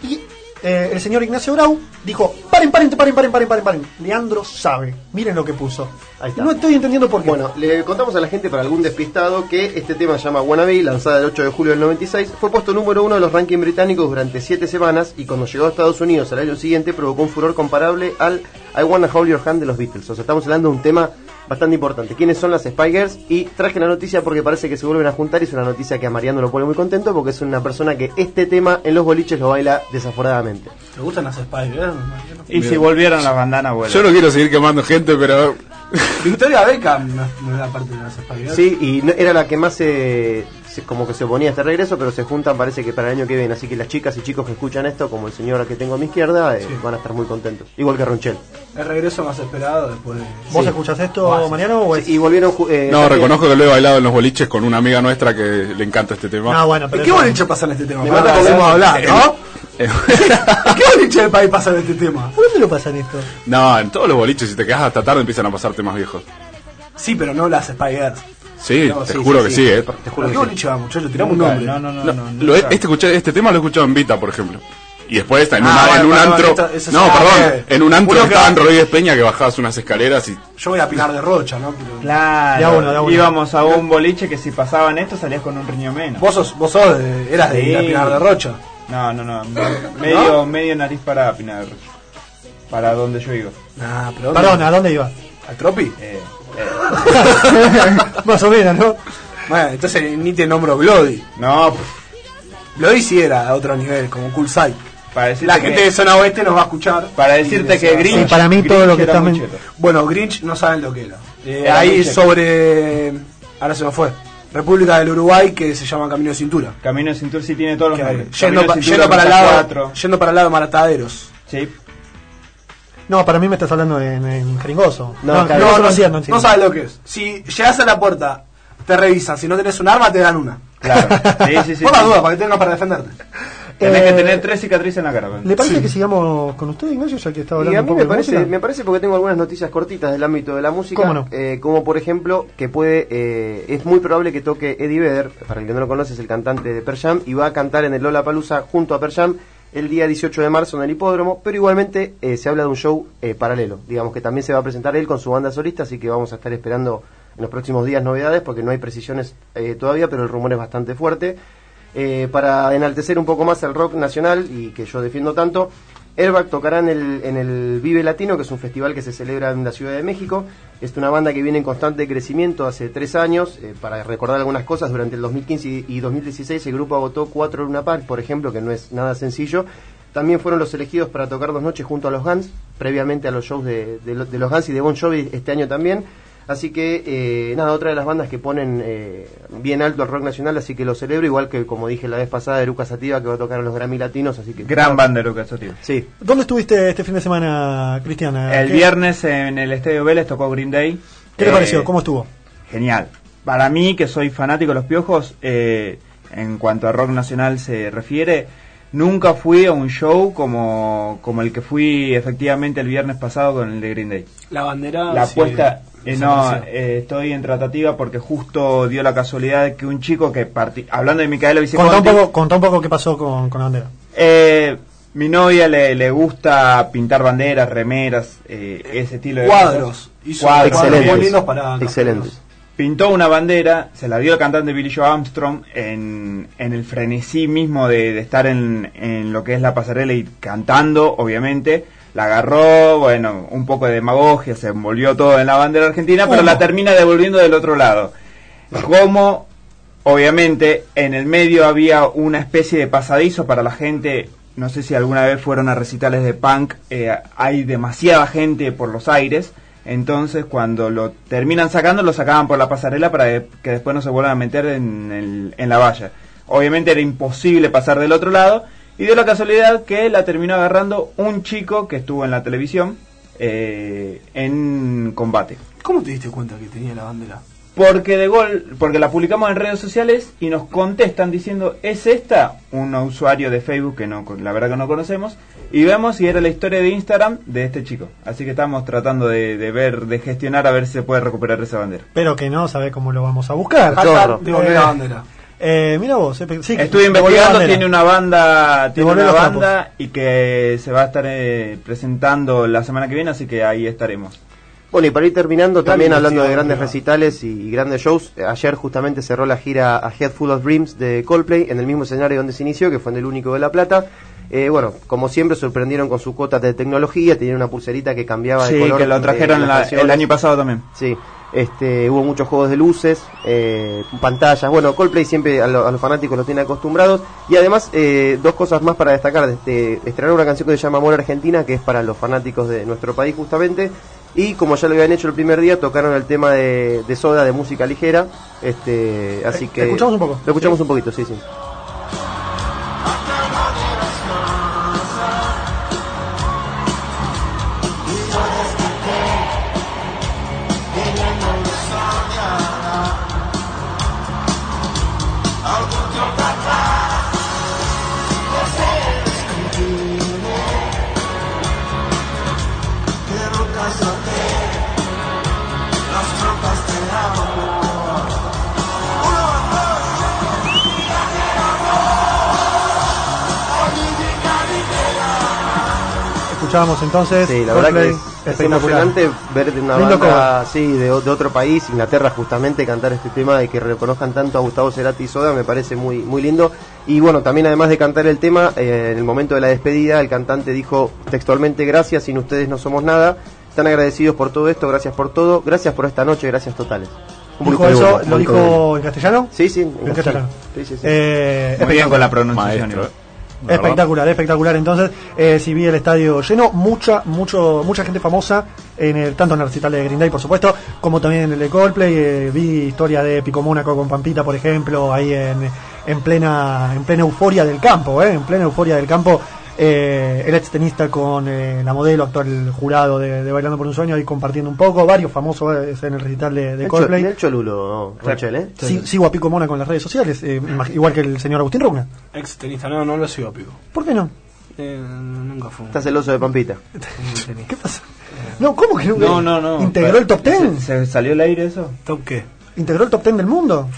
Speaker 3: y eh, el señor Ignacio Grau dijo, paren, paren, paren, paren, paren, paren, paren. Leandro sabe, miren lo que puso.
Speaker 4: Ahí está.
Speaker 3: No estoy entendiendo por qué.
Speaker 4: Bueno, le contamos a la gente para algún despistado que este tema se llama Wannabe, lanzada el 8 de julio del 96, fue puesto número uno de los rankings británicos durante 7 semanas y cuando llegó a Estados Unidos al año siguiente provocó un furor comparable al I Wanna Hold Your Hand de los Beatles. O sea, estamos hablando de un tema bastante importante. ¿Quiénes son las Spikers? Y traje la noticia porque parece que se vuelven a juntar y es una noticia que a Mariano lo pone muy contento porque es una persona que este tema en los boliches lo baila desaforadamente.
Speaker 2: ¿Te gustan las Spider?
Speaker 6: Y si volvieron las bandanas, güey.
Speaker 7: Yo no quiero seguir quemando gente, pero
Speaker 2: Victoria Beckham no, no era parte de las Spider.
Speaker 4: Sí, y no- era la que más se, se- como que se ponía este regreso, pero se juntan parece que para el año que viene. Así que las chicas y chicos que escuchan esto, como el señor que tengo a mi izquierda, eh, van a estar muy contentos. Igual que Ronchel.
Speaker 2: El regreso más esperado después de...
Speaker 3: ¿Vos
Speaker 4: Sí.
Speaker 3: escuchás esto, Mariano? o es-
Speaker 4: Y volvieron... ju- eh,
Speaker 7: no,
Speaker 4: también-
Speaker 7: reconozco que lo he bailado en los boliches con una amiga nuestra que le encanta este tema.
Speaker 3: Ah, bueno, pero
Speaker 2: ¿Qué
Speaker 3: eso-
Speaker 2: boliche pasa en este tema?
Speaker 3: Me
Speaker 2: Ahora
Speaker 3: mata
Speaker 2: podemos
Speaker 3: porque-
Speaker 2: hablar, ¿no?
Speaker 7: Eh,
Speaker 2: ¿Qué boliche del país pasa en este tema?
Speaker 3: ¿Por dónde lo pasan esto?
Speaker 7: no, en todos los boliches, si te quedas hasta tarde, empiezan a pasar temas viejos.
Speaker 2: Sí, pero no las Spy Girls.
Speaker 7: Sí,
Speaker 2: No,
Speaker 7: te juro que sí, eh.
Speaker 2: Te juro que sí. boliche vamos, muchachos? Tiramos un
Speaker 7: Nunca,
Speaker 2: nombre.
Speaker 11: no, no, no, no,
Speaker 7: Lo- este, escuché- este tema lo he escuchado en Vita, por ejemplo. Y después está en,
Speaker 2: Ah,
Speaker 7: una-
Speaker 2: bueno,
Speaker 7: en un
Speaker 2: perdón,
Speaker 7: antro.
Speaker 2: esto- eso
Speaker 7: no,
Speaker 2: es- ah,
Speaker 7: perdón.
Speaker 2: eh.
Speaker 7: En un antro
Speaker 2: Uno que-
Speaker 7: estaba en Rodríguez Peña que bajabas unas escaleras y.
Speaker 2: Yo voy a Pilar de Rocha, ¿no?
Speaker 6: Claro,
Speaker 2: Da uno, da uno.
Speaker 6: íbamos a un boliche que si pasaban esto salías con un riñón menos.
Speaker 2: Vos sos, vos sos de- eras de
Speaker 6: Sí.
Speaker 2: la Pilar de Rocha.
Speaker 6: No, no, no, me- medio, medio nariz para Pinar, para donde yo iba.
Speaker 2: Ah,
Speaker 3: Perdón, ¿a dónde iba?
Speaker 2: ¿Al Tropi?
Speaker 6: Eh,
Speaker 3: Más o menos, ¿no?
Speaker 2: Bueno, entonces ni te nombro Glody.
Speaker 6: No.
Speaker 2: Glody sí era a otro nivel, como Cool Side. La
Speaker 6: que-
Speaker 2: gente de zona oeste nos va a escuchar.
Speaker 6: Para decirte que Grinch-
Speaker 3: Sí, para mí todo lo que
Speaker 6: era
Speaker 3: está
Speaker 6: muy
Speaker 3: men-
Speaker 6: cheto.
Speaker 2: Bueno, Grinch no saben lo que era. Eh,
Speaker 6: Era muy
Speaker 2: ahí
Speaker 6: cheto.
Speaker 2: sobre. Ahora se me fue. República del Uruguay que se llama Camino de Cintura.
Speaker 6: Camino de Cintura sí tiene todos los
Speaker 2: Que-
Speaker 6: nombres.
Speaker 2: yendo,
Speaker 6: Camino
Speaker 2: pa-
Speaker 6: de Cintura,
Speaker 2: yendo para el
Speaker 6: Ruta
Speaker 2: lado,
Speaker 6: 4.
Speaker 2: yendo para el lado de Marataderos.
Speaker 6: Sí.
Speaker 3: No, para mí me estás hablando en, en jeringoso.
Speaker 2: No,
Speaker 3: no,
Speaker 2: claro.
Speaker 3: no,
Speaker 2: no,
Speaker 3: no,
Speaker 2: no,
Speaker 3: entiendo,
Speaker 2: no
Speaker 3: entiendo.
Speaker 2: sabes lo que es. Si llegas a la puerta, te revisan. Si no tenés un arma, te dan una.
Speaker 6: Sí, sí, sí.
Speaker 2: Por las dudas, para que tengas para defenderte.
Speaker 6: Tenés que
Speaker 2: Eh,
Speaker 6: tener tres cicatrices en la cara.
Speaker 3: ¿Le parece
Speaker 6: Sí.
Speaker 3: que sigamos con usted, Ignacio, ya que está hablando
Speaker 4: Y a
Speaker 3: un
Speaker 4: mí
Speaker 3: poco
Speaker 4: me
Speaker 3: de
Speaker 4: parece,
Speaker 3: música?
Speaker 4: me parece porque tengo algunas noticias cortitas del ámbito de la música,
Speaker 3: ¿Cómo no?
Speaker 4: eh, como por ejemplo que puede, eh, es muy probable que toque Eddie Vedder, para el que no lo conoce es el cantante de Pearl Jam, y va a cantar en el Lola Palusa junto a Pearl Jam el día 18 de marzo en el hipódromo, pero igualmente eh, se habla de un show eh, paralelo, digamos que también se va a presentar él con su banda solista, así que vamos a estar esperando en los próximos días novedades porque no hay precisiones eh, todavía, pero el rumor es bastante fuerte. Eh, para enaltecer un poco más el rock nacional y que yo defiendo tanto, Airbag tocará en el, en el Vive Latino, que es un festival que se celebra en la Ciudad de México. Es una banda que viene en constante crecimiento hace tres años. Eh, para recordar algunas cosas, durante el 2015 y- y 2016 el grupo agotó cuatro Luna Park, por ejemplo, que no es nada sencillo. También fueron los elegidos para tocar dos noches junto a los Guns, previamente a los shows de, de lo- de los Guns y de Bon Jovi este año también. Así que, eh, nada, otra de las bandas que ponen eh, bien alto al rock nacional, así que lo celebro, igual que como dije la vez pasada, Eruca Sativa, que va a tocar en los Grammy Latinos, así que...
Speaker 6: Gran banda Eruca Sativa.
Speaker 4: Sí.
Speaker 3: ¿Dónde estuviste este fin de semana, Cristiana?
Speaker 6: El viernes en el Estadio Vélez tocó Green Day.
Speaker 3: ¿Qué le
Speaker 6: Eh,
Speaker 3: pareció? ¿Cómo estuvo?
Speaker 6: Genial. Para mí, que soy fanático de los piojos, eh, en cuanto a rock nacional se refiere, nunca fui a un show como, como el que fui efectivamente el viernes pasado con el de Green Day.
Speaker 2: La bandera.
Speaker 6: La
Speaker 2: sí,
Speaker 6: apuesta, eh, no,
Speaker 2: desapareció.
Speaker 6: eh, estoy en tratativa porque justo dio la casualidad que un chico que parti- hablando de Micaela Viciconti,
Speaker 3: Contá un, poco, contá un poco qué pasó con, con la bandera.
Speaker 6: eh, mi novia le, le gusta pintar banderas, remeras, eh, ese estilo de
Speaker 2: Cuadros.
Speaker 6: cosas.
Speaker 2: Hizo cuadros muy lindos para.
Speaker 4: Excelentes.
Speaker 6: Pintó una bandera, se la dio al cantante Billy Joe Armstrong en, en el frenesí mismo de, de estar en, en lo que es la pasarela y cantando, obviamente. La agarró, bueno, un poco de demagogia, se envolvió todo en la bandera argentina, pero la termina devolviendo del otro lado. Como, obviamente, en el medio había una especie de pasadizo para la gente. No sé si alguna vez fueron a recitales de punk, eh, hay demasiada gente por los aires. Entonces, cuando lo terminan sacando, lo sacaban por la pasarela para de- que después no se vuelvan a meter en, el- en la valla. Obviamente era imposible pasar del otro lado. Y dio la casualidad que la terminó agarrando un chico que estuvo en la televisión eh, en combate.
Speaker 2: ¿Cómo te diste cuenta que tenía la bandera?
Speaker 6: Porque de gol, porque la publicamos en redes sociales y nos contestan diciendo, ¿es esta? Un usuario de Facebook que no, la verdad que no conocemos. Y vemos si era la historia de Instagram de este chico. Así que estamos tratando de, de ver, de gestionar a ver si se puede recuperar esa bandera.
Speaker 3: Pero que no sabe cómo lo vamos a buscar.
Speaker 6: Chorro.
Speaker 2: Devolvió la bandera.
Speaker 3: Eh, mira vos, eh, pe- sí,
Speaker 6: Estuve
Speaker 3: devolvió la
Speaker 6: investigando,
Speaker 3: bandera.
Speaker 6: tiene una banda, tiene
Speaker 3: Devolvió
Speaker 6: una
Speaker 3: los
Speaker 6: banda y que se va a estar eh, presentando la semana que viene, así que ahí estaremos.
Speaker 4: Bueno, y para ir terminando, también hablando de
Speaker 6: investigador,
Speaker 4: grandes
Speaker 6: mira.
Speaker 4: recitales y, y grandes shows, eh, ayer justamente cerró la gira A Head Full of Dreams de Coldplay en el mismo escenario donde se inició, que fue en el único de La Plata. Eh, bueno, como siempre, sorprendieron con su cuota de tecnología, tenían una pulserita que cambiaba de
Speaker 6: Sí,
Speaker 4: color.
Speaker 6: que lo
Speaker 4: de
Speaker 6: trajeron
Speaker 4: las
Speaker 6: la- el
Speaker 4: canciones.
Speaker 6: año pasado también.
Speaker 4: Sí, este, hubo muchos juegos de luces, eh, pantallas. Bueno, Coldplay siempre a, lo- a los fanáticos los tiene acostumbrados. Y además, eh, dos cosas más para destacar. Este, estrenaron una canción que se llama Amor Argentina, que es para los fanáticos de nuestro país justamente. Y como ya lo habían hecho el primer día, tocaron el tema de, de Soda de música ligera. Este, así que...
Speaker 3: Eh, escuchamos un poco?
Speaker 4: Lo escuchamos un poquito, sí, sí.
Speaker 10: Pero cásate, las trampas te
Speaker 3: escuchábamos entonces.
Speaker 4: Sí, la verdad que
Speaker 3: Coldplay,
Speaker 4: es, es
Speaker 3: espectacular.
Speaker 4: emocionante ver de una
Speaker 3: Lindo
Speaker 4: banda así de, o- de otro país, Inglaterra justamente, cantar este tema y que reconozcan tanto a Gustavo Cerati y Soda, me parece muy, muy lindo. Y bueno, también además de cantar el tema, eh, en el momento de la despedida, el cantante dijo textualmente gracias, sin ustedes no somos nada, están agradecidos por todo esto, gracias por todo, gracias por esta noche, gracias totales. Un
Speaker 3: Dijo
Speaker 4: poquito de
Speaker 3: eso,
Speaker 4: humor,
Speaker 3: ¿Lo
Speaker 4: un poquito de humor.
Speaker 3: dijo en castellano?
Speaker 4: Sí, sí, en
Speaker 3: En castellano.
Speaker 4: castellano. Sí, sí, sí.
Speaker 3: Eh,
Speaker 6: Muy bien
Speaker 3: espectacular.
Speaker 6: con la pronunciación.
Speaker 7: Maestro,
Speaker 6: igual.
Speaker 3: La Espectacular, verdad. espectacular. Entonces, eh, si vi el estadio lleno, mucha, mucho, mucha gente famosa, en el, tanto en el recital de Green Day, por supuesto, como también en el de Coldplay. eh, vi historias de Pico Mónaco con Pampita, por ejemplo, ahí en, en plena en plena euforia del campo, eh, en plena euforia del campo. eh, el ex tenista con eh, la modelo, actual jurado de, de Bailando por un Sueño, y compartiendo un poco. Varios famosos eh, en el recital de, de
Speaker 4: Mira el cho-
Speaker 3: Coldplay.
Speaker 4: mira el cholulo, Rochel, ¿eh?
Speaker 3: Sí, sigo a Pico Mónaco en las redes sociales, eh, imag- igual que el señor Agustín Rugna.
Speaker 2: Ah. Ex tenista, no, no lo sigo, pico.
Speaker 3: ¿Por qué no?
Speaker 2: Eh, nunca fue.
Speaker 4: Está celoso de Pampita.
Speaker 3: ¿Qué pasa? No, ¿cómo que nunca?
Speaker 6: No, no, no.
Speaker 3: ¿Integró
Speaker 6: Pero-
Speaker 3: el top 10?
Speaker 6: ¿Se salió el aire eso?
Speaker 2: ¿Top qué?
Speaker 3: ¿Integró el top 10 del mundo?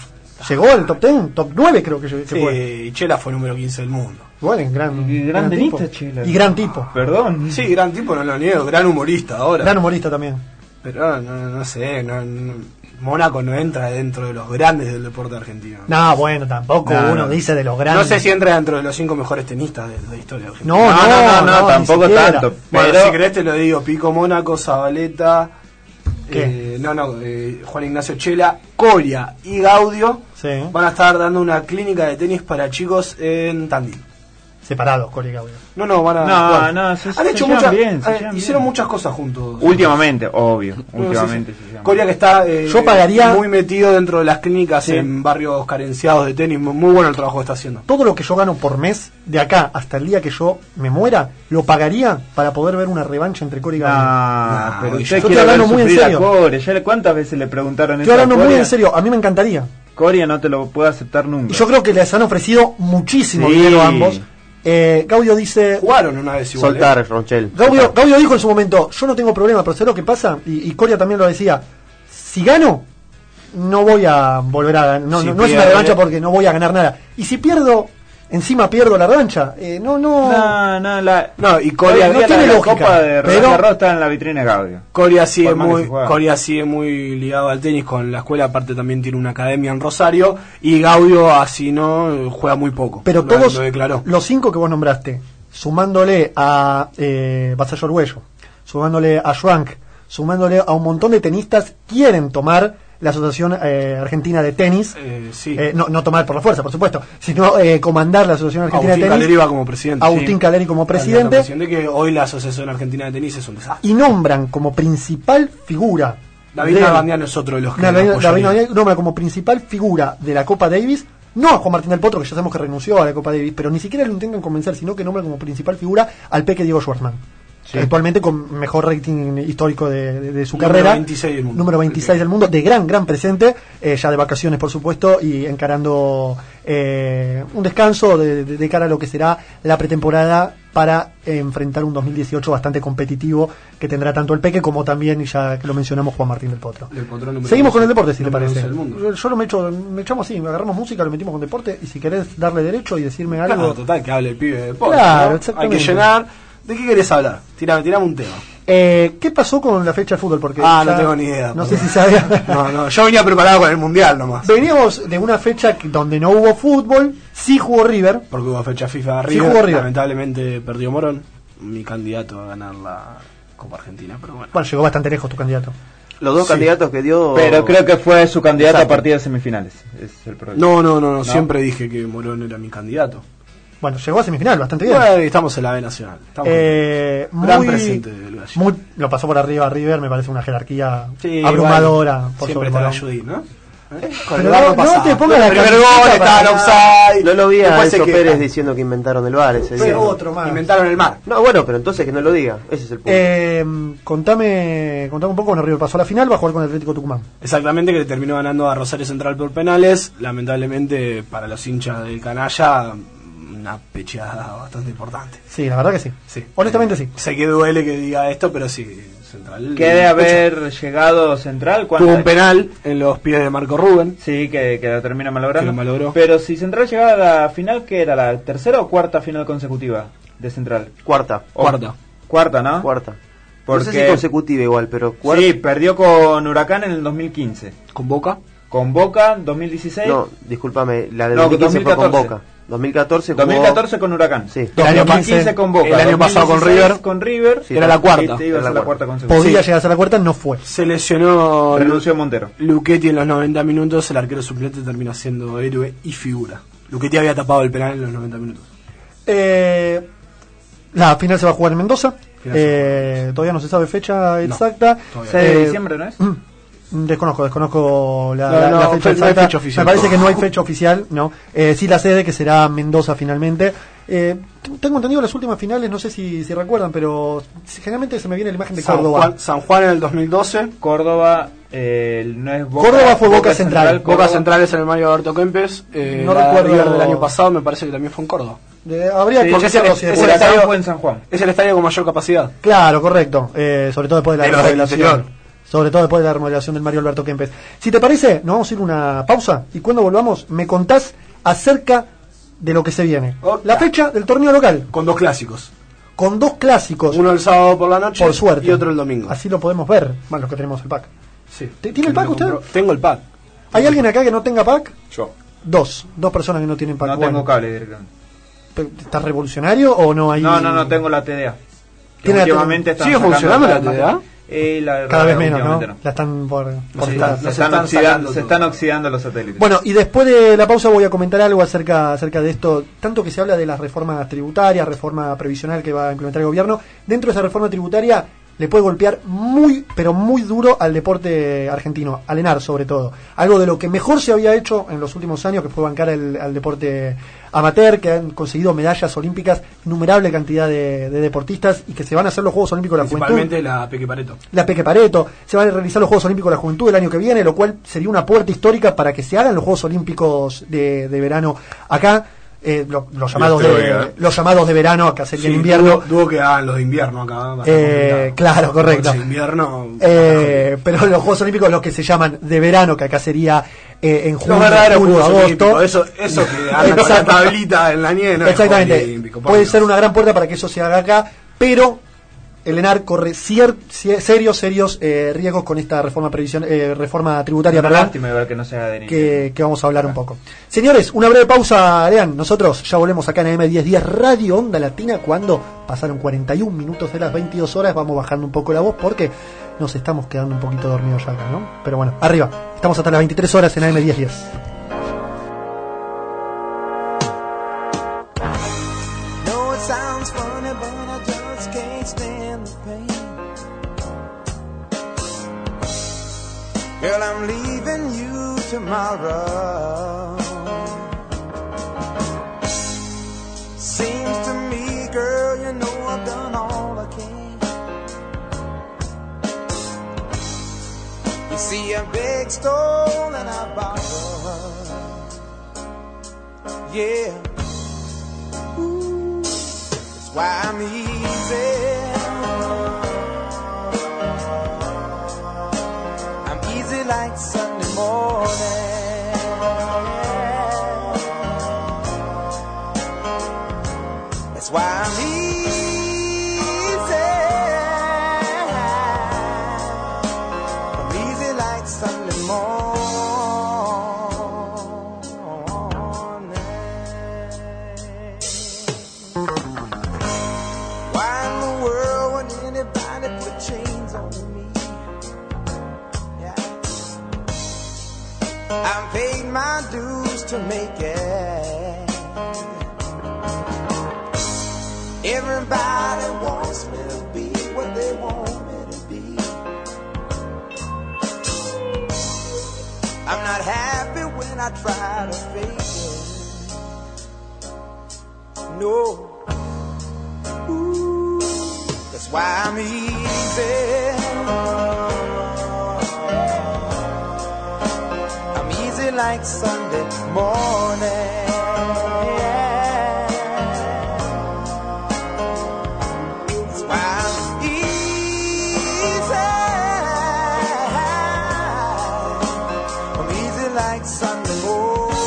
Speaker 3: ¿Llegó al top 10? ¿Top 9 creo que se se
Speaker 2: Sí,
Speaker 3: fue?
Speaker 2: y Chela fue número 15 del mundo.
Speaker 3: Bueno, en gran,
Speaker 2: Y
Speaker 3: gran tipo. Y gran tipo.
Speaker 6: Perdón.
Speaker 2: Sí, gran tipo, no lo niego. Gran humorista ahora.
Speaker 3: Gran humorista también.
Speaker 2: Pero ah, no, no sé, no, no- Mónaco no entra dentro de los grandes del deporte argentino.
Speaker 3: No, bueno, tampoco
Speaker 2: No,
Speaker 3: uno
Speaker 2: no.
Speaker 3: dice de los
Speaker 2: No
Speaker 3: grandes.
Speaker 2: sé si entra dentro de los cinco mejores tenistas de, de la historia argentina.
Speaker 3: No, No, no, no, no, no, tampoco ni siquiera. tanto,
Speaker 2: Bueno,
Speaker 3: pero-
Speaker 2: si querés te lo digo, Pico Mónaco, Zabaleta,
Speaker 3: ¿Qué?
Speaker 2: eh, no, no, eh, Juan Ignacio Chela, Coria y Gaudio
Speaker 3: Sí.
Speaker 2: van a estar dando una clínica de tenis para chicos en Tandil.
Speaker 3: Separados, Cori Gaudio.
Speaker 2: No, no, van a...
Speaker 6: No,
Speaker 2: jugar.
Speaker 6: no, se-
Speaker 2: Han
Speaker 6: se
Speaker 2: hecho
Speaker 6: llevan
Speaker 2: muchas...
Speaker 6: bien, se
Speaker 2: eh,
Speaker 6: llevan
Speaker 2: hicieron muchas cosas juntos.
Speaker 6: Últimamente, obvio.
Speaker 2: No,
Speaker 6: últimamente.
Speaker 2: sí, sí.
Speaker 6: se llama.
Speaker 2: Coria que está eh,
Speaker 3: Yo pagaría-
Speaker 2: muy metido dentro de las clínicas
Speaker 3: Sí.
Speaker 2: en barrios carenciados de tenis. Muy muy bueno el trabajo que está haciendo.
Speaker 3: Todo lo que yo gano por mes, de acá hasta el día que yo me muera, lo pagaría para poder ver una revancha entre Cori y Gaudio.
Speaker 6: Ah, pero
Speaker 3: yo
Speaker 6: usted
Speaker 3: estoy
Speaker 6: quiere ver
Speaker 3: hablando muy en
Speaker 6: sufrir a
Speaker 3: serio.
Speaker 6: Coria. Ya le- ¿Cuántas veces le preguntaron
Speaker 3: Estoy
Speaker 6: eso a
Speaker 3: hablando muy
Speaker 6: Coria?
Speaker 3: en serio, a mí me encantaría.
Speaker 6: Coria no te lo puede aceptar nunca.
Speaker 3: Y yo creo que les han ofrecido muchísimo
Speaker 6: Sí.
Speaker 3: dinero a ambos. Eh, Gaudio dice...
Speaker 2: Jugaron una vez igual. ¿eh?
Speaker 4: Soltar, Rochel.
Speaker 3: Gaudio, Gaudio dijo en su momento, yo no tengo problema, pero sé lo que pasa, y, y Coria también lo decía, si gano, no voy a volver a ganar, no,
Speaker 2: Si
Speaker 3: no- no es una
Speaker 2: pierde-
Speaker 3: revancha porque no voy a ganar nada. Y si pierdo, encima pierdo la revancha, eh, no, no,
Speaker 6: No, no, la...
Speaker 2: No, y Coria,
Speaker 6: Coria
Speaker 3: no
Speaker 6: no
Speaker 3: tiene
Speaker 6: la
Speaker 3: lógica,
Speaker 6: copa de
Speaker 3: pero-
Speaker 6: Roland Garros está en la vitrina de Gaudio.
Speaker 2: Coria sigue
Speaker 6: Por más que
Speaker 2: muy,
Speaker 6: se juegue.
Speaker 2: Coria sigue muy ligado al tenis con la escuela, aparte también tiene una academia en Rosario y Gaudio así no juega muy poco.
Speaker 3: pero
Speaker 2: Lo-
Speaker 3: todos
Speaker 2: lo declaró.
Speaker 3: los cinco que vos nombraste, sumándole a eh, Basallo Arguello, sumándole a Schwank, sumándole a un montón de tenistas, quieren tomar la Asociación eh, Argentina de Tenis.
Speaker 2: Eh, sí.
Speaker 3: Eh, no, no tomar por la fuerza, por supuesto, sino eh, comandar la Asociación Argentina
Speaker 2: Agustín
Speaker 3: de Tenis.
Speaker 2: Caleri va como presidente.
Speaker 3: Agustín
Speaker 2: sí.
Speaker 3: Caleri como
Speaker 2: Candidato a
Speaker 3: presidente.
Speaker 2: que hoy la Asociación Argentina de Tenis es un desastre.
Speaker 3: Y nombran como principal figura.
Speaker 2: David
Speaker 3: de-
Speaker 2: Nabandiano es otro de los que
Speaker 3: David-
Speaker 2: lo
Speaker 3: David
Speaker 2: apoyaría.
Speaker 3: Nabandiano nombra como principal figura de la Copa Davis. No a Juan Martín del Potro, que ya sabemos que renunció a la Copa Davis, pero ni siquiera lo intentan convencer, sino que nombra como principal figura al peque Diego Schwartzman. Actualmente con mejor rating histórico de, de- de su
Speaker 2: Número
Speaker 3: carrera.
Speaker 2: 26 del mundo.
Speaker 3: Número 26 del mundo, de gran, gran presente, eh, ya de vacaciones, por supuesto, y encarando eh, un descanso de, de- de cara a lo que será la pretemporada para enfrentar un 2018 bastante competitivo que tendrá tanto el Peque como también, y ya que lo mencionamos, Juan Martín del Potro.
Speaker 2: Del Potro número
Speaker 3: Seguimos con el
Speaker 2: 11,
Speaker 3: deporte, si le
Speaker 2: número 11
Speaker 3: parece.
Speaker 2: del mundo.
Speaker 3: Yo, yo lo me, echo, me echamos así, agarramos música, lo metimos con deporte, y si querés darle derecho y decirme algo.
Speaker 2: Claro, Ah, total, que hable el pibe de deporte.
Speaker 3: Claro,
Speaker 2: ¿no? Hay
Speaker 3: exactamente.
Speaker 2: que llenar. ¿De qué querés hablar? Tirame, tirame un tema.
Speaker 3: Eh, ¿Qué pasó con la fecha de fútbol? Porque
Speaker 2: Ah,
Speaker 3: ya-
Speaker 2: no tengo ni idea.
Speaker 3: No sé
Speaker 2: perdón.
Speaker 3: si sabía.
Speaker 2: No, no, yo venía preparado con el mundial nomás.
Speaker 3: Veníamos de una fecha que- donde no hubo fútbol, sí jugó River,
Speaker 2: Porque hubo fecha FIFA
Speaker 3: Sí,
Speaker 2: arriba.
Speaker 3: jugó River.
Speaker 2: Lamentablemente perdió Morón, mi candidato a ganar la Copa Argentina, pero bueno.
Speaker 3: Bueno, llegó bastante lejos tu candidato.
Speaker 4: Los dos
Speaker 2: Sí.
Speaker 4: candidatos que
Speaker 3: Oh.
Speaker 4: dio.
Speaker 6: Pero creo que fue su candidato
Speaker 4: Exacto.
Speaker 6: a partir de semifinales. Ese es el problema.
Speaker 2: No, no, no, no, siempre dije que Morón era mi candidato.
Speaker 3: Bueno, llegó a semifinal, bastante bien.
Speaker 2: Bueno, y estamos en la B Nacional. estamos
Speaker 3: Eh,
Speaker 2: contentos. gran
Speaker 3: muy-
Speaker 2: presente del Valle.
Speaker 3: muy- lo pasó por arriba a River, me parece una jerarquía
Speaker 2: Sí,
Speaker 3: abrumadora.
Speaker 2: igual,
Speaker 3: por
Speaker 2: siempre
Speaker 3: sobre
Speaker 2: está la
Speaker 3: Morón.
Speaker 2: Judí, ¿no? ¿Eh?
Speaker 3: Pero no- no te pongas la
Speaker 2: el primer
Speaker 3: camiseta
Speaker 2: gol
Speaker 3: para
Speaker 2: estaba en
Speaker 3: nada.
Speaker 2: offside.
Speaker 4: No lo vi a
Speaker 2: Después se
Speaker 4: Enzo
Speaker 2: queja.
Speaker 4: Pérez diciendo que inventaron el bar ese día.
Speaker 3: Pero otro más.
Speaker 2: Inventaron el mar.
Speaker 4: No, bueno, pero entonces que no lo diga. Ese es el punto.
Speaker 3: Eh, contame, contame un poco, bueno, River pasó a la final, va a jugar con el Atlético Tucumán.
Speaker 2: Exactamente, que le terminó ganando a Rosario Central por penales. Lamentablemente, para los hinchas del canalla, una pecheada bastante importante.
Speaker 3: Sí, la verdad que sí.
Speaker 2: Sí.
Speaker 3: Honestamente sí.
Speaker 2: Sé que duele que diga esto, pero sí, Central.
Speaker 6: Que de haber llegado central. ¿cuántas-
Speaker 2: Tuvo un penal en los pies de Marco Rubén.
Speaker 6: Sí, que, que la termina malogrando.
Speaker 2: Que lo malogró.
Speaker 6: Pero si Central llegaba a la final, ¿qué era? ¿La tercera o cuarta final consecutiva de Central?
Speaker 4: Cuarta.
Speaker 6: O-
Speaker 2: Cuarta.
Speaker 6: Cuarta, ¿no? Cuarta. Porque...
Speaker 4: No sé si consecutiva igual, pero cuarta.
Speaker 6: Sí, perdió con Huracán en el 2015. ¿Con Boca? Con Boca, 2016.
Speaker 4: No, discúlpame, la del
Speaker 6: No,
Speaker 4: 2015 fue con
Speaker 6: 2014.
Speaker 4: Boca. 2014 jugó-
Speaker 6: 2014 con Huracán.
Speaker 4: Sí.
Speaker 6: El año 2015 con Boca.
Speaker 9: El año pasado con
Speaker 6: 2016
Speaker 9: River.
Speaker 6: Con River.
Speaker 9: Era la cuarta.
Speaker 6: Sí, iba a ser la cuarta consecutiva.
Speaker 3: Podía llegar a la cuarta, no fue.
Speaker 9: Se lesionó.
Speaker 6: Renunció Montero.
Speaker 9: Luquetti en los 90 minutos, el arquero suplente terminó siendo héroe y figura. Luquetti había tapado el penal en los 90 minutos.
Speaker 3: Eh, la final se va a jugar en Mendoza.
Speaker 9: Final se
Speaker 3: Eh, todavía no se sabe fecha exacta.
Speaker 6: todavía no. 6 de
Speaker 3: Eh,
Speaker 6: diciembre, ¿no es?
Speaker 3: mm, Desconozco, desconozco la,
Speaker 6: No,
Speaker 3: la-
Speaker 6: no,
Speaker 3: la fecha
Speaker 6: fe- no hay
Speaker 3: exacta.
Speaker 6: fecha oficial.
Speaker 3: Me parece que no hay fecha oficial, ¿no? Eh, sí la sede, que será Mendoza finalmente. Eh, t- tengo entendido las últimas finales, no sé si, si recuerdan, pero generalmente se me viene la imagen de
Speaker 6: San
Speaker 3: Córdoba.
Speaker 6: Juan-
Speaker 9: San Juan en el 2012.
Speaker 6: Córdoba, eh, no es Boca.
Speaker 3: Córdoba fue Boca Central.
Speaker 9: Boca
Speaker 6: Córdoba.
Speaker 9: Central es en el Mario Alberto Kempes. eh,
Speaker 3: No
Speaker 9: la
Speaker 3: recuerdo-
Speaker 9: River del año pasado me parece que también fue en Córdoba.
Speaker 3: Eh, habría que
Speaker 9: Porque es, el-
Speaker 3: chequearlo, si
Speaker 9: es el
Speaker 3: recuerdo.
Speaker 9: estadio,
Speaker 6: fue en San Juan.
Speaker 9: Es el estadio con mayor capacidad.
Speaker 3: Claro, correcto. Eh, sobre todo después de la
Speaker 9: De los del interior.
Speaker 3: remodelación. Sobre todo después de la remodelación del Mario Alberto Kempes. Si te parece, nos vamos a ir una pausa y cuando volvamos me contás acerca de lo que se viene. La fecha del torneo local.
Speaker 9: Con dos clásicos.
Speaker 3: Con dos clásicos.
Speaker 9: Uno el sábado por la noche
Speaker 3: Por suerte.
Speaker 9: y otro el domingo.
Speaker 3: Así lo podemos ver, más los que tenemos el pack. ¿Te- ¿Tiene el pack usted?
Speaker 9: Tengo el pack.
Speaker 3: ¿Hay alguien acá que no tenga pack?
Speaker 7: Yo.
Speaker 3: Dos. Dos personas que no tienen pack.
Speaker 6: No
Speaker 3: Bueno,
Speaker 6: tengo cable directamente.
Speaker 3: pero, ¿Estás revolucionario o no hay.?
Speaker 6: No, no, no, tengo la TDA. Que
Speaker 3: ¿Tiene la
Speaker 6: últimamente
Speaker 3: TDA?
Speaker 6: están
Speaker 3: ¿Sigue
Speaker 6: sacando
Speaker 3: funcionando la TDA?
Speaker 6: más- Eh, la
Speaker 3: Cada
Speaker 6: verdad,
Speaker 3: vez menos, ¿no?
Speaker 6: últimamente
Speaker 3: La están por. por
Speaker 6: Se,
Speaker 3: quitar.
Speaker 6: están, oxidando, se están oxidando los satélites.
Speaker 3: Bueno, y después de la pausa voy a comentar algo acerca, acerca de esto, tanto que se habla de las reformas tributarias, reforma previsional que va a implementar el gobierno, dentro de esa reforma tributaria le puede golpear muy, pero muy duro al deporte argentino, al ENAR sobre todo. Algo de lo que mejor se había hecho en los últimos años, que fue bancar el- al deporte amateur, que han conseguido medallas olímpicas, innumerable cantidad de, de deportistas, y que se van a hacer los Juegos Olímpicos de la Juventud
Speaker 9: Principalmente la Peque Pareto.
Speaker 3: la Peque Pareto, se van a realizar los Juegos Olímpicos de la Juventud el año que viene, lo cual sería una puerta histórica para que se hagan los Juegos Olímpicos de, de verano acá, eh, lo- los, llamados
Speaker 9: Dios te
Speaker 3: de,
Speaker 9: oiga.
Speaker 3: los llamados de verano, acá sería el invierno.
Speaker 9: Tuvo, tuvo que hagan los de invierno acá. va a ser
Speaker 3: Eh,
Speaker 9: complicado.
Speaker 3: claro, correcto.
Speaker 9: Porque invierno.
Speaker 3: Eh, pero los Juegos Olímpicos, los que se llaman de verano, que acá sería eh, en junio,
Speaker 9: Los verdaderos
Speaker 3: julio,
Speaker 9: Juegos
Speaker 3: agosto.
Speaker 9: Olímpicos, eso, eso que andan con la
Speaker 3: Exacto.
Speaker 9: tablita en la nieve. No es
Speaker 3: Exactamente.
Speaker 9: Juegos Olímpicos, por
Speaker 3: Puede
Speaker 9: Dios.
Speaker 3: ser una gran puerta para que eso se haga acá, pero el ENAR corre cier- cier- serios, serios eh, riesgos con esta reforma previsión, eh, reforma tributaria,
Speaker 6: Una
Speaker 3: perdón,
Speaker 6: lástima igual que no sea de niño.
Speaker 3: que, que vamos a hablar un poco. Señores, una breve pausa, lean. Nosotros ya volvemos acá en M1010 Radio Onda Latina cuando pasaron 41 minutos de las 22 horas. Vamos bajando un poco la voz porque nos estamos quedando un poquito dormidos ya acá, ¿no? Pero bueno, arriba. Estamos hasta las 23 horas en AM1010.
Speaker 2: No, it sounds funny, but I just can't stand the pain. Girl, I'm leaving you tomorrow. Seems to me, girl, you know I've done all I can. You see, I beg, stole, and I borrowed. Yeah. That's why I'm easy. I'm easy like Sunday morning. That's why I'm easy. I'm easy like Sunday morning. Why in the world would anybody put chains on me? Yeah. I've paid my dues to make it. Everybody wants me to be what they want me to be. I'm not happy when I try to fake it. No. That's why I'm easy. I'm easy like Sunday morning. That's why I'm easy. I'm easy like Sunday morning.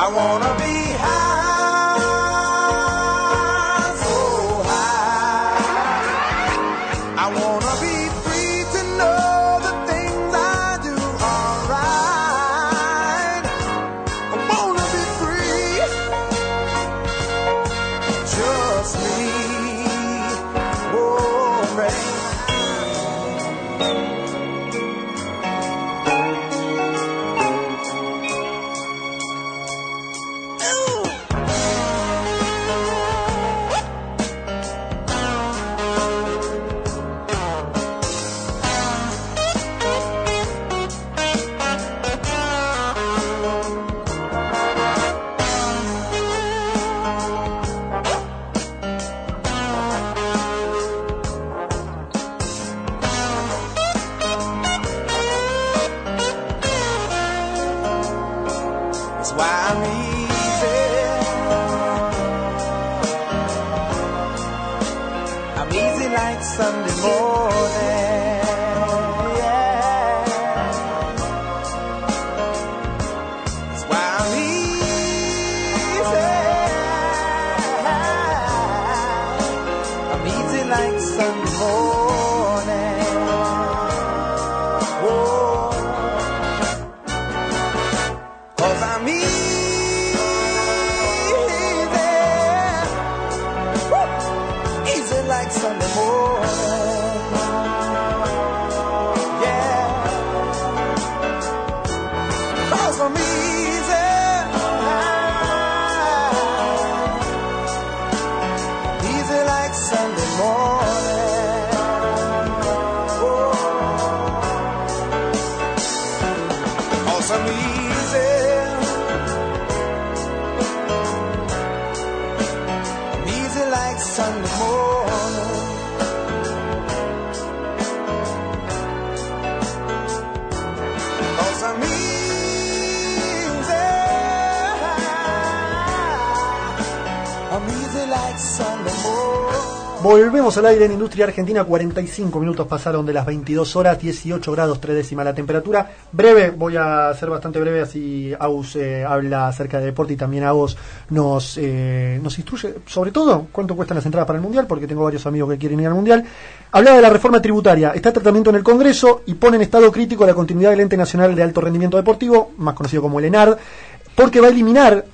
Speaker 2: I wanna be high, so high. I wanna be free to know the things I do are right. I wanna be free, just me. Oh, baby. That's why I'm easy. I'm easy like Sunday morning. Yeah. That's why I'm easy. I'm easy like Sunday morning. Whoa. Cause I'm easy. Woo! Easy like Sunday morning. Yeah. Cause I'm easy. Easy like Sunday morning. Whoa. Cause I'm easy. I'm easy like Sunday morning. Cause I'm easy. I'm easy like Sunday morning.
Speaker 3: Volvemos al aire en Industria Argentina, 45 minutos pasaron de las 22 horas, 18 grados, 3 décimas la temperatura. Breve, voy a ser bastante breve, así Agus eh, habla acerca de deporte y también Agus nos, eh, nos instruye, sobre todo, cuánto cuestan las entradas para el Mundial, porque tengo varios amigos que quieren ir al Mundial. Hablaba de la reforma tributaria, está tratamiento en el Congreso y pone en estado crítico la continuidad del Ente Nacional de Alto Rendimiento Deportivo, más conocido como el ENARD, porque va a eliminar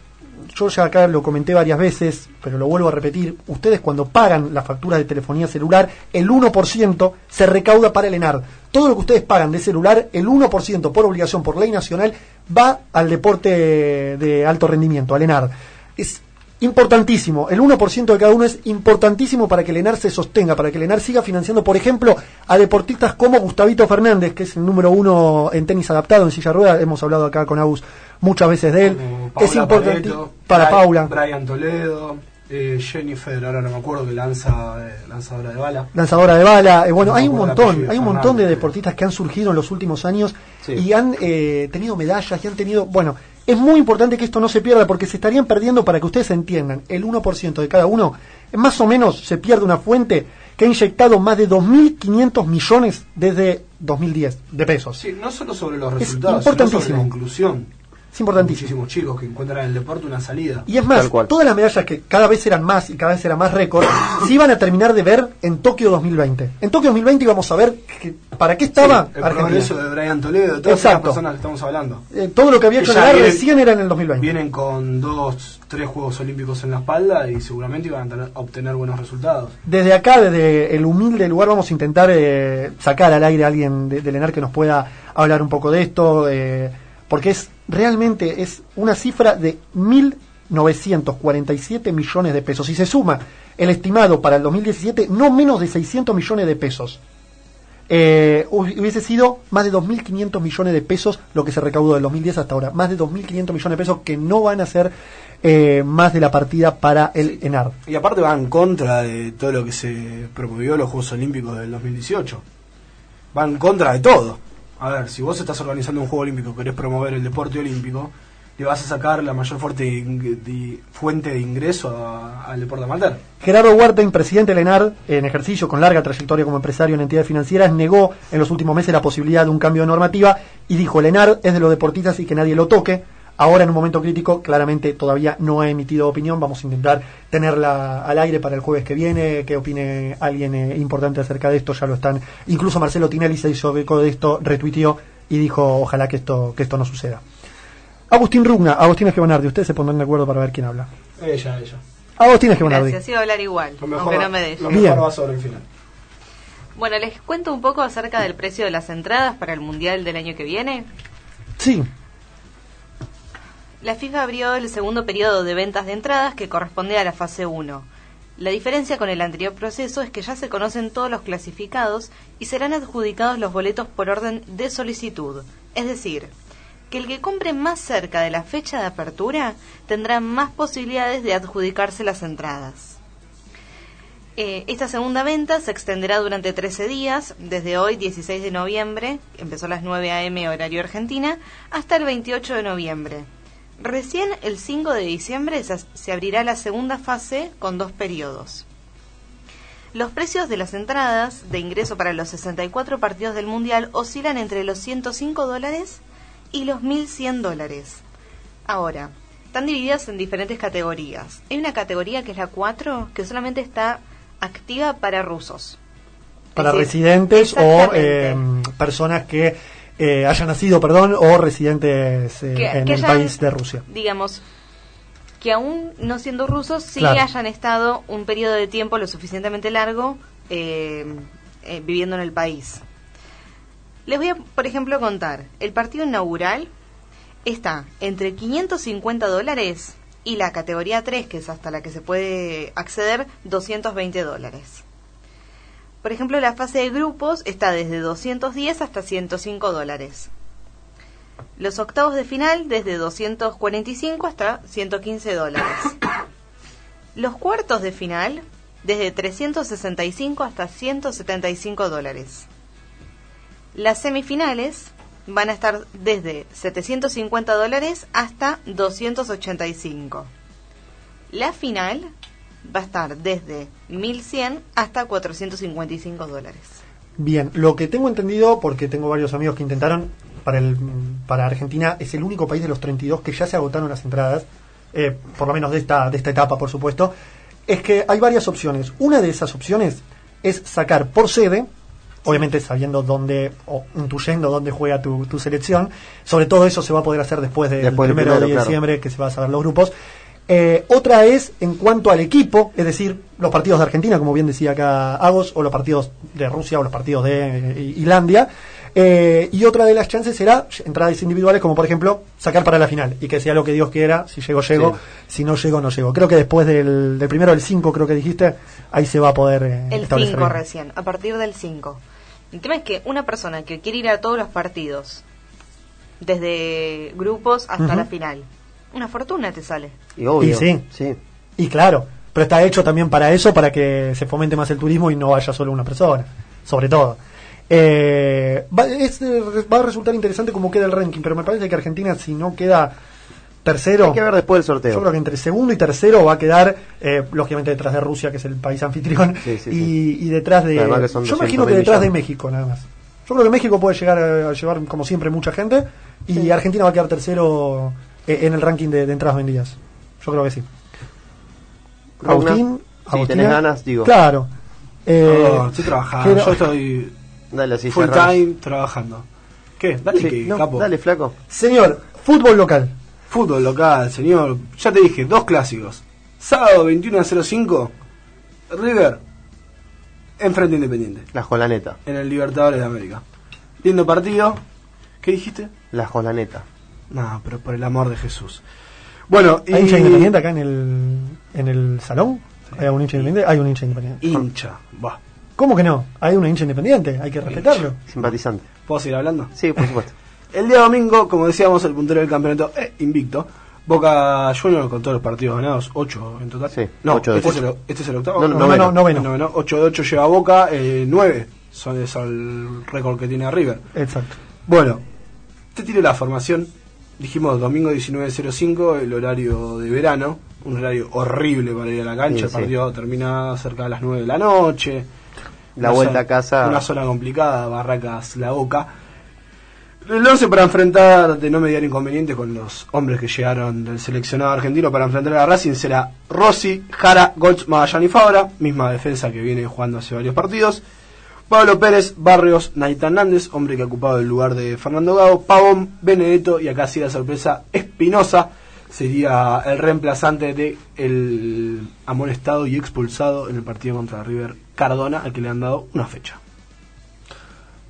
Speaker 3: yo ya acá lo comenté varias veces, pero lo vuelvo a repetir, ustedes cuando pagan las facturas de telefonía celular, el 1% se recauda para el ENAR. Todo lo que ustedes pagan de celular, el 1% por obligación, por ley nacional, va al deporte de alto rendimiento, al ENAR. Es importantísimo, el 1% de cada uno es importantísimo para que el ENAR se sostenga, para que el ENAR siga financiando, por ejemplo, a deportistas como Gustavito Fernández, que es el número uno en tenis adaptado, en silla de ruedas, hemos hablado acá con Agus muchas veces de él.
Speaker 6: Paola
Speaker 3: es importante
Speaker 6: Pareto,
Speaker 3: para
Speaker 6: Bri-
Speaker 3: Paula.
Speaker 6: Brian Toledo, eh, Jennifer, ahora no me acuerdo que lanza eh, lanzadora de bala.
Speaker 3: lanzadora de bala. eh, bueno,
Speaker 6: No
Speaker 3: hay
Speaker 6: me
Speaker 3: un
Speaker 6: acuerdo el
Speaker 3: montón,
Speaker 6: apellido,
Speaker 3: hay un montón de
Speaker 6: Fernández.
Speaker 3: deportistas que han surgido en los últimos años
Speaker 6: Sí.
Speaker 3: y han eh, tenido medallas y han tenido. Bueno, es muy importante que esto no se pierda porque se estarían perdiendo, para que ustedes entiendan, el 1% de cada uno, más o menos se pierde una fuente que ha inyectado más de 2.500 millones desde 2010 de pesos.
Speaker 6: Sí, no solo sobre los
Speaker 3: Es
Speaker 6: resultados, sino sobre
Speaker 3: importantísimo.
Speaker 6: la inclusión.
Speaker 3: Es importantísimo.
Speaker 6: Muchísimos chicos que encuentran en el deporte una salida.
Speaker 3: Y es más, todas las medallas que cada vez eran más y cada vez eran más récord, se iban a terminar de ver en Tokio 2020. En Tokio 2020 íbamos a ver que- para qué estaba
Speaker 6: el
Speaker 3: Argentina.
Speaker 6: progreso de Brian Toledo, de todas esas
Speaker 3: Exacto.
Speaker 6: personas que estamos hablando.
Speaker 3: Eh, todo lo que había
Speaker 6: Que
Speaker 3: hecho
Speaker 6: ya
Speaker 3: Neymar
Speaker 6: vienen-
Speaker 3: recién era en el 2020.
Speaker 6: Vienen con dos, tres Juegos Olímpicos en la espalda y seguramente iban a tener- a obtener buenos resultados.
Speaker 3: Desde acá, desde el humilde lugar, vamos a intentar eh, sacar al aire a alguien de- del ENAR que nos pueda hablar un poco de esto, eh, porque es realmente es una cifra de 1.947 millones de pesos. Y se suma el estimado para el 2017, no menos de 600 millones de pesos. Eh, hu- hubiese sido más de 2.500 millones de pesos lo que se recaudó del 2010 hasta ahora. Más de 2.500 millones de pesos que no van a ser eh, más de la partida para el ENAR.
Speaker 6: Y aparte va en contra de todo lo que se promovió en los Juegos Olímpicos del 2018. Va en contra de todo. A ver, si vos estás organizando un Juego Olímpico, querés promover el deporte olímpico, le vas a sacar la mayor fuerte de ing- de- fuente de ingreso a- al deporte amateur.
Speaker 3: Gerardo Huertain, presidente del ENAR, en ejercicio con larga trayectoria como empresario en entidades financieras, negó en los últimos meses la posibilidad de un cambio de normativa y dijo, el ENAR es de los deportistas y que nadie lo toque. Ahora en un momento crítico, claramente todavía no ha emitido opinión. Vamos a intentar tenerla al aire para el jueves que viene, que opine alguien eh, importante acerca de esto. Ya lo están. Incluso Marcelo Tinelli se hizo eco de esto, retuiteó y dijo ojalá que esto, que esto no suceda. Agustín Rugna, Agustín Esquebanardi, ustedes se pondrán de acuerdo para ver quién habla.
Speaker 11: Ella, ella.
Speaker 3: Agustín Esquebanardi.
Speaker 5: Gracias, iba a hablar igual, aunque
Speaker 11: Mejor-
Speaker 5: no me deje.
Speaker 11: Lo
Speaker 3: Bien.
Speaker 11: mejor va sobre el final.
Speaker 5: Bueno, les cuento un poco acerca del precio de las entradas para el Mundial del año que viene.
Speaker 3: Sí,
Speaker 5: La FIFA abrió el segundo periodo de ventas de entradas que corresponde a la fase 1. La diferencia con el anterior proceso es que ya se conocen todos los clasificados y serán adjudicados los boletos por orden de solicitud. Es decir, que el que compre más cerca de la fecha de apertura tendrá más posibilidades de adjudicarse las entradas. Eh, esta segunda venta se extenderá durante 13 días, desde hoy 16 de noviembre, empezó a las 9 a.m. horario Argentina, hasta el 28 de noviembre. Recién el 5 de diciembre se se abrirá la segunda fase con dos periodos. Los precios de las entradas de ingreso para los 64 partidos del Mundial oscilan entre los 105 dólares y los 1.100 dólares. Ahora, están divididas en diferentes categorías. Hay una categoría que es la 4, que solamente está activa para rusos.
Speaker 3: para
Speaker 5: Sí,
Speaker 3: residentes o
Speaker 5: exactamente.
Speaker 3: eh, personas que eh, hayan nacido, perdón, o residentes eh,
Speaker 5: Que-
Speaker 3: en
Speaker 5: que
Speaker 3: el
Speaker 5: hayan-
Speaker 3: país de Rusia.
Speaker 5: digamos, que aún no siendo rusos, sí
Speaker 3: Claro.
Speaker 5: hayan estado un periodo de tiempo lo suficientemente largo eh, eh, viviendo en el país. Les voy a, por ejemplo, contar, el partido inaugural está entre 550 dólares y la categoría 3, que es hasta la que se puede acceder, 220 dólares. Por ejemplo, la fase de grupos está desde 210 hasta 105 dólares. Los octavos de final desde 245 hasta 115 dólares. Los cuartos de final desde 365 hasta 175 dólares. Las semifinales van a estar desde 750 dólares hasta 285. La final va a estar desde 1100 hasta 455 dólares.
Speaker 3: Bien, lo que tengo entendido, porque tengo varios amigos que intentaron, para, el, para Argentina es el único país de los 32 que ya se agotaron las entradas, eh, por lo menos de esta, de esta etapa, por supuesto, es que hay varias opciones. Una de esas opciones es sacar por sede, obviamente sabiendo dónde, o intuyendo dónde juega tu, tu selección, sobre todo eso se va a poder hacer después del
Speaker 4: Después del
Speaker 3: primero, de
Speaker 4: primero, claro.
Speaker 3: diciembre, que se va a saber los grupos. Eh, otra es en cuanto al equipo, es decir, los partidos de Argentina, como bien decía acá Agos, o los partidos de Rusia o los partidos de eh, Islandia. Eh, y otra de las chances será entradas individuales, como por ejemplo sacar para la final y que sea lo que Dios quiera, si llego, llego, si no llego, no llego. Creo que después del, del primero, el 5, creo que dijiste, ahí se va a poder eh,
Speaker 5: El
Speaker 3: establecer
Speaker 5: 5
Speaker 3: bien.
Speaker 5: recién, a partir del 5. El tema es que una persona que quiere ir a todos los partidos, desde grupos hasta
Speaker 3: Ujú.
Speaker 5: la final, una fortuna te sale.
Speaker 4: Y obvio.
Speaker 3: Y sí.
Speaker 4: sí.
Speaker 3: Y claro, pero está hecho también para eso, para que se fomente más el turismo y no vaya solo una persona, sobre todo. Eh, va, es, eh, va a resultar interesante cómo queda el ranking, pero me parece que Argentina, si no queda tercero.
Speaker 4: Hay que ver después del sorteo.
Speaker 3: Yo creo que entre segundo y tercero va a quedar, eh, lógicamente, detrás de Rusia, que es el país anfitrión,
Speaker 4: Sí, sí,
Speaker 3: y, y detrás de.
Speaker 4: Además que son
Speaker 3: yo
Speaker 4: 200
Speaker 3: imagino que
Speaker 4: mil
Speaker 3: detrás de
Speaker 4: millones.
Speaker 3: México, nada más. Yo creo que México puede llegar a, a llevar, como siempre, mucha gente, y Argentina va a quedar tercero eh, en el ranking de, de entradas vendidas. Yo creo que sí.
Speaker 4: Ragnar,
Speaker 3: Agustín,
Speaker 4: si
Speaker 3: Agustín.
Speaker 4: tenés ganas, digo.
Speaker 3: Claro. Eh,
Speaker 11: Perdón, estoy trabajando.
Speaker 3: quiero-
Speaker 11: Yo estoy
Speaker 4: Dale, así
Speaker 11: full
Speaker 4: cerramos.
Speaker 11: time trabajando. ¿Qué? Dale
Speaker 4: Sí,
Speaker 11: que
Speaker 4: no,
Speaker 11: capo.
Speaker 4: Dale, flaco.
Speaker 3: Señor, fútbol local.
Speaker 11: Fútbol local, señor. Ya te dije, dos clásicos. Sábado 21 a 05, River, enfrente a Independiente,
Speaker 4: La Jolaneta.
Speaker 11: en el Libertadores de América. Lindo partido. ¿Qué dijiste?
Speaker 4: La Jolaneta.
Speaker 11: No, pero por el amor de Jesús. Bueno,
Speaker 3: ¿Hay hincha
Speaker 11: y-
Speaker 3: independiente acá en el, en el salón? ¿Hay un hincha independiente? Hay un hincha independiente.
Speaker 11: Hincha, va.
Speaker 3: ¿Cómo que no? Hay un hincha independiente, hay que respetarlo.
Speaker 4: Simpatizante.
Speaker 11: ¿Puedo seguir hablando?
Speaker 4: Sí, por supuesto.
Speaker 11: El día domingo, como decíamos, el puntero del campeonato eh, invicto. Boca Junior con todos los partidos ganados, 8 en total. no,
Speaker 4: ocho de
Speaker 11: este,
Speaker 4: ocho.
Speaker 11: Es el, este es el octavo.
Speaker 4: No, no, No, noveno. no, noveno.
Speaker 11: 8 de 8 lleva Boca, 9 son, es el récord que tiene River.
Speaker 3: Exacto.
Speaker 11: Bueno, te tiré la formación. Dijimos domingo 19.05, el horario de verano. Un horario horrible para ir a la cancha.
Speaker 4: Sí,
Speaker 11: el
Speaker 4: sí.
Speaker 11: partido termina cerca de las 9 de la noche.
Speaker 4: La
Speaker 11: Una
Speaker 4: vuelta
Speaker 11: zona-
Speaker 4: a casa.
Speaker 11: Una zona complicada, Barracas, La Boca.
Speaker 3: El 11 para enfrentar, de no mediar inconveniente, con los hombres que llegaron del seleccionado argentino para enfrentar a Racing será Rossi, Jara, Golds, Magallanes y Fabra, misma defensa que viene jugando hace varios partidos. Pablo Pérez, Barrios, Naita Hernández, hombre que ha ocupado el lugar de Fernando Gago, Pavón, Benedetto y acá sí la sorpresa, Espinosa sería el reemplazante de el amonestado y expulsado en el partido contra River Cardona, al que le han dado una fecha.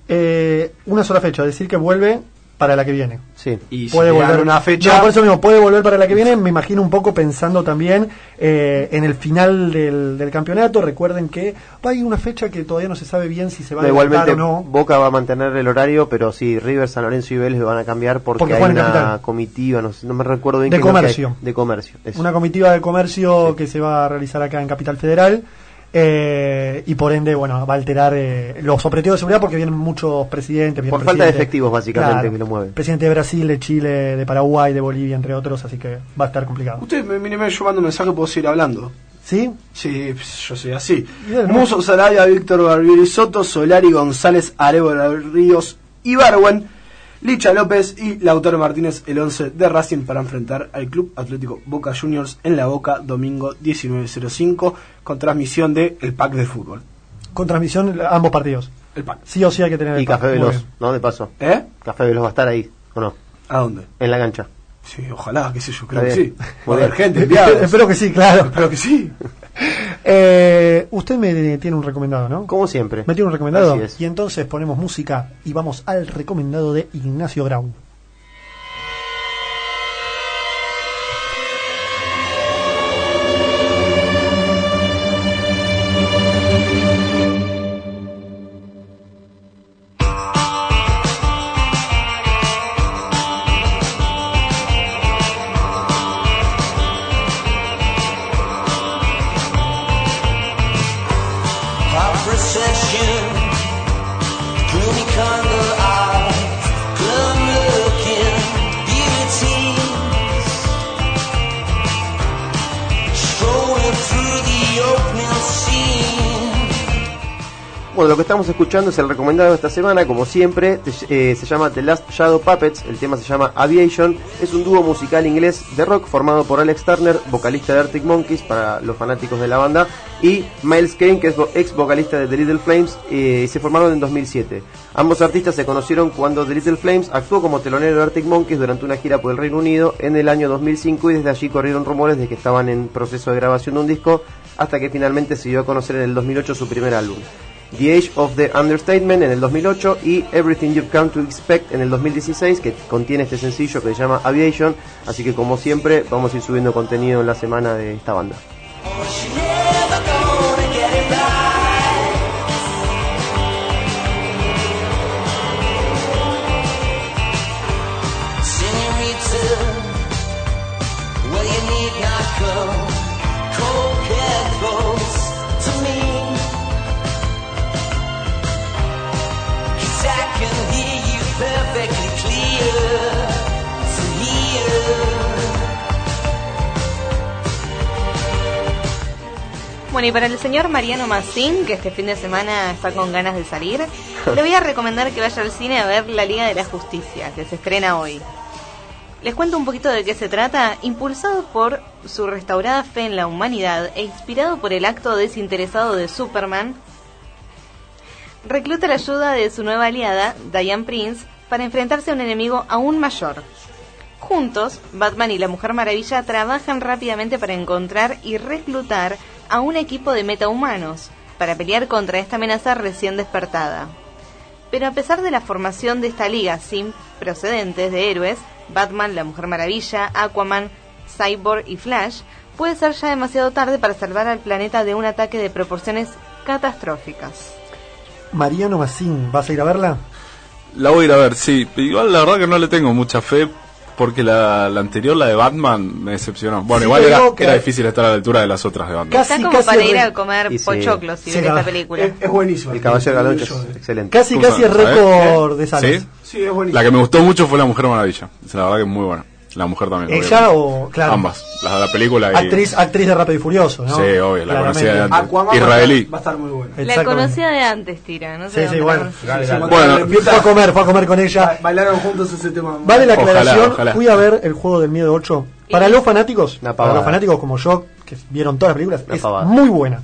Speaker 9: Eh, una sola fecha, decir que vuelve para la que viene.
Speaker 4: Sí.
Speaker 3: Y si
Speaker 9: puede
Speaker 3: le dan
Speaker 9: volver
Speaker 3: una fecha.
Speaker 9: No, por eso mismo, puede volver para la que viene. Me imagino un poco pensando también eh, en el final del, del campeonato. Recuerden que hay una fecha que todavía no se sabe bien si se va a
Speaker 4: No,
Speaker 9: levantar
Speaker 4: igualmente
Speaker 9: o no.
Speaker 4: Boca va a mantener el horario, pero sí, River, San Lorenzo y Vélez lo van a cambiar porque,
Speaker 9: Porque
Speaker 4: hay
Speaker 9: juegan en
Speaker 4: una
Speaker 9: Capital.
Speaker 4: comitiva, no, sé, no me recuerdo bien.
Speaker 9: De
Speaker 4: qué es lo que hay.
Speaker 9: comercio.
Speaker 4: de comercio. eso.
Speaker 9: Una comitiva de comercio que se va a realizar acá en Capital Federal. eh, y por ende, bueno, va a alterar eh, los operativos de seguridad porque vienen muchos presidentes. viene
Speaker 4: Por
Speaker 9: el
Speaker 4: falta de
Speaker 9: presidente-
Speaker 4: efectivos, básicamente,
Speaker 9: Claro,
Speaker 4: que lo mueven.
Speaker 9: Presidente de Brasil, de Chile, de Paraguay, de Bolivia, entre otros, así que va a estar complicado.
Speaker 3: Usted me, mire, me yo mando un mensaje, puedo seguir hablando.
Speaker 9: ¿Sí?
Speaker 3: Sí, pues, yo soy así.
Speaker 9: Bien, ¿no?
Speaker 3: Muso, Sarabia, Víctor Barbieri, Soto, Solari, González, Arevora, Ríos, Ibarwen, Licha López y Lautaro Martínez, el 11 de Racing para enfrentar al Club Atlético Boca Juniors en La Boca, domingo 19.05, con transmisión de El Pack de Fútbol.
Speaker 9: Con transmisión eh, ambos partidos.
Speaker 3: El pack.
Speaker 9: Sí o sí hay que tener el
Speaker 4: Y
Speaker 9: pack.
Speaker 4: Café
Speaker 9: Muy
Speaker 4: Veloz,
Speaker 9: bien.
Speaker 4: ¿no? De paso.
Speaker 3: ¿Eh?
Speaker 4: Café Veloz va a estar ahí, ¿o no?
Speaker 3: ¿A dónde?
Speaker 4: En la cancha.
Speaker 3: Sí, ojalá, qué sé yo, creo
Speaker 4: Está
Speaker 3: que sí.
Speaker 4: bien.
Speaker 3: Va a
Speaker 4: Muy
Speaker 3: haber
Speaker 4: bien.
Speaker 3: gente, enviados.
Speaker 9: Espero que sí, claro.
Speaker 3: Espero que sí.
Speaker 9: Eh, usted me tiene un recomendado, ¿no?
Speaker 4: Como siempre.
Speaker 9: Me tiene un recomendado.
Speaker 4: Así es.
Speaker 9: Y entonces ponemos música y vamos al recomendado de Ignacio Grau.
Speaker 2: A procession, gloomy condo eyes, glum looking beauties, strolling through the opening scene.
Speaker 4: Bueno, lo que estamos escuchando es el recomendado de esta semana, como siempre, te- eh, se llama The Last Shadow Puppets, el tema se llama Aviation, es un dúo musical inglés de rock formado por Alex Turner, vocalista de Arctic Monkeys para los fanáticos de la banda, y Miles Kane, que es vo- ex vocalista de The Little Flames, eh, y se formaron en 2007. Ambos artistas se conocieron cuando The Little Flames actuó como telonero de Arctic Monkeys durante una gira por el Reino Unido en el año 2005 y desde allí corrieron rumores de que estaban en proceso de grabación de un disco hasta que finalmente se dio a conocer en el 2008 su primer álbum. The Age of the Understatement en el 2008 y Everything You've Come to Expect en el 2016 que contiene este sencillo que se llama Aviation, así que como siempre vamos a ir subiendo contenido en la semana de esta banda.
Speaker 2: Senorita, well you need not come cold care close to me. Cause I can hear you perfectly clear from here.
Speaker 5: Bueno, y para el señor Mariano Massín, que este fin de semana está con ganas de salir, le voy a recomendar que vaya al cine a ver La Liga de la Justicia, que se estrena hoy. Les cuento un poquito de qué se trata. Impulsado por su restaurada fe en la humanidad e inspirado por el acto desinteresado de Superman, recluta la ayuda de su nueva aliada, Diane Prince, para enfrentarse a un enemigo aún mayor. Juntos, Batman y la Mujer Maravilla trabajan rápidamente para encontrar y reclutar a un equipo de metahumanos para pelear contra esta amenaza recién despertada. Pero a pesar de la formación de esta liga sin procedentes de héroes, Batman, la Mujer Maravilla, Aquaman, Cyborg y Flash, puede ser ya demasiado tarde para salvar al planeta de un ataque de proporciones catastróficas.
Speaker 9: Mariano Massín, ¿vas a ir a verla?
Speaker 7: La voy a ir a ver, sí. Igual la verdad que no le tengo mucha fe porque la, la anterior, la de Batman, me decepcionó. Bueno,
Speaker 9: Sí,
Speaker 7: igual
Speaker 9: pero
Speaker 7: era,
Speaker 9: no, que-
Speaker 7: era difícil estar a la altura de las otras de Batman.
Speaker 5: Está como para ir a comer pochoclos y ver esta película.
Speaker 9: eh,
Speaker 4: El Caballero de la Noche es excelente.
Speaker 9: Casi, casi
Speaker 7: ¿Sabes?
Speaker 9: récord de salas.
Speaker 7: ¿Sí? La que me gustó mucho fue La Mujer Maravilla. Es La verdad que es muy buena. La mujer también.
Speaker 9: ¿Ella
Speaker 7: obviamente.
Speaker 9: o- claro.
Speaker 7: Ambas. La, la película y.
Speaker 9: Actriz, actriz de Rápido y Furioso, ¿no?
Speaker 7: Sí, obvio, la
Speaker 9: Claramente.
Speaker 7: conocía de antes.
Speaker 9: Aquaman
Speaker 7: Israelí.
Speaker 2: Va a estar muy bueno.
Speaker 9: Exactamente.
Speaker 5: conocía de antes, Tira. No sé
Speaker 9: Sí,
Speaker 5: dónde
Speaker 9: sí,
Speaker 5: la
Speaker 9: bueno.
Speaker 5: conocí.
Speaker 2: Gal, Gal.
Speaker 9: Bueno, fue a comer, fue a comer con ella.
Speaker 2: Bailaron juntos ese tema. Oh.
Speaker 9: Vale la aclaración,
Speaker 2: ojalá.
Speaker 9: fui a ver el juego del miedo 8. Para los fanáticos, para
Speaker 4: pavada.
Speaker 9: los fanáticos como yo, que vieron todas las películas,
Speaker 4: Una
Speaker 9: es
Speaker 4: pavada.
Speaker 9: muy buena.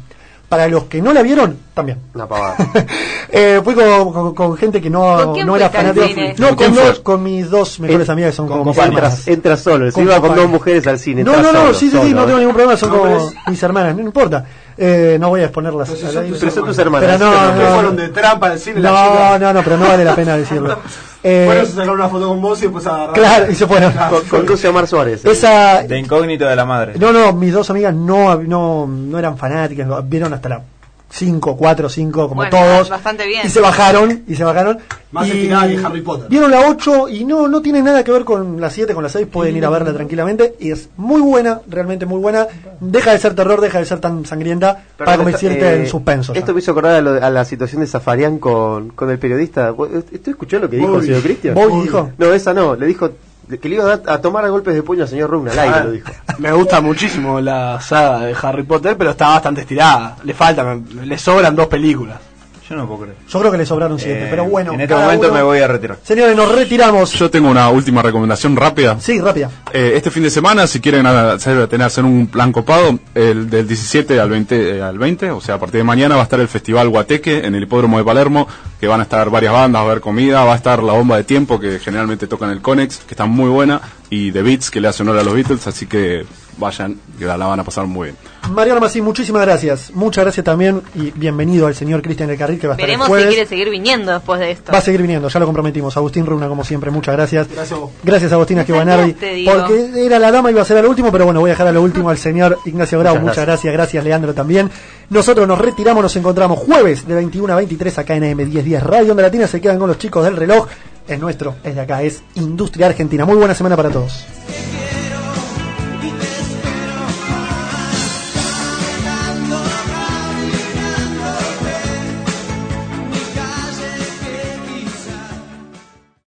Speaker 9: Para los que no la vieron, también.
Speaker 4: Una pavada.
Speaker 9: Eh, fui con, con- con gente que no,
Speaker 4: ¿Con quién
Speaker 9: no era
Speaker 4: fuiste al
Speaker 9: fanática.
Speaker 4: cine? ¿Con
Speaker 9: No, con,
Speaker 4: quién
Speaker 9: dos-
Speaker 4: fue?
Speaker 9: con mis dos mejores
Speaker 4: En-
Speaker 9: amigas que son
Speaker 4: con
Speaker 9: como mis hermanas.
Speaker 4: entras, entras solo. Se
Speaker 9: Con
Speaker 4: iba con dos
Speaker 9: compañía.
Speaker 4: mujeres al cine.
Speaker 9: No,
Speaker 4: entras
Speaker 9: no, no,
Speaker 4: solo,
Speaker 9: sí, sí,
Speaker 4: solo,
Speaker 9: sí, no
Speaker 4: ¿eh?
Speaker 9: tengo ningún problema, son como mis hermanas, no importa. Eh, no voy a exponerlas.
Speaker 2: Pero si
Speaker 9: al
Speaker 2: son
Speaker 9: aire.
Speaker 2: tus Pero son tus hermanas.
Speaker 9: Pero
Speaker 6: Este
Speaker 9: no,
Speaker 2: Que
Speaker 9: no,
Speaker 2: fueron de trampa al cine, las
Speaker 9: No,
Speaker 2: chicas.
Speaker 9: no, no, pero no vale la pena decirlo. Eh,
Speaker 2: Fueron a sacar una foto con vos y después agarraron.
Speaker 9: Claro, y se fueron.
Speaker 2: Claro.
Speaker 4: Mar Suárez.
Speaker 9: Esa-
Speaker 6: De incógnito de la madre.
Speaker 9: No, no, mis dos amigas no, no, no eran fanáticas, no, vieron hasta la 5, 4, 5, como
Speaker 5: Bueno,
Speaker 9: todos.
Speaker 5: bastante bien.
Speaker 9: Y se bajaron, y se bajaron.
Speaker 2: Más
Speaker 9: y
Speaker 2: estirada que Harry Potter.
Speaker 9: Vieron la 8 y no, no tiene nada que ver con la 7, con la 6, pueden ir a verla tranquilamente. Y es muy buena, realmente muy buena. Deja de ser terror, deja de ser tan sangrienta para
Speaker 4: Perdón, esto-
Speaker 9: convertirte
Speaker 4: eh,
Speaker 9: en suspenso. ya.
Speaker 4: Esto me hizo acordar a, lo- a la situación de Zafarian con, con el periodista. ¿Usted escuchó lo que dijo
Speaker 9: Bobby.
Speaker 4: el señor Cristian?
Speaker 9: Bobby Bobby. dijo.
Speaker 4: No, esa no. Le dijo que le iba a, dar- a tomar a golpes de puño al señor Rugna. Al aire
Speaker 3: Ah.
Speaker 4: lo dijo.
Speaker 3: Me gusta muchísimo la saga de Harry Potter, pero está bastante estirada. Le faltan, le sobran dos películas.
Speaker 6: Yo no puedo creer.
Speaker 9: Yo creo que le sobraron 7,
Speaker 6: Eh,
Speaker 9: pero bueno.
Speaker 6: en este
Speaker 9: cada
Speaker 6: momento
Speaker 9: uno-
Speaker 6: me voy a retirar.
Speaker 9: Señores, nos retiramos.
Speaker 7: Yo tengo una última recomendación rápida.
Speaker 9: Sí, rápida.
Speaker 7: Eh, este fin de semana, si quieren hacer, tener, hacer un plan copado, el, del 17 al 20, eh, al 20, o sea, a partir de mañana va a estar el Festival Guateque en el Hipódromo de Palermo, que van a estar varias bandas, va a haber comida, va a estar la bomba de tiempo, que generalmente tocan el Conex, que está muy buena, y The Beats, que le hace honor a los Beatles, así que vayan, que la, la van a pasar muy bien.
Speaker 9: Mariano Massi, muchísimas gracias. Muchas gracias también y bienvenido al señor Cristian El Carril que va a estar
Speaker 5: Veremos
Speaker 9: el
Speaker 5: si
Speaker 9: jueves.
Speaker 5: quiere seguir viniendo después de esto.
Speaker 9: Va a seguir viniendo, ya lo comprometimos. Agustín Runa, como siempre, muchas gracias.
Speaker 5: Gracias a vos.
Speaker 9: Gracias, Agustín Esquivanardi.
Speaker 5: sacaste, digo.
Speaker 9: Porque era la dama, iba a ser al último, pero bueno, voy a dejar a lo último al señor Ignacio Grau.
Speaker 4: Muchas
Speaker 9: Muchas, gracias. gracias, Leandro también. Nosotros nos retiramos, nos encontramos jueves de 21 a 23 acá en AM1010 Radio Onda Latina. Se quedan con los chicos del reloj. Es nuestro, es de acá, es Industria Argentina. Muy buena semana para todos.